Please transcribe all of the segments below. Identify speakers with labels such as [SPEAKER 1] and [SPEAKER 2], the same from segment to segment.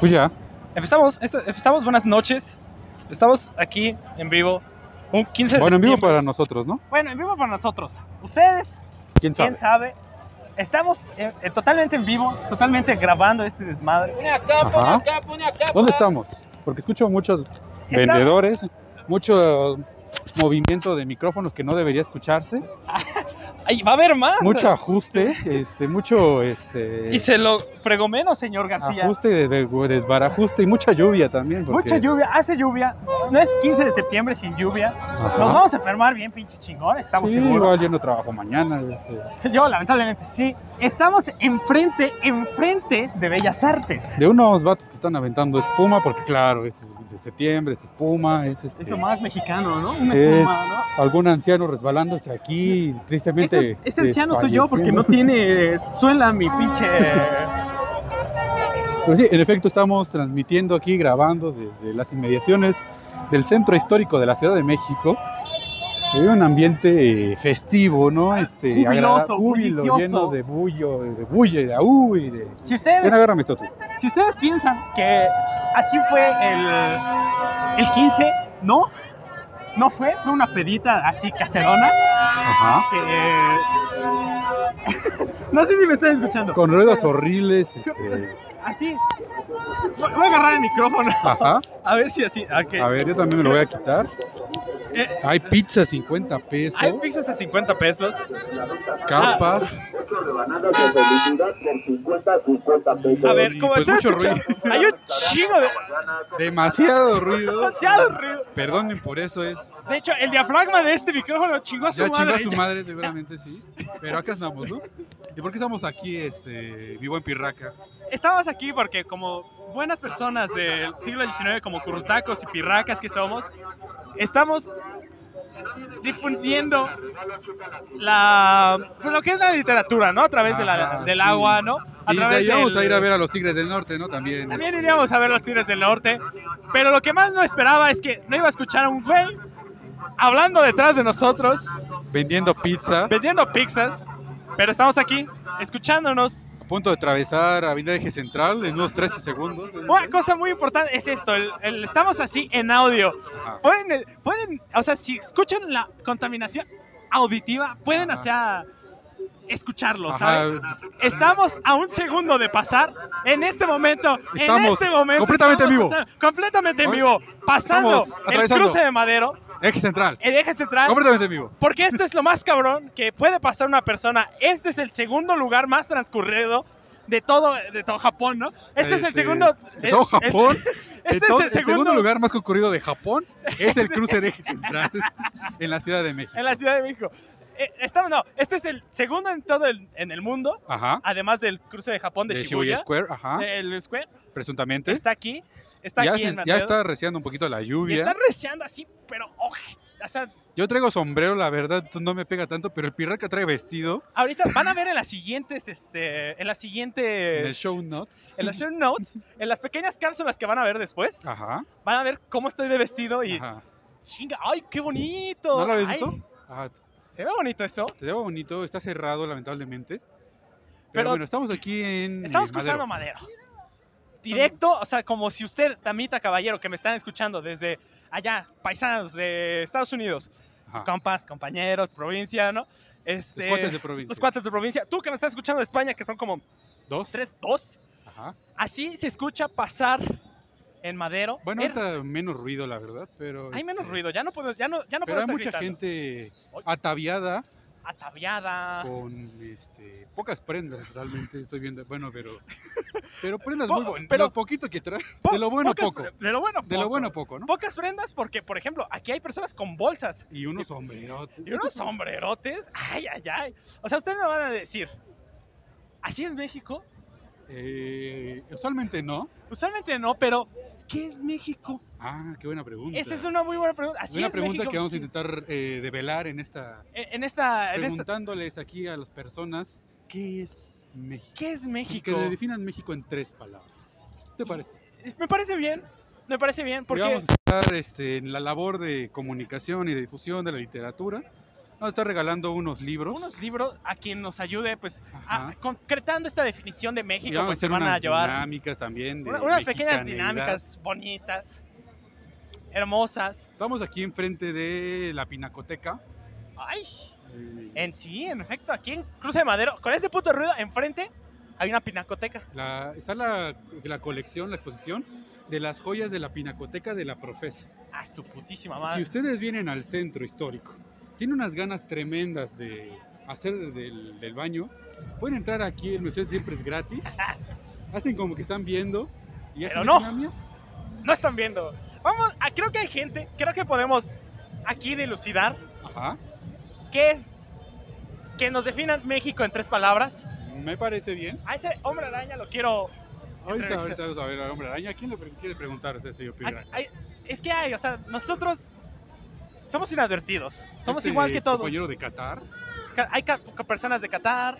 [SPEAKER 1] Pues ya.
[SPEAKER 2] Empezamos, este- empezamos, buenas noches. Estamos aquí en vivo. Un 15 de
[SPEAKER 1] Bueno, en vivo
[SPEAKER 2] septiembre.
[SPEAKER 1] para nosotros, ¿no?
[SPEAKER 2] Bueno, en vivo para nosotros. Ustedes,
[SPEAKER 1] ¿Quién sabe?
[SPEAKER 2] quién sabe. Estamos eh, eh, totalmente en vivo, totalmente grabando este desmadre.
[SPEAKER 3] Pone acá, pone
[SPEAKER 1] Ajá.
[SPEAKER 3] acá, pone acá.
[SPEAKER 1] ¿Dónde estamos? Porque escucho muchos vendedores, mucho movimiento de micrófonos que no debería escucharse,
[SPEAKER 2] Ay, va a haber más.
[SPEAKER 1] mucho ajuste, este, mucho este
[SPEAKER 2] Y se lo pregomeno,
[SPEAKER 1] Ah,
[SPEAKER 2] señor García.
[SPEAKER 1] ajuste de, de- desbarajuste y mucha lluvia también. porque-
[SPEAKER 2] Mucha lluvia, hace lluvia. No es 15 de septiembre sin lluvia.
[SPEAKER 1] Ajá.
[SPEAKER 2] Nos vamos a enfermar bien, pinche chingón, estamos
[SPEAKER 1] Sí,
[SPEAKER 2] seguros.
[SPEAKER 1] igual yo no trabajo mañana. este,
[SPEAKER 2] Yo, lamentablemente, sí. Estamos enfrente, enfrente de Bellas Artes.
[SPEAKER 1] De unos vatos que están aventando espuma, porque claro, es, es de septiembre, es espuma, es este,
[SPEAKER 2] Es lo más mexicano, ¿no? Una
[SPEAKER 1] Es-
[SPEAKER 2] espuma, ¿no?
[SPEAKER 1] algún anciano resbalándose aquí, tristemente.
[SPEAKER 2] Ese, ese anciano soy yo porque no
[SPEAKER 1] desfalleciendo.
[SPEAKER 2] tiene eh, suela mi pinche.
[SPEAKER 1] Pero Pues sí, en efecto, estamos transmitiendo aquí, grabando desde las inmediaciones del centro histórico de la Ciudad de México. Hay un ambiente eh, festivo, ¿no? Este,
[SPEAKER 2] Jubiloso,
[SPEAKER 1] agrada- júbilo,
[SPEAKER 2] bullicioso.
[SPEAKER 1] lleno de bullo, de bulle, de aú y de.
[SPEAKER 2] Si
[SPEAKER 1] Ven,
[SPEAKER 2] ustedes,
[SPEAKER 1] agárrame esto tú.
[SPEAKER 2] si ustedes piensan que así fue el, el 15, no, no fue, fue una pedita así caserona
[SPEAKER 1] Ajá.
[SPEAKER 2] que. no sé si me están escuchando.
[SPEAKER 1] Con ruedas horribles, este.
[SPEAKER 2] Así. Voy voy a agarrar el micrófono.
[SPEAKER 1] Ajá.
[SPEAKER 2] A ver si así. ok.
[SPEAKER 1] A ver, yo también me lo voy a quitar.
[SPEAKER 2] Eh,
[SPEAKER 1] Hay pizza 50 pesos,
[SPEAKER 2] hay pizzas a 50 pesos.
[SPEAKER 1] capas.
[SPEAKER 2] A ver, como
[SPEAKER 1] Pues
[SPEAKER 2] ustedes
[SPEAKER 1] mucho
[SPEAKER 2] escuchan, hay un chingo de.
[SPEAKER 1] Demasiado ruido.
[SPEAKER 2] demasiado ruido.
[SPEAKER 1] Perdonen por eso, es
[SPEAKER 2] De hecho, el diafragma de este micrófono chingó a su
[SPEAKER 1] Ya chingó
[SPEAKER 2] madre.
[SPEAKER 1] a su madre, seguramente sí. Pero acá estamos, ¿no? ¿Y por qué estamos aquí, este, vivo en Pirraca?
[SPEAKER 2] Estamos aquí porque como buenas personas del siglo XIX, como currutacos y pirracas que somos, estamos difundiendo la, pues lo que es la literatura, ¿no? A través de la-
[SPEAKER 1] Ajá,
[SPEAKER 2] del
[SPEAKER 1] sí.
[SPEAKER 2] agua, ¿no? A
[SPEAKER 1] y de
[SPEAKER 2] través
[SPEAKER 1] ahí vamos
[SPEAKER 2] del-
[SPEAKER 1] a ir a ver a los Tigres del Norte, ¿no? También.
[SPEAKER 2] También iríamos a ver los Tigres del Norte, pero lo que más no esperaba es que no iba a escuchar a un güey hablando detrás de nosotros,
[SPEAKER 1] Vendiendo pizza,
[SPEAKER 2] vendiendo pizzas, pero estamos aquí, escuchándonos
[SPEAKER 1] a punto de atravesar Avenida Eje Central en unos 13 segundos.
[SPEAKER 2] Una cosa muy importante es esto, el- el- estamos así en audio.
[SPEAKER 1] Ajá.
[SPEAKER 2] Pueden, pueden, o sea, si escuchan la contaminación auditiva, pueden, o
[SPEAKER 1] Ajá.
[SPEAKER 2] sea, escucharlo, ¿sabes?
[SPEAKER 1] Ajá.
[SPEAKER 2] Estamos a un segundo de pasar en este momento, en
[SPEAKER 1] Estamos
[SPEAKER 2] este momento.
[SPEAKER 1] completamente en vivo.
[SPEAKER 2] pasando- completamente en vivo, pasando
[SPEAKER 1] Estamos
[SPEAKER 2] el
[SPEAKER 1] atravesando.
[SPEAKER 2] cruce de madero,
[SPEAKER 1] Eje Central,
[SPEAKER 2] el eje central.
[SPEAKER 1] completamente en vivo.
[SPEAKER 2] Porque esto es lo más cabrón que puede pasar una persona. Este es el segundo lugar más transcurrido de todo, de todo Japón, ¿no? Este es el
[SPEAKER 1] Este,
[SPEAKER 2] segundo.
[SPEAKER 1] de todo
[SPEAKER 2] el-
[SPEAKER 1] Japón,
[SPEAKER 2] Este es
[SPEAKER 1] Entonces,
[SPEAKER 2] el segundo lugar
[SPEAKER 1] lugar más concurrido de Japón es el cruce de Eje Central en la Ciudad de México.
[SPEAKER 2] en la Ciudad de México. Eh, estamos- no, este es el segundo en todo el, en el mundo,
[SPEAKER 1] Ajá.
[SPEAKER 2] además del cruce de Japón de,
[SPEAKER 1] De Shibuya
[SPEAKER 2] Shibuya,
[SPEAKER 1] Square, ajá,
[SPEAKER 2] del Square.
[SPEAKER 1] presuntamente.
[SPEAKER 2] Está aquí, está
[SPEAKER 1] ya,
[SPEAKER 2] aquí
[SPEAKER 1] se-
[SPEAKER 2] en
[SPEAKER 1] ya
[SPEAKER 2] Mateo.
[SPEAKER 1] está reciando un poquito la
[SPEAKER 2] Y
[SPEAKER 1] lluvia.
[SPEAKER 2] está reciando así, pero oje, o sea,
[SPEAKER 1] Yo traigo sombrero, la verdad, entonces no me pega tanto, pero el pirraca trae vestido
[SPEAKER 2] ahorita van a ver en las siguientes, este, en las siguientes,
[SPEAKER 1] en el show notes.
[SPEAKER 2] en las show notes, en las pequeñas cápsulas que van a ver después,
[SPEAKER 1] Ajá.
[SPEAKER 2] van a ver cómo estoy de vestido y
[SPEAKER 1] Ah. ajá.
[SPEAKER 2] chinga, ay, qué bonito.
[SPEAKER 1] ¿No lo habías
[SPEAKER 2] Ay,
[SPEAKER 1] visto? Ajá.
[SPEAKER 2] Se ve bonito eso.
[SPEAKER 1] Te veo bonito, está cerrado, lamentablemente. Pero,
[SPEAKER 2] Pero-
[SPEAKER 1] bueno, estamos aquí en.
[SPEAKER 2] Estamos
[SPEAKER 1] eh,
[SPEAKER 2] cruzando
[SPEAKER 1] Madero.
[SPEAKER 2] madero. Directo, o sea, como si usted, damita caballero, que me están escuchando desde allá, paisanos de Estados Unidos,
[SPEAKER 1] Ajá.
[SPEAKER 2] compas, compañeros, provincia, ¿no?
[SPEAKER 1] Ah.
[SPEAKER 2] Este,
[SPEAKER 1] Los cuates de provincia.
[SPEAKER 2] los cuates de provincia. Tú que me estás escuchando de España, que son como
[SPEAKER 1] Dos.
[SPEAKER 2] tres, dos.
[SPEAKER 1] Ajá.
[SPEAKER 2] Así se escucha pasar en madero.
[SPEAKER 1] Bueno,
[SPEAKER 2] Er-
[SPEAKER 1] ahorita menos ruido, la verdad, pero.
[SPEAKER 2] hay menos
[SPEAKER 1] este,
[SPEAKER 2] ruido, ya no puedo, ya no, ya no
[SPEAKER 1] Pero
[SPEAKER 2] puedo
[SPEAKER 1] hay mucha
[SPEAKER 2] estar gritando.
[SPEAKER 1] gente
[SPEAKER 2] Ay.
[SPEAKER 1] ataviada
[SPEAKER 2] Ataviada.
[SPEAKER 1] con este, pocas prendas, realmente estoy viendo. Bueno, pero. Pero prendas
[SPEAKER 2] Po-
[SPEAKER 1] muy buenas.
[SPEAKER 2] pero-
[SPEAKER 1] Pero poquito que trae.
[SPEAKER 2] Po-
[SPEAKER 1] de lo bueno,
[SPEAKER 2] pocas-
[SPEAKER 1] poco.
[SPEAKER 2] De lo bueno,
[SPEAKER 1] De lo
[SPEAKER 2] poco.
[SPEAKER 1] bueno, poco, ¿no?
[SPEAKER 2] Pocas prendas porque, por ejemplo, aquí hay personas con bolsas.
[SPEAKER 1] Y unos sombrerotes.
[SPEAKER 2] Y unos sombrerotes. Ay, ay, ay. O sea, ustedes me van a decir, ¿así es México?
[SPEAKER 1] Eh, usualmente no.
[SPEAKER 2] Usualmente no, pero ¿qué es México?
[SPEAKER 1] Ah, qué buena pregunta.
[SPEAKER 2] Esa es una muy buena pregunta. Así
[SPEAKER 1] una
[SPEAKER 2] es
[SPEAKER 1] pregunta
[SPEAKER 2] México,
[SPEAKER 1] que vamos a
[SPEAKER 2] pues,
[SPEAKER 1] intentar eh, develar en esta.
[SPEAKER 2] En en esta, en esta-
[SPEAKER 1] Preguntándoles aquí a las personas qué es México.
[SPEAKER 2] ¿Qué es
[SPEAKER 1] Y
[SPEAKER 2] México?
[SPEAKER 1] Que le definan México en tres palabras. ¿Te parece?
[SPEAKER 2] Me parece bien. Me parece bien
[SPEAKER 1] Porque
[SPEAKER 2] porque
[SPEAKER 1] vamos a estar este, en la labor de comunicación y de difusión de la literatura. No, está regalando unos libros.
[SPEAKER 2] Unos libros a quien nos ayude, pues, a-
[SPEAKER 1] Ajá.
[SPEAKER 2] concretando esta definición de
[SPEAKER 1] Y
[SPEAKER 2] México,
[SPEAKER 1] vamos
[SPEAKER 2] pues se
[SPEAKER 1] hacer
[SPEAKER 2] van a
[SPEAKER 1] unas
[SPEAKER 2] llevar
[SPEAKER 1] dinámicas también. de
[SPEAKER 2] una- unas pequeñas
[SPEAKER 1] mexicanidad.
[SPEAKER 2] dinámicas bonitas, hermosas.
[SPEAKER 1] Estamos aquí enfrente de la Pinacoteca.
[SPEAKER 2] Ay,
[SPEAKER 1] eh,
[SPEAKER 2] en sí, en efecto, aquí en Cruce de Madero, con este puto ruido, enfrente hay una pinacoteca.
[SPEAKER 1] la- está la, la colección, la exposición de las joyas de la Pinacoteca de la Profesa.
[SPEAKER 2] A su putísima
[SPEAKER 1] Si
[SPEAKER 2] madre.
[SPEAKER 1] ustedes vienen al centro histórico, tienen unas ganas tremendas de hacer del, del baño, pueden entrar aquí, el museo siempre es gratis. Hacen como que están viendo y hacen
[SPEAKER 2] Pero no.
[SPEAKER 1] una mía.
[SPEAKER 2] No están viendo. Vamos, ah, creo que hay gente, creo que podemos aquí dilucidar
[SPEAKER 1] Ajá,
[SPEAKER 2] qué es que nos definan México en tres palabras.
[SPEAKER 1] me parece bien.
[SPEAKER 2] A ese hombre araña lo quiero
[SPEAKER 1] Ahorita, ahorita
[SPEAKER 2] Entrevista.
[SPEAKER 1] vamos a ver al hombre araña. ¿A quién le pre- quiere preguntar usted, señor
[SPEAKER 2] Ay,
[SPEAKER 1] Piedra?
[SPEAKER 2] ay, es que hay, o sea, nosotros somos inadvertidos. Somos
[SPEAKER 1] Este
[SPEAKER 2] igual que todos.
[SPEAKER 1] compañero de Qatar.
[SPEAKER 2] Ca- Hay ca- ca- personas de Qatar,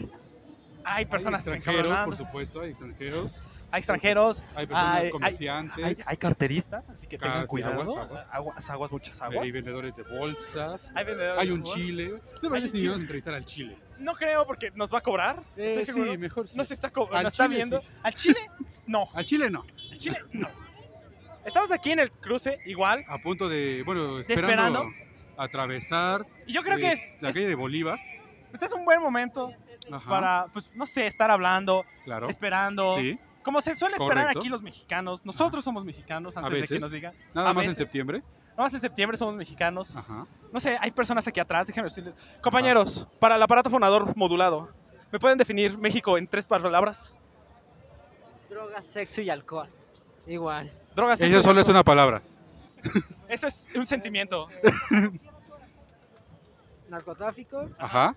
[SPEAKER 2] hay personas
[SPEAKER 1] hay extranjeros,
[SPEAKER 2] encabronadas,
[SPEAKER 1] por supuesto, hay extranjeros.
[SPEAKER 2] hay extranjeros,
[SPEAKER 1] Hay personas
[SPEAKER 2] Hay- hay-
[SPEAKER 1] comerciantes.
[SPEAKER 2] hay, hay carteristas, así que tengan
[SPEAKER 1] Casi,
[SPEAKER 2] cuidado.
[SPEAKER 1] Ah, aguas,
[SPEAKER 2] Aguas,
[SPEAKER 1] aguas.
[SPEAKER 2] aguas, muchas
[SPEAKER 1] hay
[SPEAKER 2] aguas.
[SPEAKER 1] vendedores de bolsas.
[SPEAKER 2] Hay, vendedores
[SPEAKER 1] Hay
[SPEAKER 2] de
[SPEAKER 1] un
[SPEAKER 2] jugo.
[SPEAKER 1] chile. ¿Te parece
[SPEAKER 2] un
[SPEAKER 1] si
[SPEAKER 2] chile.
[SPEAKER 1] vamos a entrevistar al chile?
[SPEAKER 2] No creo porque nos va a cobrar.
[SPEAKER 1] Eh,
[SPEAKER 2] ¿Estoy seguro?
[SPEAKER 1] sí, mejor sí.
[SPEAKER 2] No se está, co-
[SPEAKER 1] Al
[SPEAKER 2] no está
[SPEAKER 1] chile,
[SPEAKER 2] viendo.
[SPEAKER 1] sí.
[SPEAKER 2] Al Chile, no.
[SPEAKER 1] Al chile no.
[SPEAKER 2] Al Chile, no. Estamos aquí en el cruce, igual.
[SPEAKER 1] A punto de, bueno,
[SPEAKER 2] De
[SPEAKER 1] esperando, atravesar.
[SPEAKER 2] Y yo creo
[SPEAKER 1] eh,
[SPEAKER 2] que es,
[SPEAKER 1] la
[SPEAKER 2] es-
[SPEAKER 1] calle de Bolívar.
[SPEAKER 2] este es un buen momento
[SPEAKER 1] Ajá,
[SPEAKER 2] para, pues, no sé, estar hablando,
[SPEAKER 1] claro.
[SPEAKER 2] esperando.
[SPEAKER 1] Sí,
[SPEAKER 2] Como se suele esperar
[SPEAKER 1] Correcto.
[SPEAKER 2] aquí los mexicanos, nosotros somos mexicanos
[SPEAKER 1] A
[SPEAKER 2] antes de que
[SPEAKER 1] veces.
[SPEAKER 2] nos digan.
[SPEAKER 1] nada
[SPEAKER 2] A
[SPEAKER 1] más en
[SPEAKER 2] veces.
[SPEAKER 1] septiembre.
[SPEAKER 2] No, en septiembre somos mexicanos.
[SPEAKER 1] Ajá.
[SPEAKER 2] No sé, hay personas aquí atrás, déjenme decirles. Compañeros, para el aparato fonador modulado, ¿me pueden definir México en tres palabras?
[SPEAKER 3] Droga, sexo y alcohol. Igual.
[SPEAKER 2] Drogas, sexo
[SPEAKER 1] Eso
[SPEAKER 2] y
[SPEAKER 1] solo es
[SPEAKER 2] alcohol.
[SPEAKER 1] una palabra.
[SPEAKER 2] Eso es un sentimiento.
[SPEAKER 3] Narcotráfico.
[SPEAKER 1] Ajá.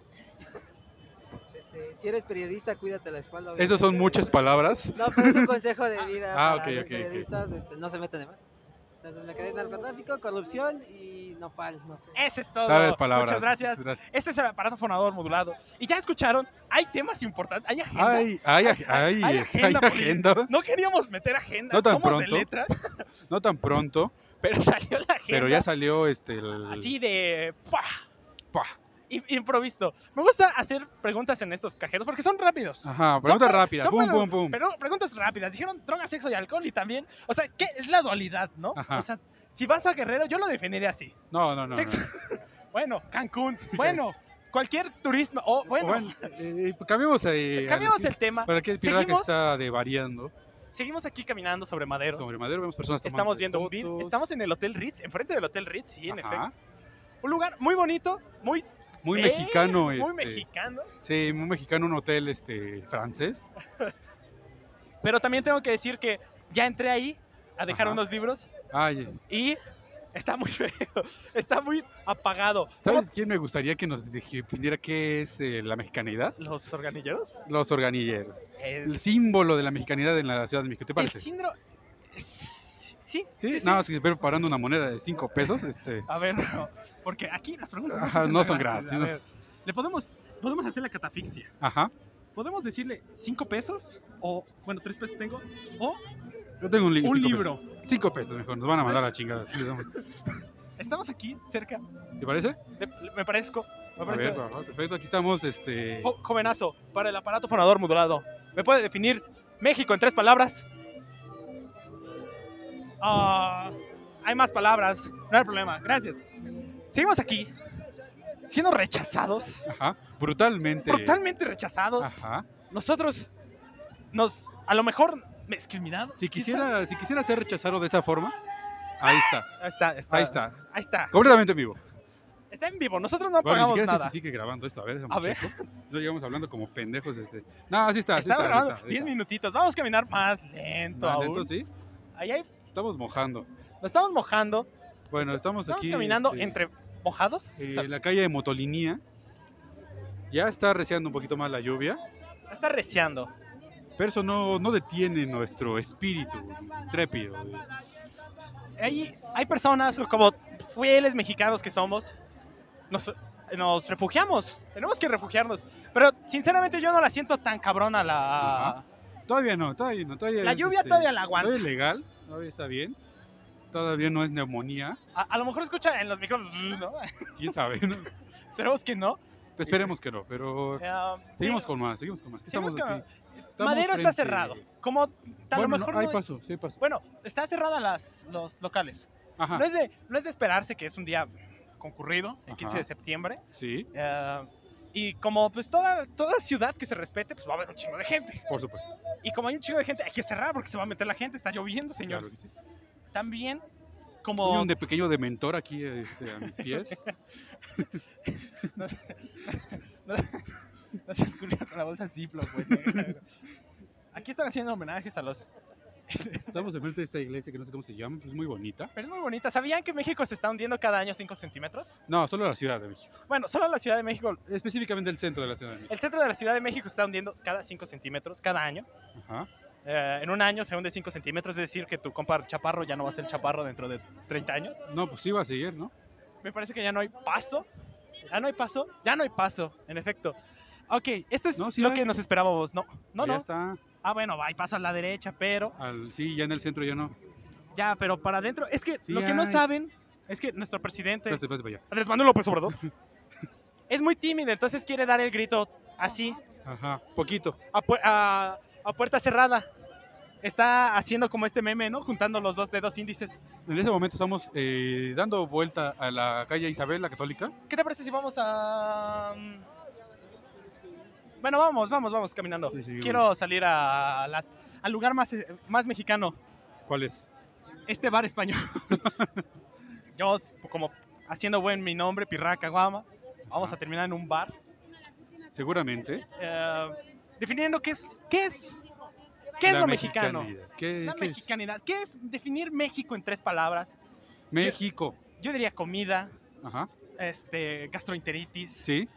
[SPEAKER 3] Este, si eres periodista, cuídate la espalda. obviamente,
[SPEAKER 1] Esas son muchas
[SPEAKER 3] pues.
[SPEAKER 1] palabras.
[SPEAKER 3] No, pero es un consejo de vida
[SPEAKER 1] Ah,
[SPEAKER 3] para
[SPEAKER 1] ok,
[SPEAKER 3] los
[SPEAKER 1] ok, ok.
[SPEAKER 3] periodistas. Este, no se metan de más. Entonces me quedé en narcotráfico, corrupción y nopal, no sé.
[SPEAKER 2] Eso es todo.
[SPEAKER 1] Sabes palabras.
[SPEAKER 2] Muchas gracias.
[SPEAKER 1] gracias.
[SPEAKER 2] Este es el aparato fonador modulado. Y ya escucharon, hay temas importantes, hay agenda.
[SPEAKER 1] Ay, ay, ay, ay,
[SPEAKER 2] Hay
[SPEAKER 1] hay
[SPEAKER 2] agenda, porque-
[SPEAKER 1] agenda.
[SPEAKER 2] No queríamos meter agenda,
[SPEAKER 1] No tan
[SPEAKER 2] somos
[SPEAKER 1] pronto.
[SPEAKER 2] de letras,
[SPEAKER 1] No tan pronto,
[SPEAKER 2] pero salió la agenda.
[SPEAKER 1] pero ya salió este el...
[SPEAKER 2] Así de... ¡pua!
[SPEAKER 1] Pa.
[SPEAKER 2] im- improvisto. Me gusta hacer preguntas en estos cajeros porque son rápidos.
[SPEAKER 1] Ajá,
[SPEAKER 2] Son
[SPEAKER 1] pregunta
[SPEAKER 2] pre-
[SPEAKER 1] rápida.
[SPEAKER 2] son
[SPEAKER 1] Pum,
[SPEAKER 2] pre-
[SPEAKER 1] pum, pum.
[SPEAKER 2] Pero preguntas rápidas. Dijeron droga, sexo y alcohol y también. O sea, ¿qué es la dualidad, no?
[SPEAKER 1] Ajá.
[SPEAKER 2] O sea, si vas a Guerrero, yo lo definiría así.
[SPEAKER 1] No, no, no.
[SPEAKER 2] sexo.
[SPEAKER 1] no.
[SPEAKER 2] bueno, Cancún. Bueno, cualquier turismo. O bueno,
[SPEAKER 1] Bueno, eh, cambiemos eh,
[SPEAKER 2] cambiamos
[SPEAKER 1] Ana,
[SPEAKER 2] el tema.
[SPEAKER 1] Para que el pirata que
[SPEAKER 2] Seguimos.
[SPEAKER 1] está de variando
[SPEAKER 2] Seguimos aquí caminando sobre madero.
[SPEAKER 1] sobre madero, vemos personas tomando
[SPEAKER 2] Estamos viendo un Beats.
[SPEAKER 1] fotos.
[SPEAKER 2] Estamos en el Hotel Ritz, enfrente del Hotel Ritz, sí, en
[SPEAKER 1] Ajá.
[SPEAKER 2] efecto. Un lugar muy bonito, muy,
[SPEAKER 1] Muy
[SPEAKER 2] Eh,
[SPEAKER 1] mexicano,
[SPEAKER 2] muy
[SPEAKER 1] este,
[SPEAKER 2] mexicano.
[SPEAKER 1] Sí, muy mexicano, un hotel este, francés.
[SPEAKER 2] Pero también tengo que decir que ya entré ahí a dejar
[SPEAKER 1] Ajá.
[SPEAKER 2] unos libros
[SPEAKER 1] Ay,
[SPEAKER 2] y está muy feo, está muy apagado. ¿Cómo-
[SPEAKER 1] ¿sabes quién me gustaría que nos definiera qué es eh, la mexicanidad?
[SPEAKER 2] ¿Los organilleros?
[SPEAKER 1] Los organilleros.
[SPEAKER 2] Es-
[SPEAKER 1] El símbolo de la mexicanidad en la Ciudad de México, ¿te
[SPEAKER 2] El
[SPEAKER 1] parece? Sí,
[SPEAKER 2] síndrome... Sí, sí, sí.
[SPEAKER 1] nada más que estoy preparando una moneda de 5 pesos. Este,
[SPEAKER 2] A ver, no, porque aquí las preguntas
[SPEAKER 1] Ajá,
[SPEAKER 2] se
[SPEAKER 1] no
[SPEAKER 2] hacen
[SPEAKER 1] son
[SPEAKER 2] A
[SPEAKER 1] gratis.
[SPEAKER 2] ver, le podemos, podemos hacer la catafixia.
[SPEAKER 1] ajá.
[SPEAKER 2] Podemos decirle 5 pesos o, bueno, 3 pesos tengo, o
[SPEAKER 1] Yo tengo un, li-
[SPEAKER 2] un
[SPEAKER 1] cinco
[SPEAKER 2] libro.
[SPEAKER 1] pesos. Cinco pesos mejor, nos van a mandar a la chingada. sí, les damos.
[SPEAKER 2] Estamos aquí cerca,
[SPEAKER 1] ¿Te parece?
[SPEAKER 2] de- me parezco, me
[SPEAKER 1] A ver,
[SPEAKER 2] parece
[SPEAKER 1] ajá, perfecto, aquí estamos, este...
[SPEAKER 2] jo- jovenazo para el aparato fonador modulado. ¿Me puede definir México en tres palabras? Ah, hay más palabras, no hay problema, gracias. Seguimos aquí, siendo rechazados,
[SPEAKER 1] Ajá, brutalmente.
[SPEAKER 2] brutalmente rechazados.
[SPEAKER 1] Ajá.
[SPEAKER 2] Nosotros nos, a lo mejor, discriminados.
[SPEAKER 1] Si
[SPEAKER 2] ¿quién
[SPEAKER 1] quisiera, si quisiera ser rechazado de esa forma, ahí está,
[SPEAKER 2] sabe? Ahí está, está,
[SPEAKER 1] ahí está.
[SPEAKER 2] Ahí está.
[SPEAKER 1] Completamente en vivo.
[SPEAKER 2] Está en vivo, nosotros
[SPEAKER 1] Bueno,
[SPEAKER 2] no
[SPEAKER 1] ni
[SPEAKER 2] pagamos
[SPEAKER 1] siquiera sé
[SPEAKER 2] nada.
[SPEAKER 1] si sigue grabando esto, a ver,
[SPEAKER 2] A ver.
[SPEAKER 1] No llegamos hablando como pendejos, este. No, así está, así
[SPEAKER 2] Estaba
[SPEAKER 1] está,
[SPEAKER 2] grabando
[SPEAKER 1] así está,
[SPEAKER 2] 10
[SPEAKER 1] así
[SPEAKER 2] minutitos, vamos a caminar más
[SPEAKER 1] está.
[SPEAKER 2] lento
[SPEAKER 1] Ah,
[SPEAKER 2] aún.
[SPEAKER 1] entonces sí,
[SPEAKER 2] Ahí hay-
[SPEAKER 1] estamos mojando.
[SPEAKER 2] nos estamos mojando,
[SPEAKER 1] Bueno, estamos,
[SPEAKER 2] Estamos
[SPEAKER 1] aquí.
[SPEAKER 2] caminando
[SPEAKER 1] este,
[SPEAKER 2] entre mojados.
[SPEAKER 1] eh,
[SPEAKER 2] o sea,
[SPEAKER 1] la calle de Motolinía. Ya está reciando un poquito más la lluvia,
[SPEAKER 2] Está reciando.
[SPEAKER 1] pero eso no, no detiene nuestro espíritu trépido. eh.
[SPEAKER 2] Hay, hay personas como fieles mexicanos que somos. Nos, nos refugiamos. Tenemos que refugiarnos. Pero sinceramente yo no la siento tan cabrona la...
[SPEAKER 1] Ajá. Todavía no, todavía no. Todavía
[SPEAKER 2] La
[SPEAKER 1] es,
[SPEAKER 2] lluvia
[SPEAKER 1] este,
[SPEAKER 2] todavía la aguanta.
[SPEAKER 1] Todavía es legal, todavía está bien. todavía no es neumonía,
[SPEAKER 2] A, a lo mejor escucha en los micrófonos, ¿no?
[SPEAKER 1] quién sabe. ¿no?
[SPEAKER 2] Esperemos que no.
[SPEAKER 1] Esperemos que no, pero
[SPEAKER 2] Ah, sí,
[SPEAKER 1] seguimos con más, seguimos con más. ¿Qué
[SPEAKER 2] seguimos
[SPEAKER 1] estamos
[SPEAKER 2] con-
[SPEAKER 1] aquí? Estamos
[SPEAKER 2] Madero está
[SPEAKER 1] frente-
[SPEAKER 2] cerrado. Como a lo
[SPEAKER 1] Bueno, no,
[SPEAKER 2] mejor
[SPEAKER 1] hay
[SPEAKER 2] no es-
[SPEAKER 1] paso, sí hay paso.
[SPEAKER 2] Bueno, está cerrada las, los locales.
[SPEAKER 1] Ajá,
[SPEAKER 2] No es, de, no es de esperarse que es un día concurrido, el 15
[SPEAKER 1] Ajá.
[SPEAKER 2] de septiembre.
[SPEAKER 1] sí,
[SPEAKER 2] Ah, y como pues toda, toda ciudad que se respete, pues va a haber un chingo de gente.
[SPEAKER 1] por supuesto.
[SPEAKER 2] Y como hay un chingo de gente, hay que cerrar porque se va a meter la gente, está lloviendo,
[SPEAKER 1] Claro
[SPEAKER 2] señores.
[SPEAKER 1] que sí.
[SPEAKER 2] También,
[SPEAKER 1] Hay
[SPEAKER 2] como...
[SPEAKER 1] un de pequeño dementor aquí este, a mis pies.
[SPEAKER 2] No seas culero con la bolsa Ziploc, güey. negro. Aquí están haciendo homenajes a los...
[SPEAKER 1] Estamos enfrente de esta iglesia que no sé cómo se llama, pero es muy bonita.
[SPEAKER 2] Pero es muy bonita. ¿Sabían que México se está hundiendo cada año 5 centímetros?
[SPEAKER 1] No, solo la Ciudad de México.
[SPEAKER 2] Bueno, solo la Ciudad de México.
[SPEAKER 1] Específicamente el centro de la Ciudad de México.
[SPEAKER 2] El centro de la Ciudad de México se está hundiendo cada 5 centímetros, cada año.
[SPEAKER 1] Ajá.
[SPEAKER 2] Eh, en un año se hunde 5 centímetros, es decir, que tu compa chaparro ya no va a ser chaparro dentro de 30 años.
[SPEAKER 1] No, pues sí va a seguir, ¿no?
[SPEAKER 2] Me parece que ya no hay paso. Ya no hay paso. Ya no hay paso, en efecto. Ok, esto es
[SPEAKER 1] No, sí
[SPEAKER 2] lo
[SPEAKER 1] hay.
[SPEAKER 2] que nos esperábamos. No, no,
[SPEAKER 1] Ya
[SPEAKER 2] no.
[SPEAKER 1] está.
[SPEAKER 2] Ah, bueno, va y pasa a la derecha, pero
[SPEAKER 1] Al, sí, ya en el centro ya no.
[SPEAKER 2] ya, pero para adentro. Es que
[SPEAKER 1] Sí
[SPEAKER 2] lo que no
[SPEAKER 1] hay.
[SPEAKER 2] saben es que nuestro presidente,
[SPEAKER 1] Espérate, espérate para allá.
[SPEAKER 2] Andrés Manuel López Obrador, es muy tímido, entonces quiere dar el grito así,
[SPEAKER 1] Ajá. Poquito.
[SPEAKER 2] a, pu- a- a puerta cerrada. Está haciendo como este meme, ¿no? Juntando los dos dedos índices.
[SPEAKER 1] En ese momento estamos eh, dando vuelta a la calle Isabel, la católica.
[SPEAKER 2] ¿Qué te parece si vamos a... mm? Bueno, vamos, vamos, vamos caminando.
[SPEAKER 1] Sí, seguimos.
[SPEAKER 2] Quiero salir a la- al lugar más, eh, más mexicano,
[SPEAKER 1] ¿Cuál es?
[SPEAKER 2] este bar español. Yo, s- como haciendo buen mi nombre, Pirraca Guama, vamos
[SPEAKER 1] Ajá.
[SPEAKER 2] a terminar en un bar.
[SPEAKER 1] Seguramente.
[SPEAKER 2] eh, definiendo qué es, qué es, qué es
[SPEAKER 1] La
[SPEAKER 2] lo mexicano.
[SPEAKER 1] mexicanidad. ¿Qué,
[SPEAKER 2] La
[SPEAKER 1] qué es?
[SPEAKER 2] mexicanidad. ¿Qué es definir México en tres palabras?
[SPEAKER 1] México.
[SPEAKER 2] Yo diría comida,
[SPEAKER 1] Ajá.
[SPEAKER 2] este, gastroenteritis
[SPEAKER 1] Sí,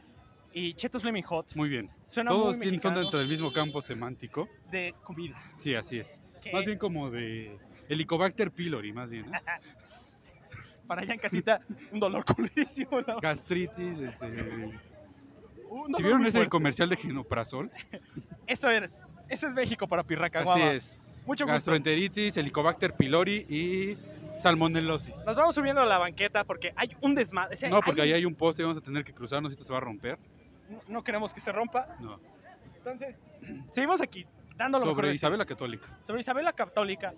[SPEAKER 2] y chetos Flaming Hot.
[SPEAKER 1] muy bien.
[SPEAKER 2] Suena
[SPEAKER 1] Todos
[SPEAKER 2] muy
[SPEAKER 1] tienen- son
[SPEAKER 2] mexicano
[SPEAKER 1] dentro del mismo campo semántico.
[SPEAKER 2] de comida.
[SPEAKER 1] Sí, así es.
[SPEAKER 2] que
[SPEAKER 1] Más bien como de Helicobacter pylori, más bien. ¿eh? ¿no?
[SPEAKER 2] Para allá en casita, un dolor culerísimo. ¿no?
[SPEAKER 1] Gastritis, este...
[SPEAKER 2] Un dolor
[SPEAKER 1] Si vieron
[SPEAKER 2] muy
[SPEAKER 1] ese
[SPEAKER 2] fuerte.
[SPEAKER 1] comercial de genoprazol,
[SPEAKER 2] Eso es, eso es México para Pirraca
[SPEAKER 1] así
[SPEAKER 2] Guava.
[SPEAKER 1] es.
[SPEAKER 2] Mucho gusto.
[SPEAKER 1] Gastroenteritis, Helicobacter pylori y salmonelosis.
[SPEAKER 2] Nos vamos subiendo a la banqueta porque hay un desmadre. o sea,
[SPEAKER 1] No, porque
[SPEAKER 2] hay
[SPEAKER 1] ahí
[SPEAKER 2] un-
[SPEAKER 1] hay un poste, vamos a tener que cruzarnos, esto se va a romper.
[SPEAKER 2] no- No queremos que se rompa.
[SPEAKER 1] No.
[SPEAKER 2] Entonces, seguimos aquí, dando lo mejor
[SPEAKER 1] Sobre
[SPEAKER 2] de sí.
[SPEAKER 1] Isabel la Católica.
[SPEAKER 2] sobre Isabel la Católica.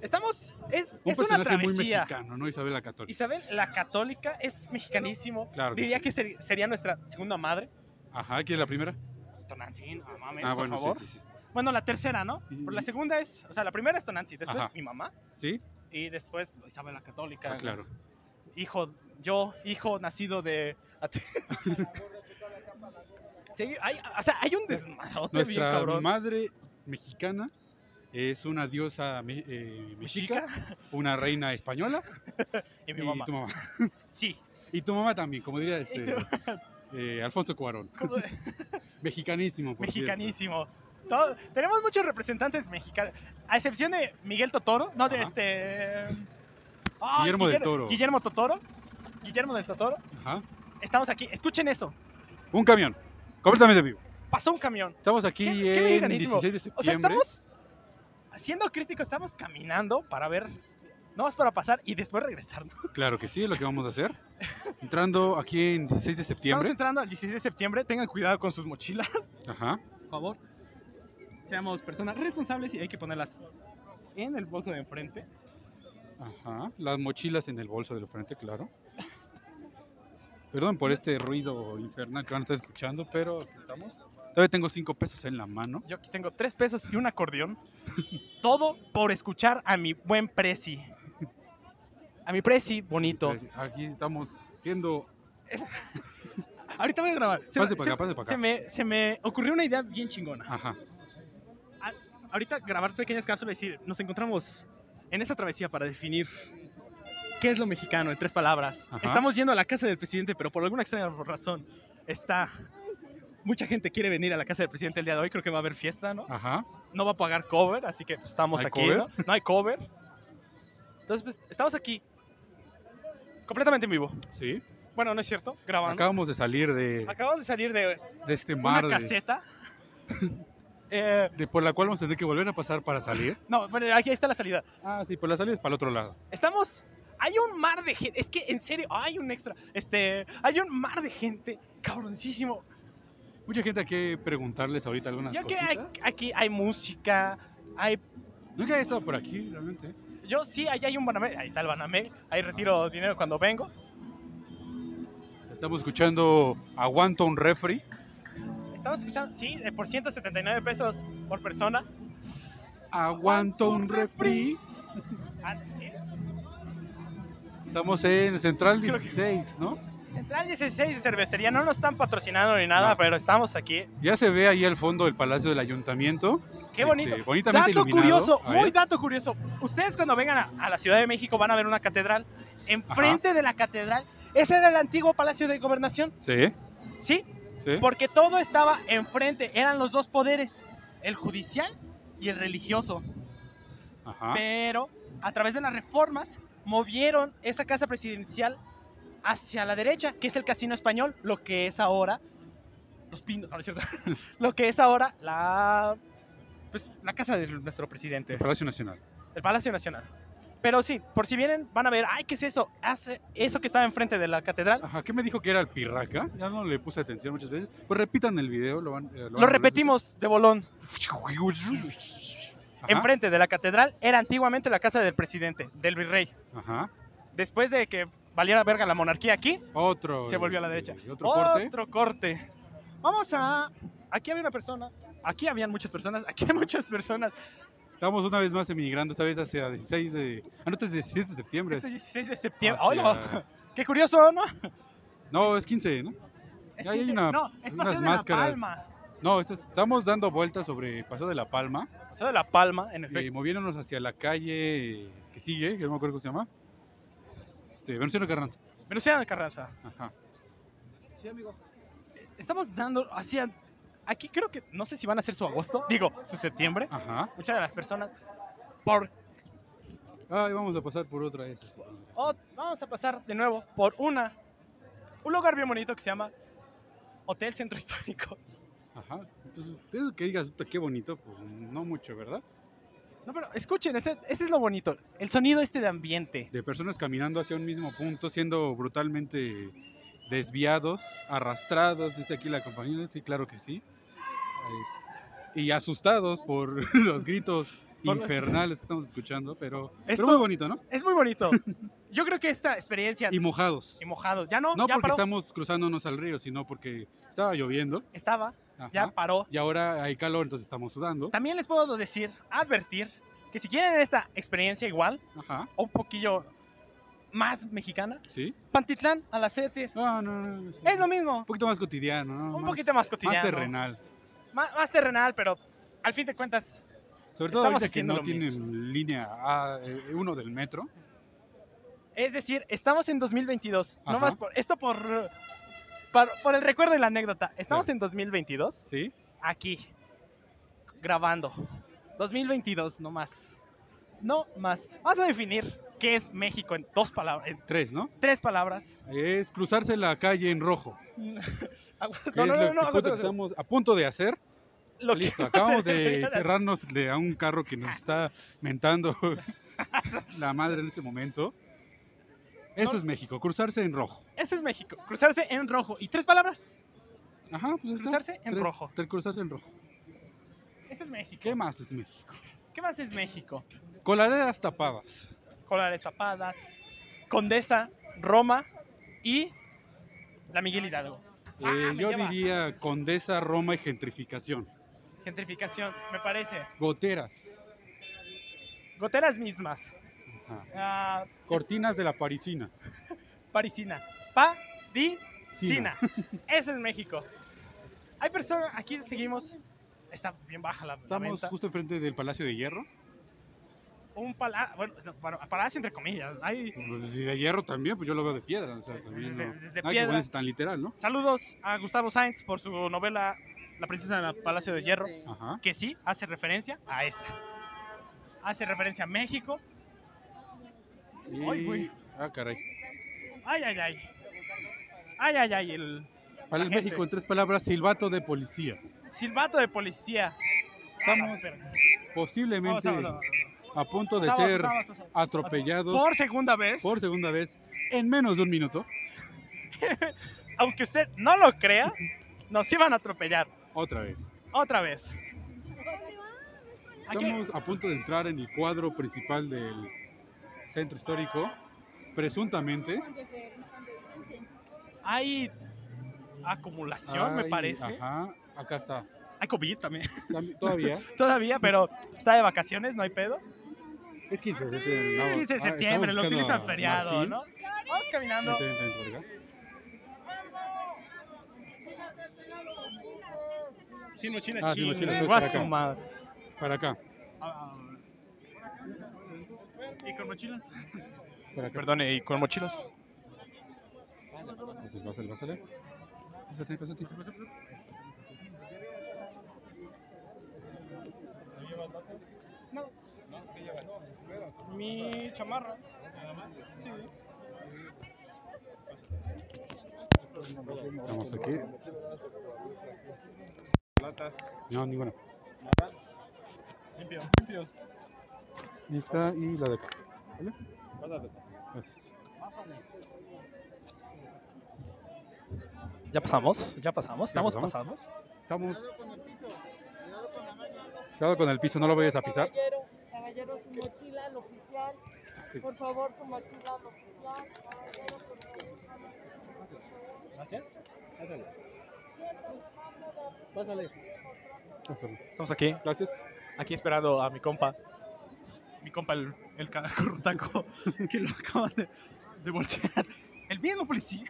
[SPEAKER 2] Estamos, es,
[SPEAKER 1] Un
[SPEAKER 2] es una
[SPEAKER 1] personaje muy
[SPEAKER 2] travesía.
[SPEAKER 1] mexicano, ¿no? Isabel la Católica.
[SPEAKER 2] Isabel la Católica es mexicanísimo.
[SPEAKER 1] Claro que
[SPEAKER 2] Diría
[SPEAKER 1] sí.
[SPEAKER 2] que ser- sería nuestra segunda madre.
[SPEAKER 1] Ajá, ¿quién es la primera?
[SPEAKER 2] Tonantzin, no mames,
[SPEAKER 1] Ah,
[SPEAKER 2] por
[SPEAKER 1] bueno,
[SPEAKER 2] favor.
[SPEAKER 1] sí, sí, sí.
[SPEAKER 2] Bueno, la tercera, ¿no?
[SPEAKER 1] Y-
[SPEAKER 2] Pero la segunda es, o sea, la primera es Tonantzin, después
[SPEAKER 1] Ajá.
[SPEAKER 2] mi mamá
[SPEAKER 1] ¿Sí?
[SPEAKER 2] y después Isabel la Católica.
[SPEAKER 1] Ah, claro.
[SPEAKER 2] Hijo, yo, hijo nacido de... ate- Sí, hay, o sea, hay un desmadrote bien
[SPEAKER 1] Nuestra
[SPEAKER 2] cabrón.
[SPEAKER 1] madre mexicana es una diosa me- eh, mexica,
[SPEAKER 2] Mexica
[SPEAKER 1] una reina española
[SPEAKER 2] y
[SPEAKER 1] y
[SPEAKER 2] mi mamá.
[SPEAKER 1] tu mamá.
[SPEAKER 2] Sí.
[SPEAKER 1] Y tu mamá también, como diría
[SPEAKER 2] Y
[SPEAKER 1] este,
[SPEAKER 2] tu-
[SPEAKER 1] eh, Alfonso Cuarón.
[SPEAKER 2] como-
[SPEAKER 1] Mexicanísimo, por cierto.
[SPEAKER 2] Mexicanísimo. Todo- tenemos muchos representantes mexicanos. A excepción de Miguel Totoro. No, de
[SPEAKER 1] Ajá.
[SPEAKER 2] este. ay,
[SPEAKER 1] Guillermo del
[SPEAKER 2] Guiller-
[SPEAKER 1] Toro.
[SPEAKER 2] Guillermo Totoro. Guillermo del Totoro.
[SPEAKER 1] Ajá.
[SPEAKER 2] Estamos aquí. Escuchen eso.
[SPEAKER 1] Un camión, completamente vivo.
[SPEAKER 2] Pasó un camión.
[SPEAKER 1] Estamos aquí
[SPEAKER 2] ¿Qué- qué
[SPEAKER 1] en
[SPEAKER 2] mexicanísimo?
[SPEAKER 1] 16 de septiembre.
[SPEAKER 2] O sea, estamos. Siendo críticos, estamos caminando para ver. No más para pasar y después regresarnos.
[SPEAKER 1] Claro que sí, es lo que vamos a hacer. Entrando aquí en 16 de
[SPEAKER 2] Estamos
[SPEAKER 1] septiembre.
[SPEAKER 2] entrando al 16 de septiembre. Tengan cuidado con sus mochilas,
[SPEAKER 1] Ajá.
[SPEAKER 2] por favor. Seamos personas responsables y hay que ponerlas en el bolso de enfrente.
[SPEAKER 1] Ajá, las mochilas en el bolso del frente, claro. Perdón por este ruido infernal que van a estar escuchando, pero aquí estamos. Todavía tengo cinco pesos en la mano.
[SPEAKER 2] Yo aquí tengo tres pesos y un acordeón. Todo por escuchar a mi buen Prezi. A mi Prezi bonito.
[SPEAKER 1] Pues, Aquí estamos siendo...
[SPEAKER 2] Ahorita voy a grabar. Se, me-
[SPEAKER 1] Pásate para
[SPEAKER 2] se-
[SPEAKER 1] acá, pásate para
[SPEAKER 2] se
[SPEAKER 1] acá.
[SPEAKER 2] me, se me ocurrió una idea bien chingona.
[SPEAKER 1] Ajá,
[SPEAKER 2] Ahorita grabar pequeñas cápsulas y decir, nos encontramos en esta travesía para definir qué es lo mexicano en tres palabras.
[SPEAKER 1] Ajá.
[SPEAKER 2] Estamos yendo a la casa del presidente, pero por alguna extraña razón está... Mucha gente quiere venir a la casa del presidente el día de hoy. Creo que va a haber fiesta, ¿no?
[SPEAKER 1] ajá.
[SPEAKER 2] no va a pagar cover, así que pues, estamos
[SPEAKER 1] ¿Hay
[SPEAKER 2] aquí.
[SPEAKER 1] cover?
[SPEAKER 2] ¿no? No hay cover. Entonces, pues, estamos aquí. Completamente en vivo.
[SPEAKER 1] Sí.
[SPEAKER 2] Bueno, no es cierto, grabando.
[SPEAKER 1] Acabamos de salir de,
[SPEAKER 2] Acabamos de salir de
[SPEAKER 1] de este
[SPEAKER 2] una
[SPEAKER 1] mar de,
[SPEAKER 2] caseta. Eh,
[SPEAKER 1] de- por la cual vamos a tener que volver a pasar para salir.
[SPEAKER 2] no, bueno, aquí está la salida.
[SPEAKER 1] Ah, sí, por la salida es para el otro lado.
[SPEAKER 2] Estamos. Hay un mar de gente. Es que en serio, hay un extra. Este. Hay un mar de gente. Cabroncísimo.
[SPEAKER 1] Mucha gente hay que preguntarles ahorita algunas
[SPEAKER 2] Yo que
[SPEAKER 1] cositas.
[SPEAKER 2] hay- aquí hay música. Hay.
[SPEAKER 1] Nunca he estado por aquí, realmente.
[SPEAKER 2] Yo sí, ahí hay un Banamex. Ahí está el Banamex. Ahí retiro dinero cuando vengo.
[SPEAKER 1] Estamos escuchando Aguanta un refri.
[SPEAKER 2] Estamos escuchando. Sí, eh, por 179 pesos por persona.
[SPEAKER 1] Aguanta un refri.
[SPEAKER 2] Ah, sí.
[SPEAKER 1] Estamos en Central
[SPEAKER 2] Creo que-
[SPEAKER 1] 16, ¿no?
[SPEAKER 2] Central 16 de cervecería. No nos están patrocinando ni nada,
[SPEAKER 1] No.
[SPEAKER 2] pero estamos aquí.
[SPEAKER 1] Ya se ve ahí al fondo el Palacio del Ayuntamiento.
[SPEAKER 2] Qué bonito.
[SPEAKER 1] Este, bonitamente
[SPEAKER 2] Dato
[SPEAKER 1] iluminado.
[SPEAKER 2] curioso,
[SPEAKER 1] A ver.
[SPEAKER 2] muy dato curioso. Ustedes cuando vengan a, a la Ciudad de México van a ver una catedral. Enfrente de la catedral, ese era el antiguo Palacio de Gobernación,
[SPEAKER 1] Sí,
[SPEAKER 2] ¿sí?
[SPEAKER 1] sí.
[SPEAKER 2] Porque todo estaba enfrente, eran los dos poderes, el judicial y el religioso.
[SPEAKER 1] Ajá.
[SPEAKER 2] Pero a través de las reformas movieron esa casa presidencial hacia la derecha, que es el Casino Español, lo que es ahora los pinos, no, no es cierto. lo que es ahora la pues, la casa de nuestro presidente.
[SPEAKER 1] El Palacio Nacional.
[SPEAKER 2] El Palacio Nacional. Pero sí, por si vienen, van a ver, ay, ¿qué es eso? Hace eso que estaba enfrente de la catedral.
[SPEAKER 1] Ajá, ¿qué me dijo que era el Pirraca? Ya no le puse atención muchas veces. Pues repitan el video, lo van. eh, lo van a
[SPEAKER 2] Lo
[SPEAKER 1] volver a
[SPEAKER 2] repetimos de bolón.
[SPEAKER 1] escuchar. Ajá,
[SPEAKER 2] Enfrente de la catedral era antiguamente la casa del presidente, del virrey.
[SPEAKER 1] Ajá.
[SPEAKER 2] Después de que valiera verga la monarquía aquí,
[SPEAKER 1] Otro.
[SPEAKER 2] se volvió a la
[SPEAKER 1] este,
[SPEAKER 2] derecha.
[SPEAKER 1] Otro corte.
[SPEAKER 2] Otro corte. Vamos a... Aquí había una persona. Aquí habían muchas personas. Aquí hay muchas personas.
[SPEAKER 1] Estamos una vez más emigrando, esta vez hacia 16 de. Ah, no, este es 16 de septiembre.
[SPEAKER 2] Este 16 de septiembre.
[SPEAKER 1] Hacia-
[SPEAKER 2] ¡Hola! Qué curioso, ¿no?
[SPEAKER 1] No, es 15, ¿no?
[SPEAKER 2] Es
[SPEAKER 1] Hay
[SPEAKER 2] 15.
[SPEAKER 1] una-
[SPEAKER 2] no, es
[SPEAKER 1] unas
[SPEAKER 2] Paseo de la
[SPEAKER 1] máscaras.
[SPEAKER 2] Palma.
[SPEAKER 1] No, este es- estamos dando vueltas sobre Paseo de la Palma,
[SPEAKER 2] Paseo de la Palma, en efecto.
[SPEAKER 1] eh, moviéndonos hacia la calle que sigue, que no me acuerdo cómo se llama. Este, Venustiano Carranza.
[SPEAKER 2] Venustiano Carranza.
[SPEAKER 1] Ajá.
[SPEAKER 3] Sí, amigo.
[SPEAKER 2] estamos dando hacia aquí creo que no sé si van a hacer su agosto digo su septiembre
[SPEAKER 1] Ajá.
[SPEAKER 2] muchas de las personas por
[SPEAKER 1] Ay, vamos a pasar por otra de esas.
[SPEAKER 2] oh, vamos a pasar de nuevo por una un lugar bien bonito que se llama Hotel Centro Histórico
[SPEAKER 1] Ajá. Pues, eso que digas, "Puta, qué bonito, pues no mucho, ¿verdad?
[SPEAKER 2] no pero escuchen ese, ese es lo bonito el sonido este de ambiente
[SPEAKER 1] De personas caminando hacia un mismo punto, siendo brutalmente desviados, arrastrados, dice aquí la compañía, sí, claro que sí. Este, y asustados por los gritos
[SPEAKER 2] Por los-
[SPEAKER 1] infernales que estamos escuchando, pero, pero
[SPEAKER 2] Esto-
[SPEAKER 1] muy bonito, ¿no?
[SPEAKER 2] es muy bonito yo creo que esta experiencia
[SPEAKER 1] Y
[SPEAKER 2] y,
[SPEAKER 1] mojados.
[SPEAKER 2] mojado ya no,
[SPEAKER 1] No
[SPEAKER 2] ya
[SPEAKER 1] porque
[SPEAKER 2] paró
[SPEAKER 1] estamos cruzándonos al río, sino porque estaba lloviendo.
[SPEAKER 2] estaba
[SPEAKER 1] ajá,
[SPEAKER 2] ya paró
[SPEAKER 1] Y ahora hay calor, entonces estamos sudando.
[SPEAKER 2] también les puedo decir advertir que si quieren esta experiencia igual
[SPEAKER 1] Ajá,
[SPEAKER 2] o un poquillo más mexicana
[SPEAKER 1] sí.
[SPEAKER 2] Pantitlán a las 7.
[SPEAKER 1] No, no, no, no, sí.
[SPEAKER 2] Es lo mismo.
[SPEAKER 1] Un poquito más cotidiano, ¿no?
[SPEAKER 2] Un
[SPEAKER 1] Más-
[SPEAKER 2] poquito más cotidiano.
[SPEAKER 1] Más terrenal.
[SPEAKER 2] Ma- Más, terrenal, pero al fin de cuentas,
[SPEAKER 1] Sobre todo
[SPEAKER 2] Estamos
[SPEAKER 1] ahorita que
[SPEAKER 2] haciendo
[SPEAKER 1] no
[SPEAKER 2] lo mismo.
[SPEAKER 1] tienen línea A, eh, uno del metro.
[SPEAKER 2] es decir, estamos en 2022. No
[SPEAKER 1] Ajá.
[SPEAKER 2] más por esto por, eh, par- por, el recuerdo y la anécdota. Estamos en 2022
[SPEAKER 1] Sí.
[SPEAKER 2] aquí grabando. 2022 no más. No más. Vamos a definir qué es México en dos palabras, en
[SPEAKER 1] Tres, ¿no?
[SPEAKER 2] tres palabras.
[SPEAKER 1] Es cruzarse la calle en rojo.
[SPEAKER 2] Aguas-
[SPEAKER 1] que
[SPEAKER 2] no,
[SPEAKER 1] es lo
[SPEAKER 2] no, no, no,
[SPEAKER 1] que
[SPEAKER 2] aguas,
[SPEAKER 1] justo
[SPEAKER 2] aguas, aguas.
[SPEAKER 1] estamos a punto de hacer.
[SPEAKER 2] Lo que
[SPEAKER 1] Listo,
[SPEAKER 2] no se
[SPEAKER 1] acabamos
[SPEAKER 2] debería
[SPEAKER 1] de
[SPEAKER 2] hacer.
[SPEAKER 1] cerrarnos de- a un carro que nos está mentando la madre en este momento. Eso
[SPEAKER 2] No.
[SPEAKER 1] es México, cruzarse en rojo.
[SPEAKER 2] Eso es México. Cruzarse en rojo. Y tres palabras.
[SPEAKER 1] Ajá, pues ahí está.
[SPEAKER 2] Cruzarse en
[SPEAKER 1] Tres-
[SPEAKER 2] rojo.
[SPEAKER 1] tres- cruzarse en rojo.
[SPEAKER 2] Eso es México.
[SPEAKER 1] ¿Qué más es México?
[SPEAKER 2] ¿Qué más es México?
[SPEAKER 1] Coladeras tapadas.
[SPEAKER 2] Colares Zapadas, Condesa, Roma y la Miguel Hidalgo. Ah,
[SPEAKER 1] Eh,
[SPEAKER 2] me
[SPEAKER 1] yo
[SPEAKER 2] lleva.
[SPEAKER 1] diría Condesa, Roma y gentrificación.
[SPEAKER 2] Gentrificación, me parece.
[SPEAKER 1] Goteras.
[SPEAKER 2] Goteras mismas.
[SPEAKER 1] Ajá.
[SPEAKER 2] Ah,
[SPEAKER 1] Cortinas de la parisina.
[SPEAKER 2] es parisina. Pa, di,
[SPEAKER 1] Sina.
[SPEAKER 2] sina. Eso es México. Hay personas, aquí seguimos. Está bien baja la, la
[SPEAKER 1] Estamos
[SPEAKER 2] venta.
[SPEAKER 1] justo enfrente del Palacio de Hierro.
[SPEAKER 2] Un palacio, bueno, no, bueno, palacio entre comillas. Hay
[SPEAKER 1] Si de hierro también, pues yo lo veo de piedra. O sea, también
[SPEAKER 2] Desde-
[SPEAKER 1] no-
[SPEAKER 2] desde
[SPEAKER 1] nada que
[SPEAKER 2] piedra.
[SPEAKER 1] ponerse tan literal, ¿no?
[SPEAKER 2] saludos a Gustavo Sainz por su novela La princesa del Palacio de Hierro.
[SPEAKER 1] Ajá.
[SPEAKER 2] que sí hace referencia a esa. Hace referencia a México.
[SPEAKER 1] Y-
[SPEAKER 2] Ay, güey.
[SPEAKER 1] Ah, caray.
[SPEAKER 2] Ay, ay, ay. Ay, ay, ay. El
[SPEAKER 1] ¿Cuál es
[SPEAKER 2] gente.
[SPEAKER 1] México? En tres palabras, silbato de policía.
[SPEAKER 2] silbato de policía.
[SPEAKER 1] Estamos
[SPEAKER 2] Vamos,
[SPEAKER 1] posiblemente
[SPEAKER 2] vamos, vamos,
[SPEAKER 1] a punto de
[SPEAKER 2] Pasamos,
[SPEAKER 1] ser
[SPEAKER 2] pasamos, pasamos.
[SPEAKER 1] atropellados
[SPEAKER 2] Por segunda vez,
[SPEAKER 1] por segunda vez en menos de un minuto.
[SPEAKER 2] aunque usted no lo crea, nos iban a atropellar.
[SPEAKER 1] Otra vez.
[SPEAKER 2] Otra vez. Aquí-
[SPEAKER 1] Estamos a punto de entrar en el cuadro principal del centro histórico, presuntamente.
[SPEAKER 2] hay acumulación, me
[SPEAKER 1] Ay,
[SPEAKER 2] parece.
[SPEAKER 1] Ajá, acá está.
[SPEAKER 2] Hay COVID también.
[SPEAKER 1] Tam- Todavía.
[SPEAKER 2] Todavía, pero está de vacaciones, no hay pedo.
[SPEAKER 1] Es 15 de septiembre.
[SPEAKER 2] Es
[SPEAKER 1] no,
[SPEAKER 2] 15 de
[SPEAKER 1] ah,
[SPEAKER 2] septiembre,
[SPEAKER 1] estamos buscando
[SPEAKER 2] lo
[SPEAKER 1] a
[SPEAKER 2] utilizan feriado,
[SPEAKER 1] Martín.
[SPEAKER 2] ¿no? Vamos caminando.
[SPEAKER 1] Vente, vente, vente por acá.
[SPEAKER 2] Sin mochila
[SPEAKER 1] Ah, sin
[SPEAKER 2] china.
[SPEAKER 1] mochila, fue
[SPEAKER 2] Guasu
[SPEAKER 1] para acá.
[SPEAKER 2] madre.
[SPEAKER 1] Para acá.
[SPEAKER 2] Ah, ¿Y con mochilas?
[SPEAKER 1] Para acá.
[SPEAKER 2] Perdone, ¿y con mochilas?
[SPEAKER 1] Pásale, pásale, pásale. Pásate, pásate.
[SPEAKER 2] Mi chamarra.
[SPEAKER 1] Estamos aquí. No, ninguna.
[SPEAKER 2] Limpios, limpios.
[SPEAKER 1] Esta y la de acá. ¿Vale? Gracias.
[SPEAKER 2] ¿Ya pasamos? ¿Ya pasamos?
[SPEAKER 1] Ya
[SPEAKER 2] ¿Estamos
[SPEAKER 1] pasamos.
[SPEAKER 2] pasados?
[SPEAKER 1] Estamos. Cuidado con el piso, no lo vayas a pisar.
[SPEAKER 4] Caballero, caballero, su mochila al oficial.
[SPEAKER 1] Sí.
[SPEAKER 4] Por favor, su mochila al oficial. Caballero, por favor.
[SPEAKER 3] Gracias. Pásale. Pásale.
[SPEAKER 1] Ah, perdón.
[SPEAKER 2] Estamos aquí,
[SPEAKER 1] Gracias.
[SPEAKER 2] aquí esperando a mi compa. Mi compa, el, el ca- corrutaco, que lo acaban de, de bolsear. El mismo policía.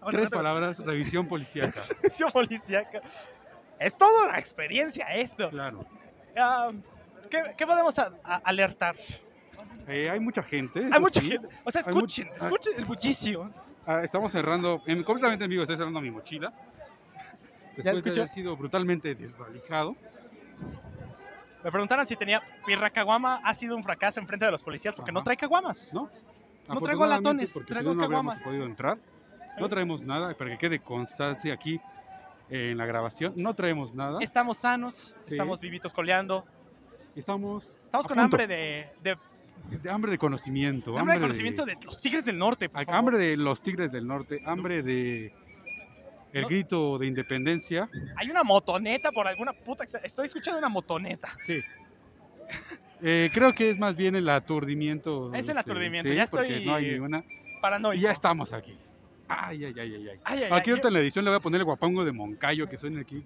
[SPEAKER 2] Ahora,
[SPEAKER 1] Tres
[SPEAKER 2] no te-
[SPEAKER 1] palabras, revisión policíaca.
[SPEAKER 2] Policía policíaca. Es toda una experiencia esto.
[SPEAKER 1] Claro.
[SPEAKER 2] Ah, ¿qué, qué podemos a- a- alertar?
[SPEAKER 1] Eh, hay mucha gente.
[SPEAKER 2] Hay
[SPEAKER 1] eso
[SPEAKER 2] mucha
[SPEAKER 1] sí.
[SPEAKER 2] gente. O sea,
[SPEAKER 1] Hay much-
[SPEAKER 2] escuchen, escuchen el bullicio.
[SPEAKER 1] Ah, estamos cerrando, en- completamente en vivo, estoy cerrando mi mochila. Después de
[SPEAKER 2] escuché?
[SPEAKER 1] haber sido brutalmente desvalijado.
[SPEAKER 2] Me preguntaron si tenía pirra caguama. Ha sido un fracaso enfrente de los policías porque no
[SPEAKER 1] Ajá.
[SPEAKER 2] trae caguamas.
[SPEAKER 1] No,
[SPEAKER 2] No traigo
[SPEAKER 1] Afortunadamente,
[SPEAKER 2] latones,
[SPEAKER 1] porque si
[SPEAKER 2] traigo
[SPEAKER 1] no, no habríamos
[SPEAKER 2] caguamas.
[SPEAKER 1] podido entrar. No traemos nada, para que quede constancia aquí eh, en la grabación. No traemos nada.
[SPEAKER 2] Estamos sanos,
[SPEAKER 1] Sí.
[SPEAKER 2] estamos vivitos coleando.
[SPEAKER 1] Estamos,
[SPEAKER 2] Estamos
[SPEAKER 1] a
[SPEAKER 2] con
[SPEAKER 1] punto.
[SPEAKER 2] hambre de, de-
[SPEAKER 1] de hambre de conocimiento.
[SPEAKER 2] hambre de conocimiento de los tigres del norte. por
[SPEAKER 1] a-
[SPEAKER 2] favor.
[SPEAKER 1] hambre de los tigres del norte, hambre de el
[SPEAKER 2] No.
[SPEAKER 1] grito de independencia.
[SPEAKER 2] Hay una motoneta por alguna puta. que se- Estoy escuchando una motoneta.
[SPEAKER 1] Sí. Eh, creo que es más bien el aturdimiento.
[SPEAKER 2] Es el
[SPEAKER 1] este,
[SPEAKER 2] aturdimiento,
[SPEAKER 1] sí,
[SPEAKER 2] ya
[SPEAKER 1] porque
[SPEAKER 2] estoy-
[SPEAKER 1] No hay ni una. Y
[SPEAKER 2] Paranoico.
[SPEAKER 1] ya estamos aquí. Ay, ay, ay, ay, ay.
[SPEAKER 2] Ay, ay,
[SPEAKER 1] Aquí
[SPEAKER 2] ay,
[SPEAKER 1] ahorita
[SPEAKER 2] yo-
[SPEAKER 1] en la edición le voy a poner el guapango de Moncayo que suena aquí.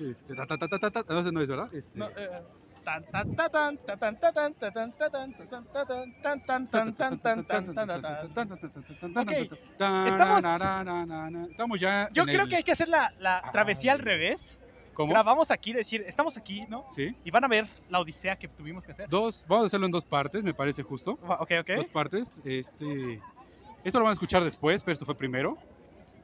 [SPEAKER 1] Este, ta, ta, ta, ta, ta, ta. No, ese no es, ¿verdad? Este,
[SPEAKER 2] no, eh, tan, tan, ta, tan, ta, tan, ta, tan, ta, tan, ta, tan, ta, tan, ta, tan, tan, tan, tan, tan, tan, tan, tan, tan, tan. estamos-
[SPEAKER 1] Estamos. Estamos ya.
[SPEAKER 2] Yo
[SPEAKER 1] en
[SPEAKER 2] creo
[SPEAKER 1] el-
[SPEAKER 2] que hay que hacer la, la travesía al
[SPEAKER 1] Ay.
[SPEAKER 2] revés.
[SPEAKER 1] ¿Cómo?
[SPEAKER 2] Grabamos aquí, decir, estamos aquí, ¿no?
[SPEAKER 1] Sí.
[SPEAKER 2] Y van a ver la odisea que tuvimos que hacer.
[SPEAKER 1] Dos. Vamos a hacerlo en dos partes, me parece justo.
[SPEAKER 2] Va, Ok, ok.
[SPEAKER 1] Dos partes. Este. Esto lo van a escuchar después, pero esto fue primero.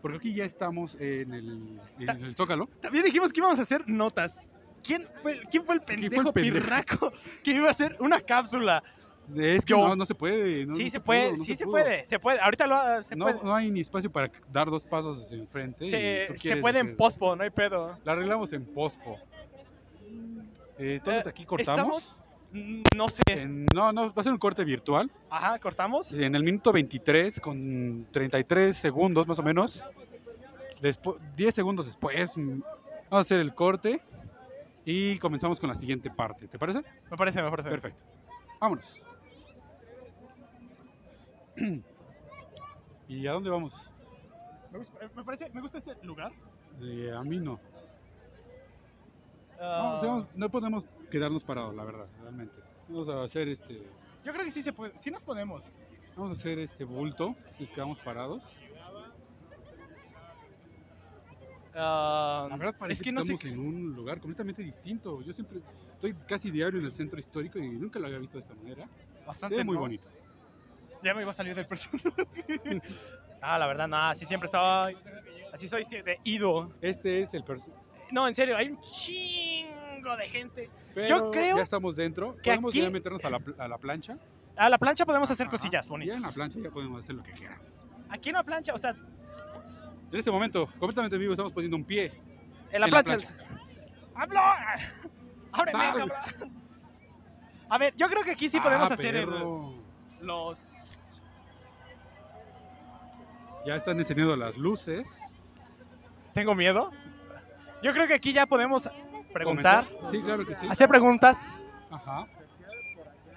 [SPEAKER 1] Porque aquí ya estamos en el,
[SPEAKER 2] Ta-
[SPEAKER 1] en el Zócalo.
[SPEAKER 2] También dijimos que íbamos a hacer notas. ¿Quién fue, quién fue el
[SPEAKER 1] ¿Quién
[SPEAKER 2] pendejo,
[SPEAKER 1] fue el pendejo?
[SPEAKER 2] pirraco que iba a hacer una cápsula?
[SPEAKER 1] Es que
[SPEAKER 2] Yo.
[SPEAKER 1] no, no se puede. no-
[SPEAKER 2] sí,
[SPEAKER 1] no
[SPEAKER 2] se
[SPEAKER 1] pudo,
[SPEAKER 2] puede,
[SPEAKER 1] no
[SPEAKER 2] sí se,
[SPEAKER 1] pudo.
[SPEAKER 2] puede, se puede. Ahorita lo se
[SPEAKER 1] no,
[SPEAKER 2] puede.
[SPEAKER 1] no hay ni espacio para dar dos pasos hacia enfrente. y tú
[SPEAKER 2] se, se
[SPEAKER 1] quieres
[SPEAKER 2] puede
[SPEAKER 1] hacer-
[SPEAKER 2] en pospo, no hay pedo.
[SPEAKER 1] La arreglamos en pospo. Eh, entonces
[SPEAKER 2] Eh,
[SPEAKER 1] aquí cortamos.
[SPEAKER 2] Estamos, mm, no sé.
[SPEAKER 1] En- no, no, va a ser un corte virtual.
[SPEAKER 2] Ajá, cortamos.
[SPEAKER 1] En el minuto 23 con 33 segundos más o menos. Después, 10 segundos después mm, vamos a hacer el corte y comenzamos con la siguiente parte. ¿Te parece?
[SPEAKER 2] Me parece, me parece.
[SPEAKER 1] Perfecto. Vámonos. ¿Y a dónde vamos?
[SPEAKER 2] Me, gusta, eh, me parece, me gusta este lugar.
[SPEAKER 1] Eh, a mí no.
[SPEAKER 2] Ah,
[SPEAKER 1] No, seamos- no podemos quedarnos parados, la verdad, realmente. Vamos a hacer este.
[SPEAKER 2] Yo creo que sí se puede, sí nos podemos.
[SPEAKER 1] Vamos a hacer este bulto si nos quedamos parados.
[SPEAKER 2] Ah,
[SPEAKER 1] La verdad parece
[SPEAKER 2] es
[SPEAKER 1] que,
[SPEAKER 2] que no sé
[SPEAKER 1] estamos en un lugar completamente distinto. Yo siempre estoy casi diario en el centro histórico y nunca lo había visto de esta manera.
[SPEAKER 2] qué-
[SPEAKER 1] Es
[SPEAKER 2] bastante
[SPEAKER 1] muy
[SPEAKER 2] ¿no?
[SPEAKER 1] bonito.
[SPEAKER 2] Ya me iba a salir del personaje. ah, la verdad, no, así siempre soy. Así soy de ido.
[SPEAKER 1] Este es el perso-
[SPEAKER 2] No, en serio, hay un chingo de gente.
[SPEAKER 1] pero
[SPEAKER 2] creo
[SPEAKER 1] ya estamos dentro.
[SPEAKER 2] que
[SPEAKER 1] podemos ya
[SPEAKER 2] aquí-
[SPEAKER 1] meternos a la, pl- a la plancha.
[SPEAKER 2] A la plancha podemos hacer
[SPEAKER 1] Ajá.
[SPEAKER 2] cosillas
[SPEAKER 1] Ya en la
[SPEAKER 2] bonitas.
[SPEAKER 1] plancha ya podemos hacer lo que queramos.
[SPEAKER 2] Aquí en la plancha, o sea, en
[SPEAKER 1] En este momento, completamente en vivo, estamos poniendo un pie
[SPEAKER 2] la
[SPEAKER 1] En la
[SPEAKER 2] plancha.
[SPEAKER 1] plancha.
[SPEAKER 2] ¡AMLO! ¡Ábreme,
[SPEAKER 1] Ah.
[SPEAKER 2] cabrón! A ver, yo creo que aquí sí podemos
[SPEAKER 1] Ah,
[SPEAKER 2] hacer el-
[SPEAKER 1] perro.
[SPEAKER 2] los...
[SPEAKER 1] Ya están encendiendo las luces.
[SPEAKER 2] ¿Tengo miedo? Yo creo que aquí ya podemos preguntar,
[SPEAKER 1] Comenzar. Sí, claro que sí.
[SPEAKER 2] hacer preguntas.
[SPEAKER 1] Ajá.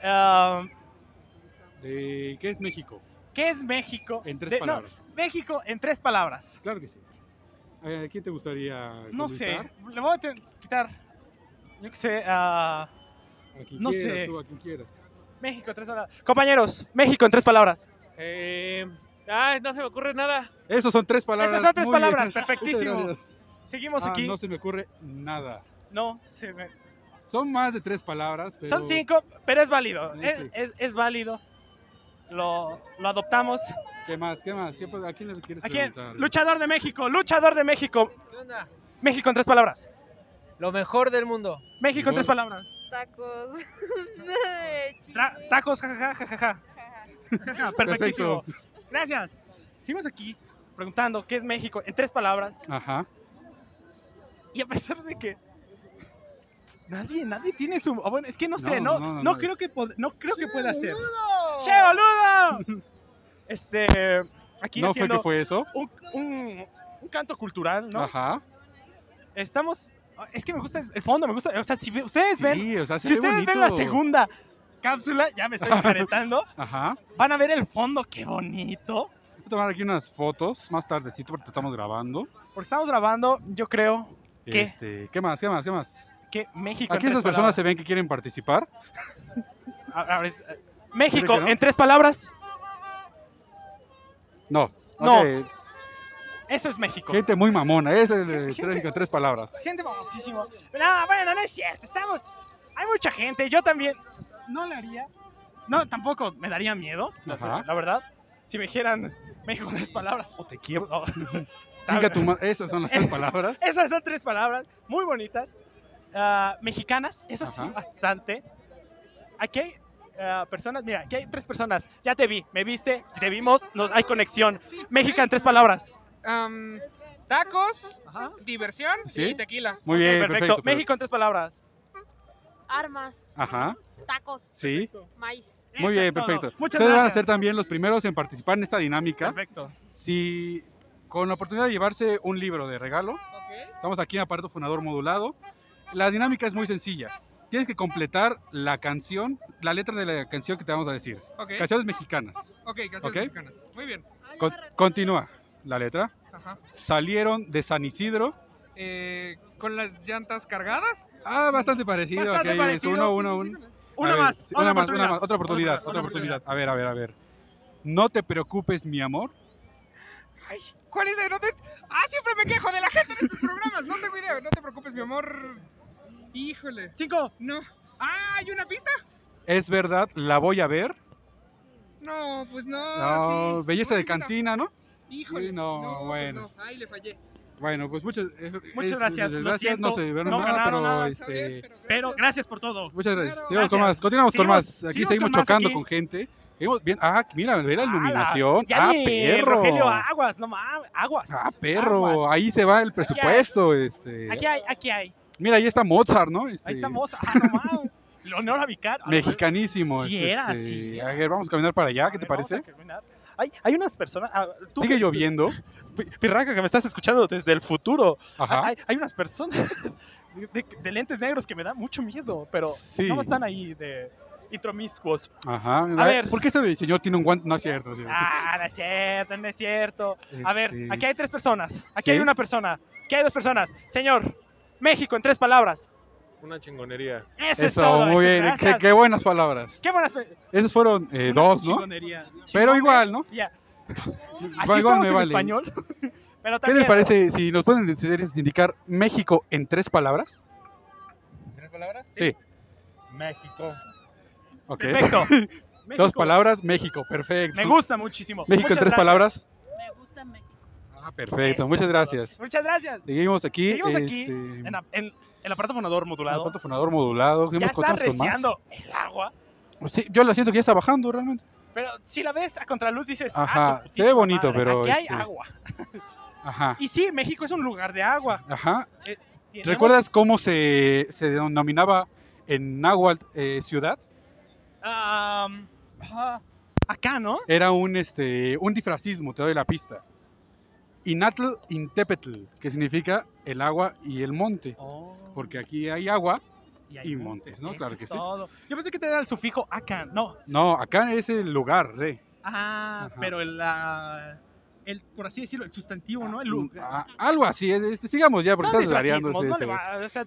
[SPEAKER 2] ah,
[SPEAKER 1] ¿De qué es México?
[SPEAKER 2] ¿Qué es México?
[SPEAKER 1] En tres
[SPEAKER 2] De- no,
[SPEAKER 1] palabras.
[SPEAKER 2] México en tres palabras.
[SPEAKER 1] Claro que sí. Eh, ¿Quién te gustaría
[SPEAKER 2] No sé,
[SPEAKER 1] comenzar?
[SPEAKER 2] le voy a te- quitar, yo qué sé, ah,
[SPEAKER 1] A quien
[SPEAKER 2] No
[SPEAKER 1] quieras,
[SPEAKER 2] sé.
[SPEAKER 1] tú, a quien quieras.
[SPEAKER 2] México en tres palabras. Compañeros, México en tres palabras.
[SPEAKER 5] Eh, ay, no se me ocurre nada.
[SPEAKER 1] Esos son tres palabras.
[SPEAKER 2] Esas son tres
[SPEAKER 1] muy bien.
[SPEAKER 2] palabras,
[SPEAKER 1] Muchas
[SPEAKER 2] perfectísimo.
[SPEAKER 1] gracias.
[SPEAKER 2] Seguimos
[SPEAKER 1] Ah,
[SPEAKER 2] aquí.
[SPEAKER 1] no se me ocurre nada.
[SPEAKER 2] No, se me-
[SPEAKER 1] Son más de tres palabras, pero...
[SPEAKER 2] son cinco, pero es válido.
[SPEAKER 1] Sí,
[SPEAKER 2] Es,
[SPEAKER 1] sí.
[SPEAKER 2] es- es válido. Lo, lo adoptamos.
[SPEAKER 1] ¿Qué más? ¿Qué más? ¿Qué, pa- ¿A quién le quieres
[SPEAKER 2] ¿A quién?
[SPEAKER 1] preguntar?
[SPEAKER 2] Luchador de México, luchador de México.
[SPEAKER 3] ¿Qué onda?
[SPEAKER 2] México en tres palabras.
[SPEAKER 3] Lo mejor del mundo.
[SPEAKER 2] México en tres
[SPEAKER 1] Igual.
[SPEAKER 2] palabras.
[SPEAKER 4] Tacos.
[SPEAKER 2] Tra- tacos, jajaja, jajaja. Ajá, Perfectísimo. Gracias. Seguimos aquí preguntando qué es México en tres palabras.
[SPEAKER 1] Ajá.
[SPEAKER 2] Y a pesar de que nadie, nadie tiene su. ah, Bueno, es que no sé,
[SPEAKER 1] No,
[SPEAKER 2] no, no,
[SPEAKER 1] no, no, no.
[SPEAKER 2] creo que pod- no creo que pueda ser. ¡Che, boludo! Este, aquí
[SPEAKER 1] ¿No fue que
[SPEAKER 2] haciendo
[SPEAKER 1] fue eso?
[SPEAKER 2] un, un- un canto cultural, ¿no?
[SPEAKER 1] Ajá.
[SPEAKER 2] Estamos. Es que me gusta el fondo, me gusta. O sea, si ve- ustedes ven,
[SPEAKER 1] Sí, o sea, se
[SPEAKER 2] si
[SPEAKER 1] ve
[SPEAKER 2] ustedes
[SPEAKER 1] bonito.
[SPEAKER 2] ven la segunda cápsula, ya me estoy enfrentando.
[SPEAKER 1] Ajá.
[SPEAKER 2] Van a ver el fondo, qué bonito.
[SPEAKER 1] Voy a tomar aquí unas fotos más tardecito porque estamos grabando.
[SPEAKER 2] Porque estamos grabando, yo creo ¿Qué?
[SPEAKER 1] Este, ¿Qué más? ¿Qué más? ¿Qué más?
[SPEAKER 2] que México.
[SPEAKER 1] Aquí
[SPEAKER 2] en
[SPEAKER 1] esas
[SPEAKER 2] tres
[SPEAKER 1] personas se ven que quieren participar.
[SPEAKER 2] palabras- a- a ver, eh, México,
[SPEAKER 1] Creo que no.
[SPEAKER 2] en tres palabras,
[SPEAKER 1] No.
[SPEAKER 2] No.
[SPEAKER 1] ok,
[SPEAKER 2] eso es México.
[SPEAKER 1] Gente muy mamona. Es el de
[SPEAKER 2] Gente-
[SPEAKER 1] tres, tres palabras.
[SPEAKER 2] Gente famosísima. No, bueno, no es cierto. Estamos. Hay mucha gente. Yo también. No la haría. No, tampoco me daría miedo. o sea,
[SPEAKER 1] Ajá.
[SPEAKER 2] La verdad. Si me dijeran México en tres palabras, o te quiero. o-
[SPEAKER 1] Chinga tu ma- Esas son las tres palabras.
[SPEAKER 2] Esas son tres palabras muy bonitas. ah, mexicanas, eso sí,
[SPEAKER 1] Ajá.
[SPEAKER 2] bastante. Aquí hay ah, personas, mira, aquí hay tres personas. Ya te vi, me viste, te vimos, nos, hay conexión. México en tres palabras.
[SPEAKER 5] Am, tacos,
[SPEAKER 2] Ajá.
[SPEAKER 5] diversión
[SPEAKER 1] Sí.
[SPEAKER 5] y tequila.
[SPEAKER 1] Muy bien, perfecto. perfecto.
[SPEAKER 2] México en tres palabras.
[SPEAKER 4] Armas.
[SPEAKER 1] Ajá.
[SPEAKER 4] Tacos.
[SPEAKER 1] Sí.
[SPEAKER 4] Maíz.
[SPEAKER 1] Muy
[SPEAKER 2] Eso
[SPEAKER 1] bien,
[SPEAKER 2] es todo.
[SPEAKER 1] perfecto.
[SPEAKER 2] Muchas
[SPEAKER 1] Ustedes van a
[SPEAKER 2] gracias.
[SPEAKER 1] ser también los primeros en participar en esta dinámica.
[SPEAKER 2] Perfecto.
[SPEAKER 1] Si con la oportunidad de llevarse un libro de regalo, estamos aquí en aparato fundador modulado. La dinámica es muy sencilla. Tienes que completar la canción, la letra de la canción que te vamos a decir.
[SPEAKER 5] Ok,
[SPEAKER 1] Canciones mexicanas.
[SPEAKER 5] ok, canciones
[SPEAKER 1] ok.
[SPEAKER 5] mexicanas. Muy bien.
[SPEAKER 1] Con- continúa la letra.
[SPEAKER 5] Ajá.
[SPEAKER 1] Salieron de San Isidro.
[SPEAKER 5] Eh, ¿Con las llantas cargadas?
[SPEAKER 1] Ah, bastante parecido.
[SPEAKER 2] Bastante
[SPEAKER 1] ok, es
[SPEAKER 2] parecido,
[SPEAKER 1] Uno,
[SPEAKER 2] sí,
[SPEAKER 1] uno,
[SPEAKER 5] sí,
[SPEAKER 1] uno.
[SPEAKER 5] sí,
[SPEAKER 2] Una
[SPEAKER 1] A ver,
[SPEAKER 2] más,
[SPEAKER 1] sí,
[SPEAKER 2] otra
[SPEAKER 1] una más,
[SPEAKER 2] oportunidad.
[SPEAKER 1] una más, otra oportunidad, otra, oportunidad. A ver, a ver, a ver. No te preocupes, mi amor.
[SPEAKER 5] Ay, ¿cuál es? la- No te... Ah, siempre me quejo de la gente en estos programas. No tengo idea. No te preocupes, mi amor. Híjole.
[SPEAKER 2] Cinco.
[SPEAKER 5] No. Ah, ¿hay una pista?
[SPEAKER 1] Es verdad, la voy a ver.
[SPEAKER 5] No, pues no.
[SPEAKER 2] Ah,
[SPEAKER 1] No,
[SPEAKER 5] sí.
[SPEAKER 1] belleza
[SPEAKER 5] Una
[SPEAKER 1] de
[SPEAKER 5] pista.
[SPEAKER 1] cantina, ¿no?
[SPEAKER 5] Híjole.
[SPEAKER 1] Sí, no,
[SPEAKER 5] pues
[SPEAKER 1] bueno.
[SPEAKER 5] no. Ay, le fallé.
[SPEAKER 1] Bueno, pues muchas, eh,
[SPEAKER 2] Muchas
[SPEAKER 1] es-
[SPEAKER 2] gracias, lo
[SPEAKER 1] no
[SPEAKER 2] siento,
[SPEAKER 1] se llevaron
[SPEAKER 2] no
[SPEAKER 1] nada, pero,
[SPEAKER 2] ganaron nada.
[SPEAKER 1] este,
[SPEAKER 5] Está bien, pero
[SPEAKER 2] Pero gracias por todo.
[SPEAKER 1] muchas gracias.
[SPEAKER 5] Claro.
[SPEAKER 1] Seguimos con
[SPEAKER 2] Gracias.
[SPEAKER 1] más, continuamos con más.
[SPEAKER 2] Seguimos-
[SPEAKER 1] Aquí
[SPEAKER 2] seguimos con
[SPEAKER 1] seguimos
[SPEAKER 2] más
[SPEAKER 1] chocando
[SPEAKER 2] aquí.
[SPEAKER 1] con gente. Seguimos bien, ah, mira, ve la
[SPEAKER 2] ¡Hala!
[SPEAKER 1] iluminación.
[SPEAKER 2] Ya
[SPEAKER 1] ah,
[SPEAKER 2] ni
[SPEAKER 1] perro.
[SPEAKER 2] Rogelio Aguas, no mames, Aguas.
[SPEAKER 1] Ah, perro,
[SPEAKER 2] Aguas.
[SPEAKER 1] ahí se va el presupuesto, este.
[SPEAKER 2] Aquí hay, aquí hay.
[SPEAKER 1] Mira, ahí está Mozart, ¿no? Este,
[SPEAKER 2] Ahí está Moza. Ah, no mames. Leonora Vicar. Ah, no mames.
[SPEAKER 1] Mexicanísimo.
[SPEAKER 2] Sí
[SPEAKER 1] es, este,
[SPEAKER 2] era, sí era.
[SPEAKER 1] a ver, vamos a caminar para allá, ¿qué
[SPEAKER 2] A
[SPEAKER 1] te
[SPEAKER 2] ver, vamos a
[SPEAKER 1] parece?
[SPEAKER 2] terminar. Hay, hay unas personas. ah, tú
[SPEAKER 1] Sigue
[SPEAKER 2] que-
[SPEAKER 1] lloviendo.
[SPEAKER 2] Pi- Pirraca, que me estás escuchando desde el futuro.
[SPEAKER 1] Ajá.
[SPEAKER 2] Hay, hay unas personas de, de- de lentes negros que me dan mucho miedo, pero
[SPEAKER 1] Sí.
[SPEAKER 2] no están ahí de intromiscuos.
[SPEAKER 1] Ajá.
[SPEAKER 2] A ver.
[SPEAKER 1] ¿Por qué ese señor tiene un guante? No es cierto. sí,
[SPEAKER 2] Ah, no es cierto, no es cierto. A ver,
[SPEAKER 1] este,
[SPEAKER 2] aquí hay tres personas. Aquí
[SPEAKER 1] ¿Sí?
[SPEAKER 2] hay una persona. Aquí hay dos personas. Señor, México en tres palabras.
[SPEAKER 6] Una chingonería.
[SPEAKER 2] Eso, es
[SPEAKER 1] Eso,
[SPEAKER 2] todo.
[SPEAKER 1] muy
[SPEAKER 2] eso es,
[SPEAKER 1] bien. eh, Qué,
[SPEAKER 2] gracias.
[SPEAKER 1] qué buenas palabras.
[SPEAKER 2] Qué buenas. pe-
[SPEAKER 1] Esas fueron eh,
[SPEAKER 2] una
[SPEAKER 1] dos, ¿no?
[SPEAKER 2] chingonería.
[SPEAKER 1] Pero
[SPEAKER 2] Chingone-
[SPEAKER 1] igual, ¿no?
[SPEAKER 2] Ya. Así
[SPEAKER 1] Igual
[SPEAKER 2] estamos
[SPEAKER 1] me
[SPEAKER 2] en
[SPEAKER 1] vale.
[SPEAKER 2] español.
[SPEAKER 1] ¿Qué
[SPEAKER 2] Pero también,
[SPEAKER 1] les parece si nos pueden ustedes indicar México en tres palabras?
[SPEAKER 6] ¿Tres palabras?
[SPEAKER 1] Sí.
[SPEAKER 6] México.
[SPEAKER 1] Ok.
[SPEAKER 2] Perfecto.
[SPEAKER 1] Dos
[SPEAKER 2] México.
[SPEAKER 1] palabras, México. Perfecto.
[SPEAKER 2] Me gusta muchísimo.
[SPEAKER 1] México en
[SPEAKER 2] Muchas
[SPEAKER 1] tres
[SPEAKER 2] gracias.
[SPEAKER 1] palabras.
[SPEAKER 4] Me gusta México.
[SPEAKER 1] Ah, perfecto.
[SPEAKER 2] Eso
[SPEAKER 1] Muchas
[SPEAKER 2] es todo.
[SPEAKER 1] gracias.
[SPEAKER 2] Muchas gracias.
[SPEAKER 1] Seguimos aquí.
[SPEAKER 2] Seguimos aquí
[SPEAKER 1] este,
[SPEAKER 2] En, la- en- el aparato fonador modulado.
[SPEAKER 1] aparato fonador modulado.
[SPEAKER 2] ya
[SPEAKER 1] Seguimos-
[SPEAKER 2] está
[SPEAKER 1] contamos con más. Pues
[SPEAKER 2] reciando el agua.
[SPEAKER 1] Sí, yo lo siento que ya está bajando realmente.
[SPEAKER 2] Pero si la ves a contraluz dices, ah,
[SPEAKER 1] Ajá,
[SPEAKER 2] su
[SPEAKER 1] se ve
[SPEAKER 2] putísima
[SPEAKER 1] bonito,
[SPEAKER 2] madre,
[SPEAKER 1] pero,
[SPEAKER 2] Aquí hay
[SPEAKER 1] este,
[SPEAKER 2] agua.
[SPEAKER 1] Ajá.
[SPEAKER 2] Y sí, México es un lugar de agua.
[SPEAKER 1] Ajá.
[SPEAKER 2] Eh, Tenemos-
[SPEAKER 1] ¿Recuerdas cómo se, se denominaba en náhuatl eh, ciudad?
[SPEAKER 2] Ah, um, ah, acá, ¿no?
[SPEAKER 1] Era un, este, un disfracismo, te doy la pista. Inatl Intepetl, que significa el agua y el monte. Porque aquí hay agua.
[SPEAKER 2] Oh, hay
[SPEAKER 1] y montes, ¿no?
[SPEAKER 2] Eso
[SPEAKER 1] Claro
[SPEAKER 2] es
[SPEAKER 1] que sí.
[SPEAKER 2] todo. Yo pensé que tenía el sufijo acá, no.
[SPEAKER 1] No, acá es el lugar, re.
[SPEAKER 2] Ah,
[SPEAKER 1] Ajá.
[SPEAKER 2] pero el, ah, el, por así decirlo, el sustantivo, ¿no? El lugar.
[SPEAKER 1] Ah, algo así. es- es- sigamos ya, porque
[SPEAKER 2] Son
[SPEAKER 1] estás variando.
[SPEAKER 2] disfracismos, no le va- o sea,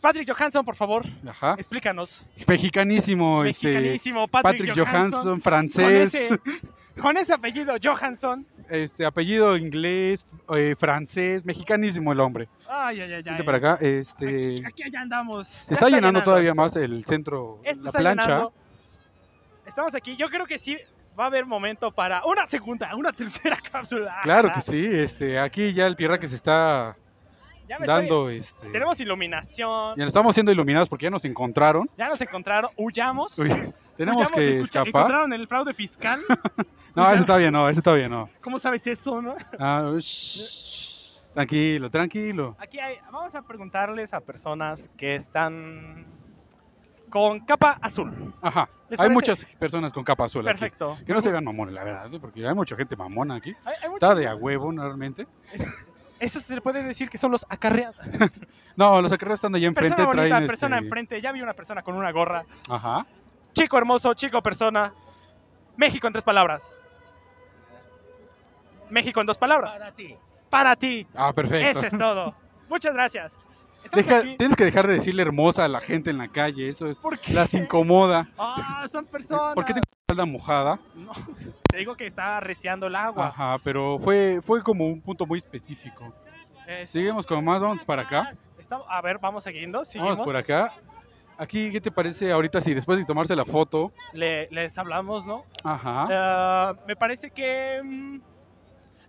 [SPEAKER 2] Patrick Johansson, por favor,
[SPEAKER 1] Ajá.
[SPEAKER 2] explícanos.
[SPEAKER 1] Mexicanísimo, Ah. este.
[SPEAKER 2] Mexicanísimo, Patrick,
[SPEAKER 1] Patrick
[SPEAKER 2] Johansson.
[SPEAKER 1] Johansson,
[SPEAKER 2] Con
[SPEAKER 1] francés,
[SPEAKER 2] ese, con ese apellido, Johansson.
[SPEAKER 1] este apellido inglés, eh, francés, mexicanísimo el hombre.
[SPEAKER 2] Ay, ay, ay, ay.
[SPEAKER 1] Vente para acá, este
[SPEAKER 2] Aquí, aquí ya andamos.
[SPEAKER 1] se está, llenando todavía
[SPEAKER 2] más
[SPEAKER 1] más el centro,
[SPEAKER 2] Esto
[SPEAKER 1] la
[SPEAKER 2] Este está
[SPEAKER 1] plancha.
[SPEAKER 2] llenando. Estamos aquí. Yo creo que sí va a haber momento para una segunda, una tercera cápsula. Ah,
[SPEAKER 1] Claro que sí, este aquí ya el tierra que se está
[SPEAKER 2] Ya me estoy-
[SPEAKER 1] dando este
[SPEAKER 2] Tenemos iluminación.
[SPEAKER 1] ya nos estamos siendo iluminados porque ya nos encontraron.
[SPEAKER 2] Ya nos encontraron. Huyamos.
[SPEAKER 1] Uy, tenemos
[SPEAKER 2] Huyamos,
[SPEAKER 1] que
[SPEAKER 2] escucha,
[SPEAKER 1] escapar.
[SPEAKER 2] Encontraron el fraude fiscal.
[SPEAKER 1] No, ese todavía no, ese todavía no.
[SPEAKER 2] ¿Cómo sabes eso, no?
[SPEAKER 1] Ah, shh, tranquilo, tranquilo.
[SPEAKER 2] Aquí hay- vamos a preguntarles a personas que están con capa azul.
[SPEAKER 1] Ajá.
[SPEAKER 2] ¿Les
[SPEAKER 1] Hay
[SPEAKER 2] parece?
[SPEAKER 1] muchas personas con capa azul aquí.
[SPEAKER 2] Perfecto.
[SPEAKER 1] Que no se vean mamones, la verdad, ¿eh? porque hay mucha gente mamona aquí.
[SPEAKER 2] Hay- hay muchos-
[SPEAKER 1] Está de a huevo, normalmente.
[SPEAKER 2] Eso se le puede decir que son los acarreados.
[SPEAKER 1] No, los acarreos están allá enfrente.
[SPEAKER 2] Persona bonita,
[SPEAKER 1] traen,
[SPEAKER 2] persona
[SPEAKER 1] este,
[SPEAKER 2] enfrente. Ya vi una persona con una gorra.
[SPEAKER 1] Ajá.
[SPEAKER 2] Chico hermoso, chico persona. México en tres palabras. México en dos palabras. Para ti. Para ti.
[SPEAKER 1] Ah, perfecto.
[SPEAKER 2] Eso es todo. Muchas gracias. Estamos
[SPEAKER 1] Deja-
[SPEAKER 2] aquí
[SPEAKER 1] tienes que dejar de decirle hermosa a la gente en la calle, eso es.
[SPEAKER 2] porque
[SPEAKER 1] Las incomoda.
[SPEAKER 2] Ah, son personas.
[SPEAKER 1] ¿Por qué tengo la espalda mojada?
[SPEAKER 2] No, te digo que está reciando el agua.
[SPEAKER 1] Ajá, pero fue, fue como un punto muy específico.
[SPEAKER 2] Es-
[SPEAKER 1] Seguimos con más, vamos para acá.
[SPEAKER 2] Estamos- a ver, vamos siguiendo. Ah, Seguimos.
[SPEAKER 1] Vamos por acá. Aquí, ¿qué te parece ahorita si después de tomarse la foto?
[SPEAKER 2] Le- les hablamos, ¿no?
[SPEAKER 1] Ajá.
[SPEAKER 2] Eh, me parece que mm,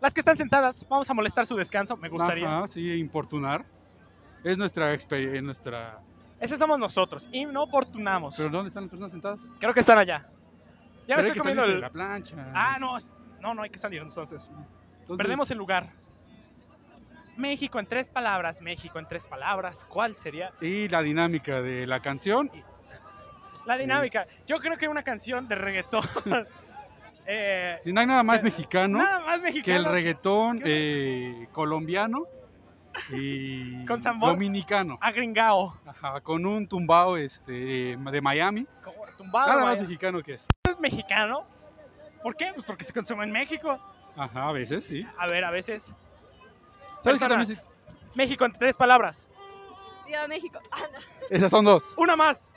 [SPEAKER 2] las que están sentadas, vamos a molestar su descanso. Me gustaría.
[SPEAKER 1] Ajá, sí, importunar. Es nuestra experiencia, nuestra...
[SPEAKER 2] Ese somos nosotros. Y no oportunamos.
[SPEAKER 1] ¿Pero dónde están las personas sentadas?
[SPEAKER 2] Creo que están allá. Ya
[SPEAKER 1] Pero
[SPEAKER 2] me
[SPEAKER 1] hay
[SPEAKER 2] estoy
[SPEAKER 1] que
[SPEAKER 2] comiendo
[SPEAKER 1] salirse
[SPEAKER 2] el.
[SPEAKER 1] de la plancha.
[SPEAKER 2] Ah, no. es- No, no hay que salir entonces.
[SPEAKER 1] Entonces,
[SPEAKER 2] Perdemos el lugar. México en tres palabras. México en tres palabras. ¿Cuál sería
[SPEAKER 1] Y la dinámica de la canción.
[SPEAKER 2] la dinámica? Yo creo que una canción de reggaetón. Eh,
[SPEAKER 1] Si no hay nada más
[SPEAKER 2] Que-
[SPEAKER 1] mexicano
[SPEAKER 2] Nada más
[SPEAKER 1] que
[SPEAKER 2] mexicano.
[SPEAKER 1] el reggaetón eh, colombiano y
[SPEAKER 2] Con sabor.
[SPEAKER 1] dominicano.
[SPEAKER 2] Agringao.
[SPEAKER 1] Ajá, con un tumbao este, de Miami.
[SPEAKER 2] como Tumbado.
[SPEAKER 1] nada más
[SPEAKER 2] Ah, vaya.
[SPEAKER 1] mexicano que eso.
[SPEAKER 2] ¿Es mexicano. ¿Por qué? Pues porque se consume en México.
[SPEAKER 1] Ajá, a veces sí.
[SPEAKER 2] A ver, a veces.
[SPEAKER 1] ¿Sabes qué también
[SPEAKER 2] Personas.
[SPEAKER 1] se-
[SPEAKER 2] México en tres palabras.
[SPEAKER 7] Viva México. Ah, no.
[SPEAKER 1] Esas son dos.
[SPEAKER 2] Una más.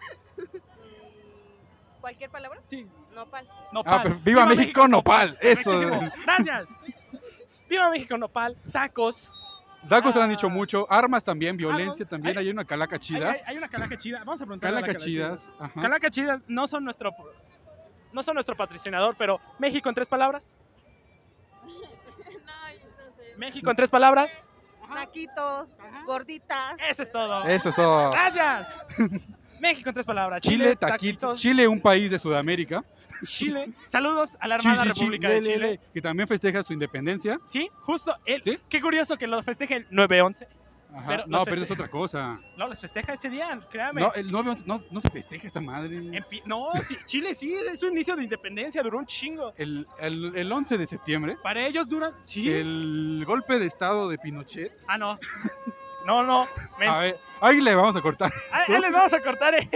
[SPEAKER 7] ¿Cualquier palabra?
[SPEAKER 2] Sí.
[SPEAKER 7] Nopal.
[SPEAKER 2] Nopal.
[SPEAKER 1] Ah, pero viva, México, Nopal. Eso.
[SPEAKER 2] Perfectísimo. Gracias. Viva México Nopal, tacos.
[SPEAKER 1] Tacos te lo han dicho
[SPEAKER 2] Ah.
[SPEAKER 1] mucho. Armas también, violencia también.
[SPEAKER 2] Ay.
[SPEAKER 1] Hay una calaca
[SPEAKER 2] Hay,
[SPEAKER 1] chida.
[SPEAKER 2] hay- hay una calaca chida. Vamos a preguntar.
[SPEAKER 1] Calaca chidas. Ajá.
[SPEAKER 2] Calaca chidas no son nuestro no son nuestro patrocinador, pero México en tres palabras.
[SPEAKER 4] No, yo no sé.
[SPEAKER 2] México en tres palabras.
[SPEAKER 7] Taquitos, gorditas.
[SPEAKER 2] Eso es todo.
[SPEAKER 1] Eso es todo.
[SPEAKER 2] Ah, Gracias. México en tres palabras.
[SPEAKER 1] Chile, taquito. Chile, un país de Sudamérica.
[SPEAKER 2] Chile. Saludos a la Armada
[SPEAKER 1] Chi, chi, chi,
[SPEAKER 2] República
[SPEAKER 1] le,
[SPEAKER 2] de
[SPEAKER 1] le,
[SPEAKER 2] Chile.
[SPEAKER 1] le, que también festeja su independencia.
[SPEAKER 2] Sí, justo él.
[SPEAKER 1] ¿Sí?
[SPEAKER 2] Qué curioso que lo festeje el 9-11.
[SPEAKER 1] Ajá.
[SPEAKER 2] Pero
[SPEAKER 1] no,
[SPEAKER 2] los
[SPEAKER 1] pero es
[SPEAKER 2] feste-
[SPEAKER 1] otra cosa.
[SPEAKER 2] No, les festeja ese día, créame.
[SPEAKER 1] No, el 9 no, no se festeja esa madre.
[SPEAKER 2] Empi- No, sí, Chile sí, es un inicio de independencia, duró un chingo.
[SPEAKER 1] El, el, el 11 de septiembre,
[SPEAKER 2] Para ellos duran. Sí.
[SPEAKER 1] el golpe de estado de Pinochet.
[SPEAKER 2] Ah, no. No, no. men.
[SPEAKER 1] A ver, ahí le vamos a cortar.
[SPEAKER 2] Ah, ah, les vamos a cortar eso.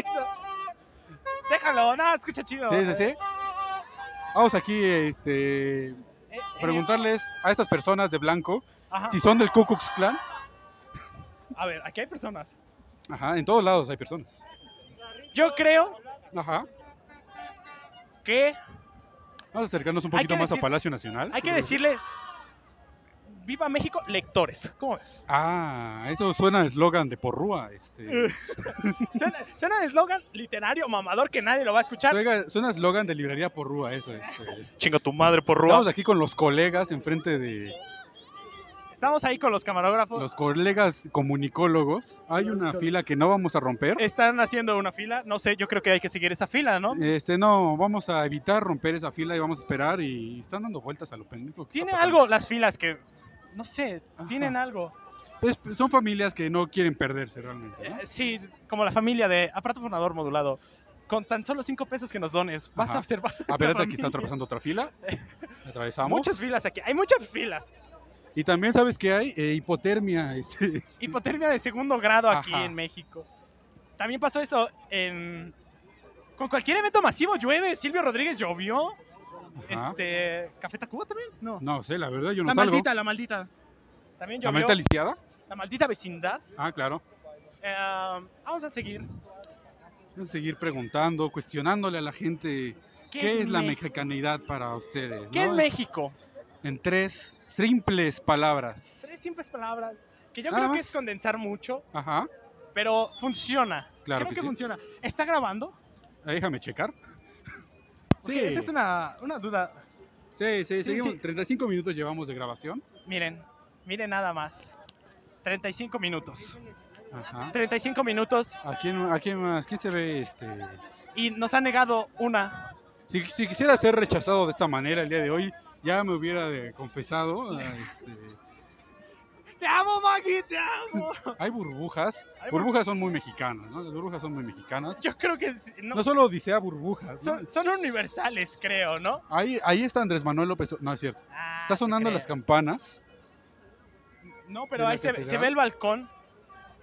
[SPEAKER 2] Déjalo, no, escucha chido.
[SPEAKER 1] Sí, sí, sí. Vamos aquí este,
[SPEAKER 2] Eh, eh,
[SPEAKER 1] preguntarles a estas personas de blanco
[SPEAKER 2] ajá.
[SPEAKER 1] si son del Ku Klux Klan.
[SPEAKER 2] A ver, aquí hay personas.
[SPEAKER 1] Ajá, en todos lados hay personas.
[SPEAKER 2] Yo creo
[SPEAKER 1] Ajá.
[SPEAKER 2] que
[SPEAKER 1] Vamos a acercarnos un
[SPEAKER 2] Hay que
[SPEAKER 1] poquito más
[SPEAKER 2] decir-
[SPEAKER 1] a Palacio Nacional.
[SPEAKER 2] hay que decirles: Viva México, lectores. ¿Cómo es?
[SPEAKER 1] Ah, eso suena a eslogan de porrúa.
[SPEAKER 2] Eh,
[SPEAKER 1] Este.
[SPEAKER 2] Suena, suena de eslogan literario mamador que nadie lo va a escuchar.
[SPEAKER 1] Suena suena a eslogan de librería porrúa, eso. Este.
[SPEAKER 2] Chinga tu madre por
[SPEAKER 1] Estamos aquí con los colegas enfrente de
[SPEAKER 2] Estamos ahí con los camarógrafos.
[SPEAKER 1] los colegas comunicólogos. Hay
[SPEAKER 2] Los
[SPEAKER 1] una
[SPEAKER 2] col-
[SPEAKER 1] fila que no vamos a romper.
[SPEAKER 2] Están haciendo una fila. No sé, yo creo que hay que seguir esa fila, Eh, ¿no?
[SPEAKER 1] Este, no, vamos a evitar romper esa fila y vamos a esperar y están dando vueltas a lo pendejo. que está
[SPEAKER 2] Tiene
[SPEAKER 1] pasando.
[SPEAKER 2] algo las filas que. No sé,
[SPEAKER 1] Ajá.
[SPEAKER 2] tienen algo.
[SPEAKER 1] pues, son familias que no quieren perderse realmente, ¿no?
[SPEAKER 2] Eh, Sí, como la familia de aparato fonador modulado. Con tan solo cinco pesos que nos dones, vas
[SPEAKER 1] Ajá.
[SPEAKER 2] a observar.
[SPEAKER 1] A ver, Ah, aquí está
[SPEAKER 2] familia.
[SPEAKER 1] atravesando otra fila. Atravesamos.
[SPEAKER 2] Muchas filas aquí, hay muchas filas.
[SPEAKER 1] Y también, ¿sabes qué hay? Eh, hipotermia. este,
[SPEAKER 2] Hipotermia de segundo grado aquí
[SPEAKER 1] Ajá.
[SPEAKER 2] en México. También pasó eso en- Con cualquier evento masivo llueve. Silvio Rodríguez llovió.
[SPEAKER 1] ajá.
[SPEAKER 2] Este. ¿Café Tacuba también? No.
[SPEAKER 1] No sé, la verdad, yo no
[SPEAKER 2] la
[SPEAKER 1] salgo.
[SPEAKER 2] maldita, la maldita. También
[SPEAKER 1] ¿La
[SPEAKER 2] llovió.
[SPEAKER 1] meta lisiada?
[SPEAKER 2] La maldita vecindad.
[SPEAKER 1] Ah, claro.
[SPEAKER 2] Eh, vamos a seguir.
[SPEAKER 1] Vamos a seguir preguntando, cuestionándole a la gente qué, es, la
[SPEAKER 2] México?
[SPEAKER 1] mexicanidad para ustedes.
[SPEAKER 2] ¿Qué
[SPEAKER 1] no?
[SPEAKER 2] es México?
[SPEAKER 1] En tres simples palabras.
[SPEAKER 2] Tres simples palabras que yo
[SPEAKER 1] Nada
[SPEAKER 2] creo que
[SPEAKER 1] más.
[SPEAKER 2] es condensar mucho,
[SPEAKER 1] Ajá,
[SPEAKER 2] pero funciona.
[SPEAKER 1] claro
[SPEAKER 2] creo
[SPEAKER 1] que,
[SPEAKER 2] que,
[SPEAKER 1] sí.
[SPEAKER 2] funciona. ¿Está grabando?
[SPEAKER 1] Ah, Déjame checar.
[SPEAKER 2] Porque Esa es una, una duda.
[SPEAKER 1] sí, sí,
[SPEAKER 2] sí,
[SPEAKER 1] seguimos.
[SPEAKER 2] sí.
[SPEAKER 1] 35 minutos llevamos de grabación.
[SPEAKER 2] Miren, miren nada más. 35 minutos.
[SPEAKER 1] Ajá.
[SPEAKER 2] 35 minutos
[SPEAKER 1] ¿A quién, ¿A quién más? ¿Quién se ve este?
[SPEAKER 2] y nos han negado una.
[SPEAKER 1] Si, si quisiera ser rechazado de esta manera el día de hoy, ya me hubiera de- confesado. ah, este,
[SPEAKER 2] ¡Te amo, Maggie! ¡Te amo!
[SPEAKER 1] Hay burbujas.
[SPEAKER 2] Hay bur-
[SPEAKER 1] Burbujas son muy mexicanas, ¿no? Las burbujas son muy mexicanas.
[SPEAKER 2] Yo creo que sí, no-
[SPEAKER 1] No, solo Odisea burbujas. ¿no?
[SPEAKER 2] son, son universales, creo, ¿no?
[SPEAKER 1] Ahí, ahí está Andrés Manuel López. O- No, es cierto.
[SPEAKER 2] Ah,
[SPEAKER 1] Está
[SPEAKER 2] sí
[SPEAKER 1] sonando
[SPEAKER 2] creo.
[SPEAKER 1] las campanas.
[SPEAKER 2] No,
[SPEAKER 1] de
[SPEAKER 2] pero
[SPEAKER 1] la
[SPEAKER 2] ahí se, se
[SPEAKER 1] catedral.
[SPEAKER 2] ve el balcón.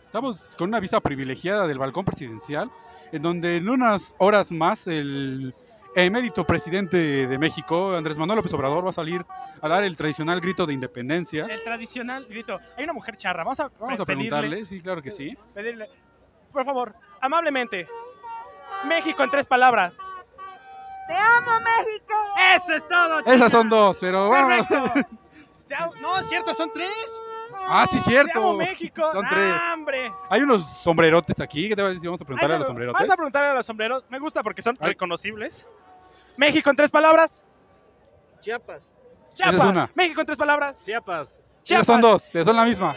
[SPEAKER 1] Estamos con una vista privilegiada del balcón presidencial, en donde en unas horas más el emérito presidente de México, Andrés Manuel López Obrador, va a salir a dar el tradicional grito de independencia.
[SPEAKER 2] El tradicional grito. Hay una mujer charra. Vamos a,
[SPEAKER 1] Vamos a
[SPEAKER 2] pedirle-
[SPEAKER 1] preguntarle, sí, claro que sí.
[SPEAKER 2] pedirle, por favor, amablemente, México en tres palabras.
[SPEAKER 7] ¡Te amo, México!
[SPEAKER 2] Eso es todo. chicas!
[SPEAKER 1] Esas son dos, pero bueno.
[SPEAKER 2] Correcto. Te amo- No, es cierto, son tres.
[SPEAKER 1] Ah, sí,
[SPEAKER 2] Te amo
[SPEAKER 1] cierto.
[SPEAKER 2] México.
[SPEAKER 1] Son
[SPEAKER 2] ¡Nah,
[SPEAKER 1] tres.
[SPEAKER 2] hombre.
[SPEAKER 1] Hay unos sombrerotes aquí. ¿Qué te parece si vamos a preguntarle
[SPEAKER 2] Ahí
[SPEAKER 1] a los
[SPEAKER 2] se-
[SPEAKER 1] sombrerotes?
[SPEAKER 2] Vamos a preguntarle a los sombreros. Me gusta porque son
[SPEAKER 1] Ay.
[SPEAKER 2] reconocibles. México en tres palabras.
[SPEAKER 8] Chiapas.
[SPEAKER 1] Esa es
[SPEAKER 2] Chiapas.
[SPEAKER 1] una.
[SPEAKER 2] México en tres palabras.
[SPEAKER 8] Chiapas.
[SPEAKER 1] Esas
[SPEAKER 2] Chiapas.
[SPEAKER 1] son dos, pero son la misma.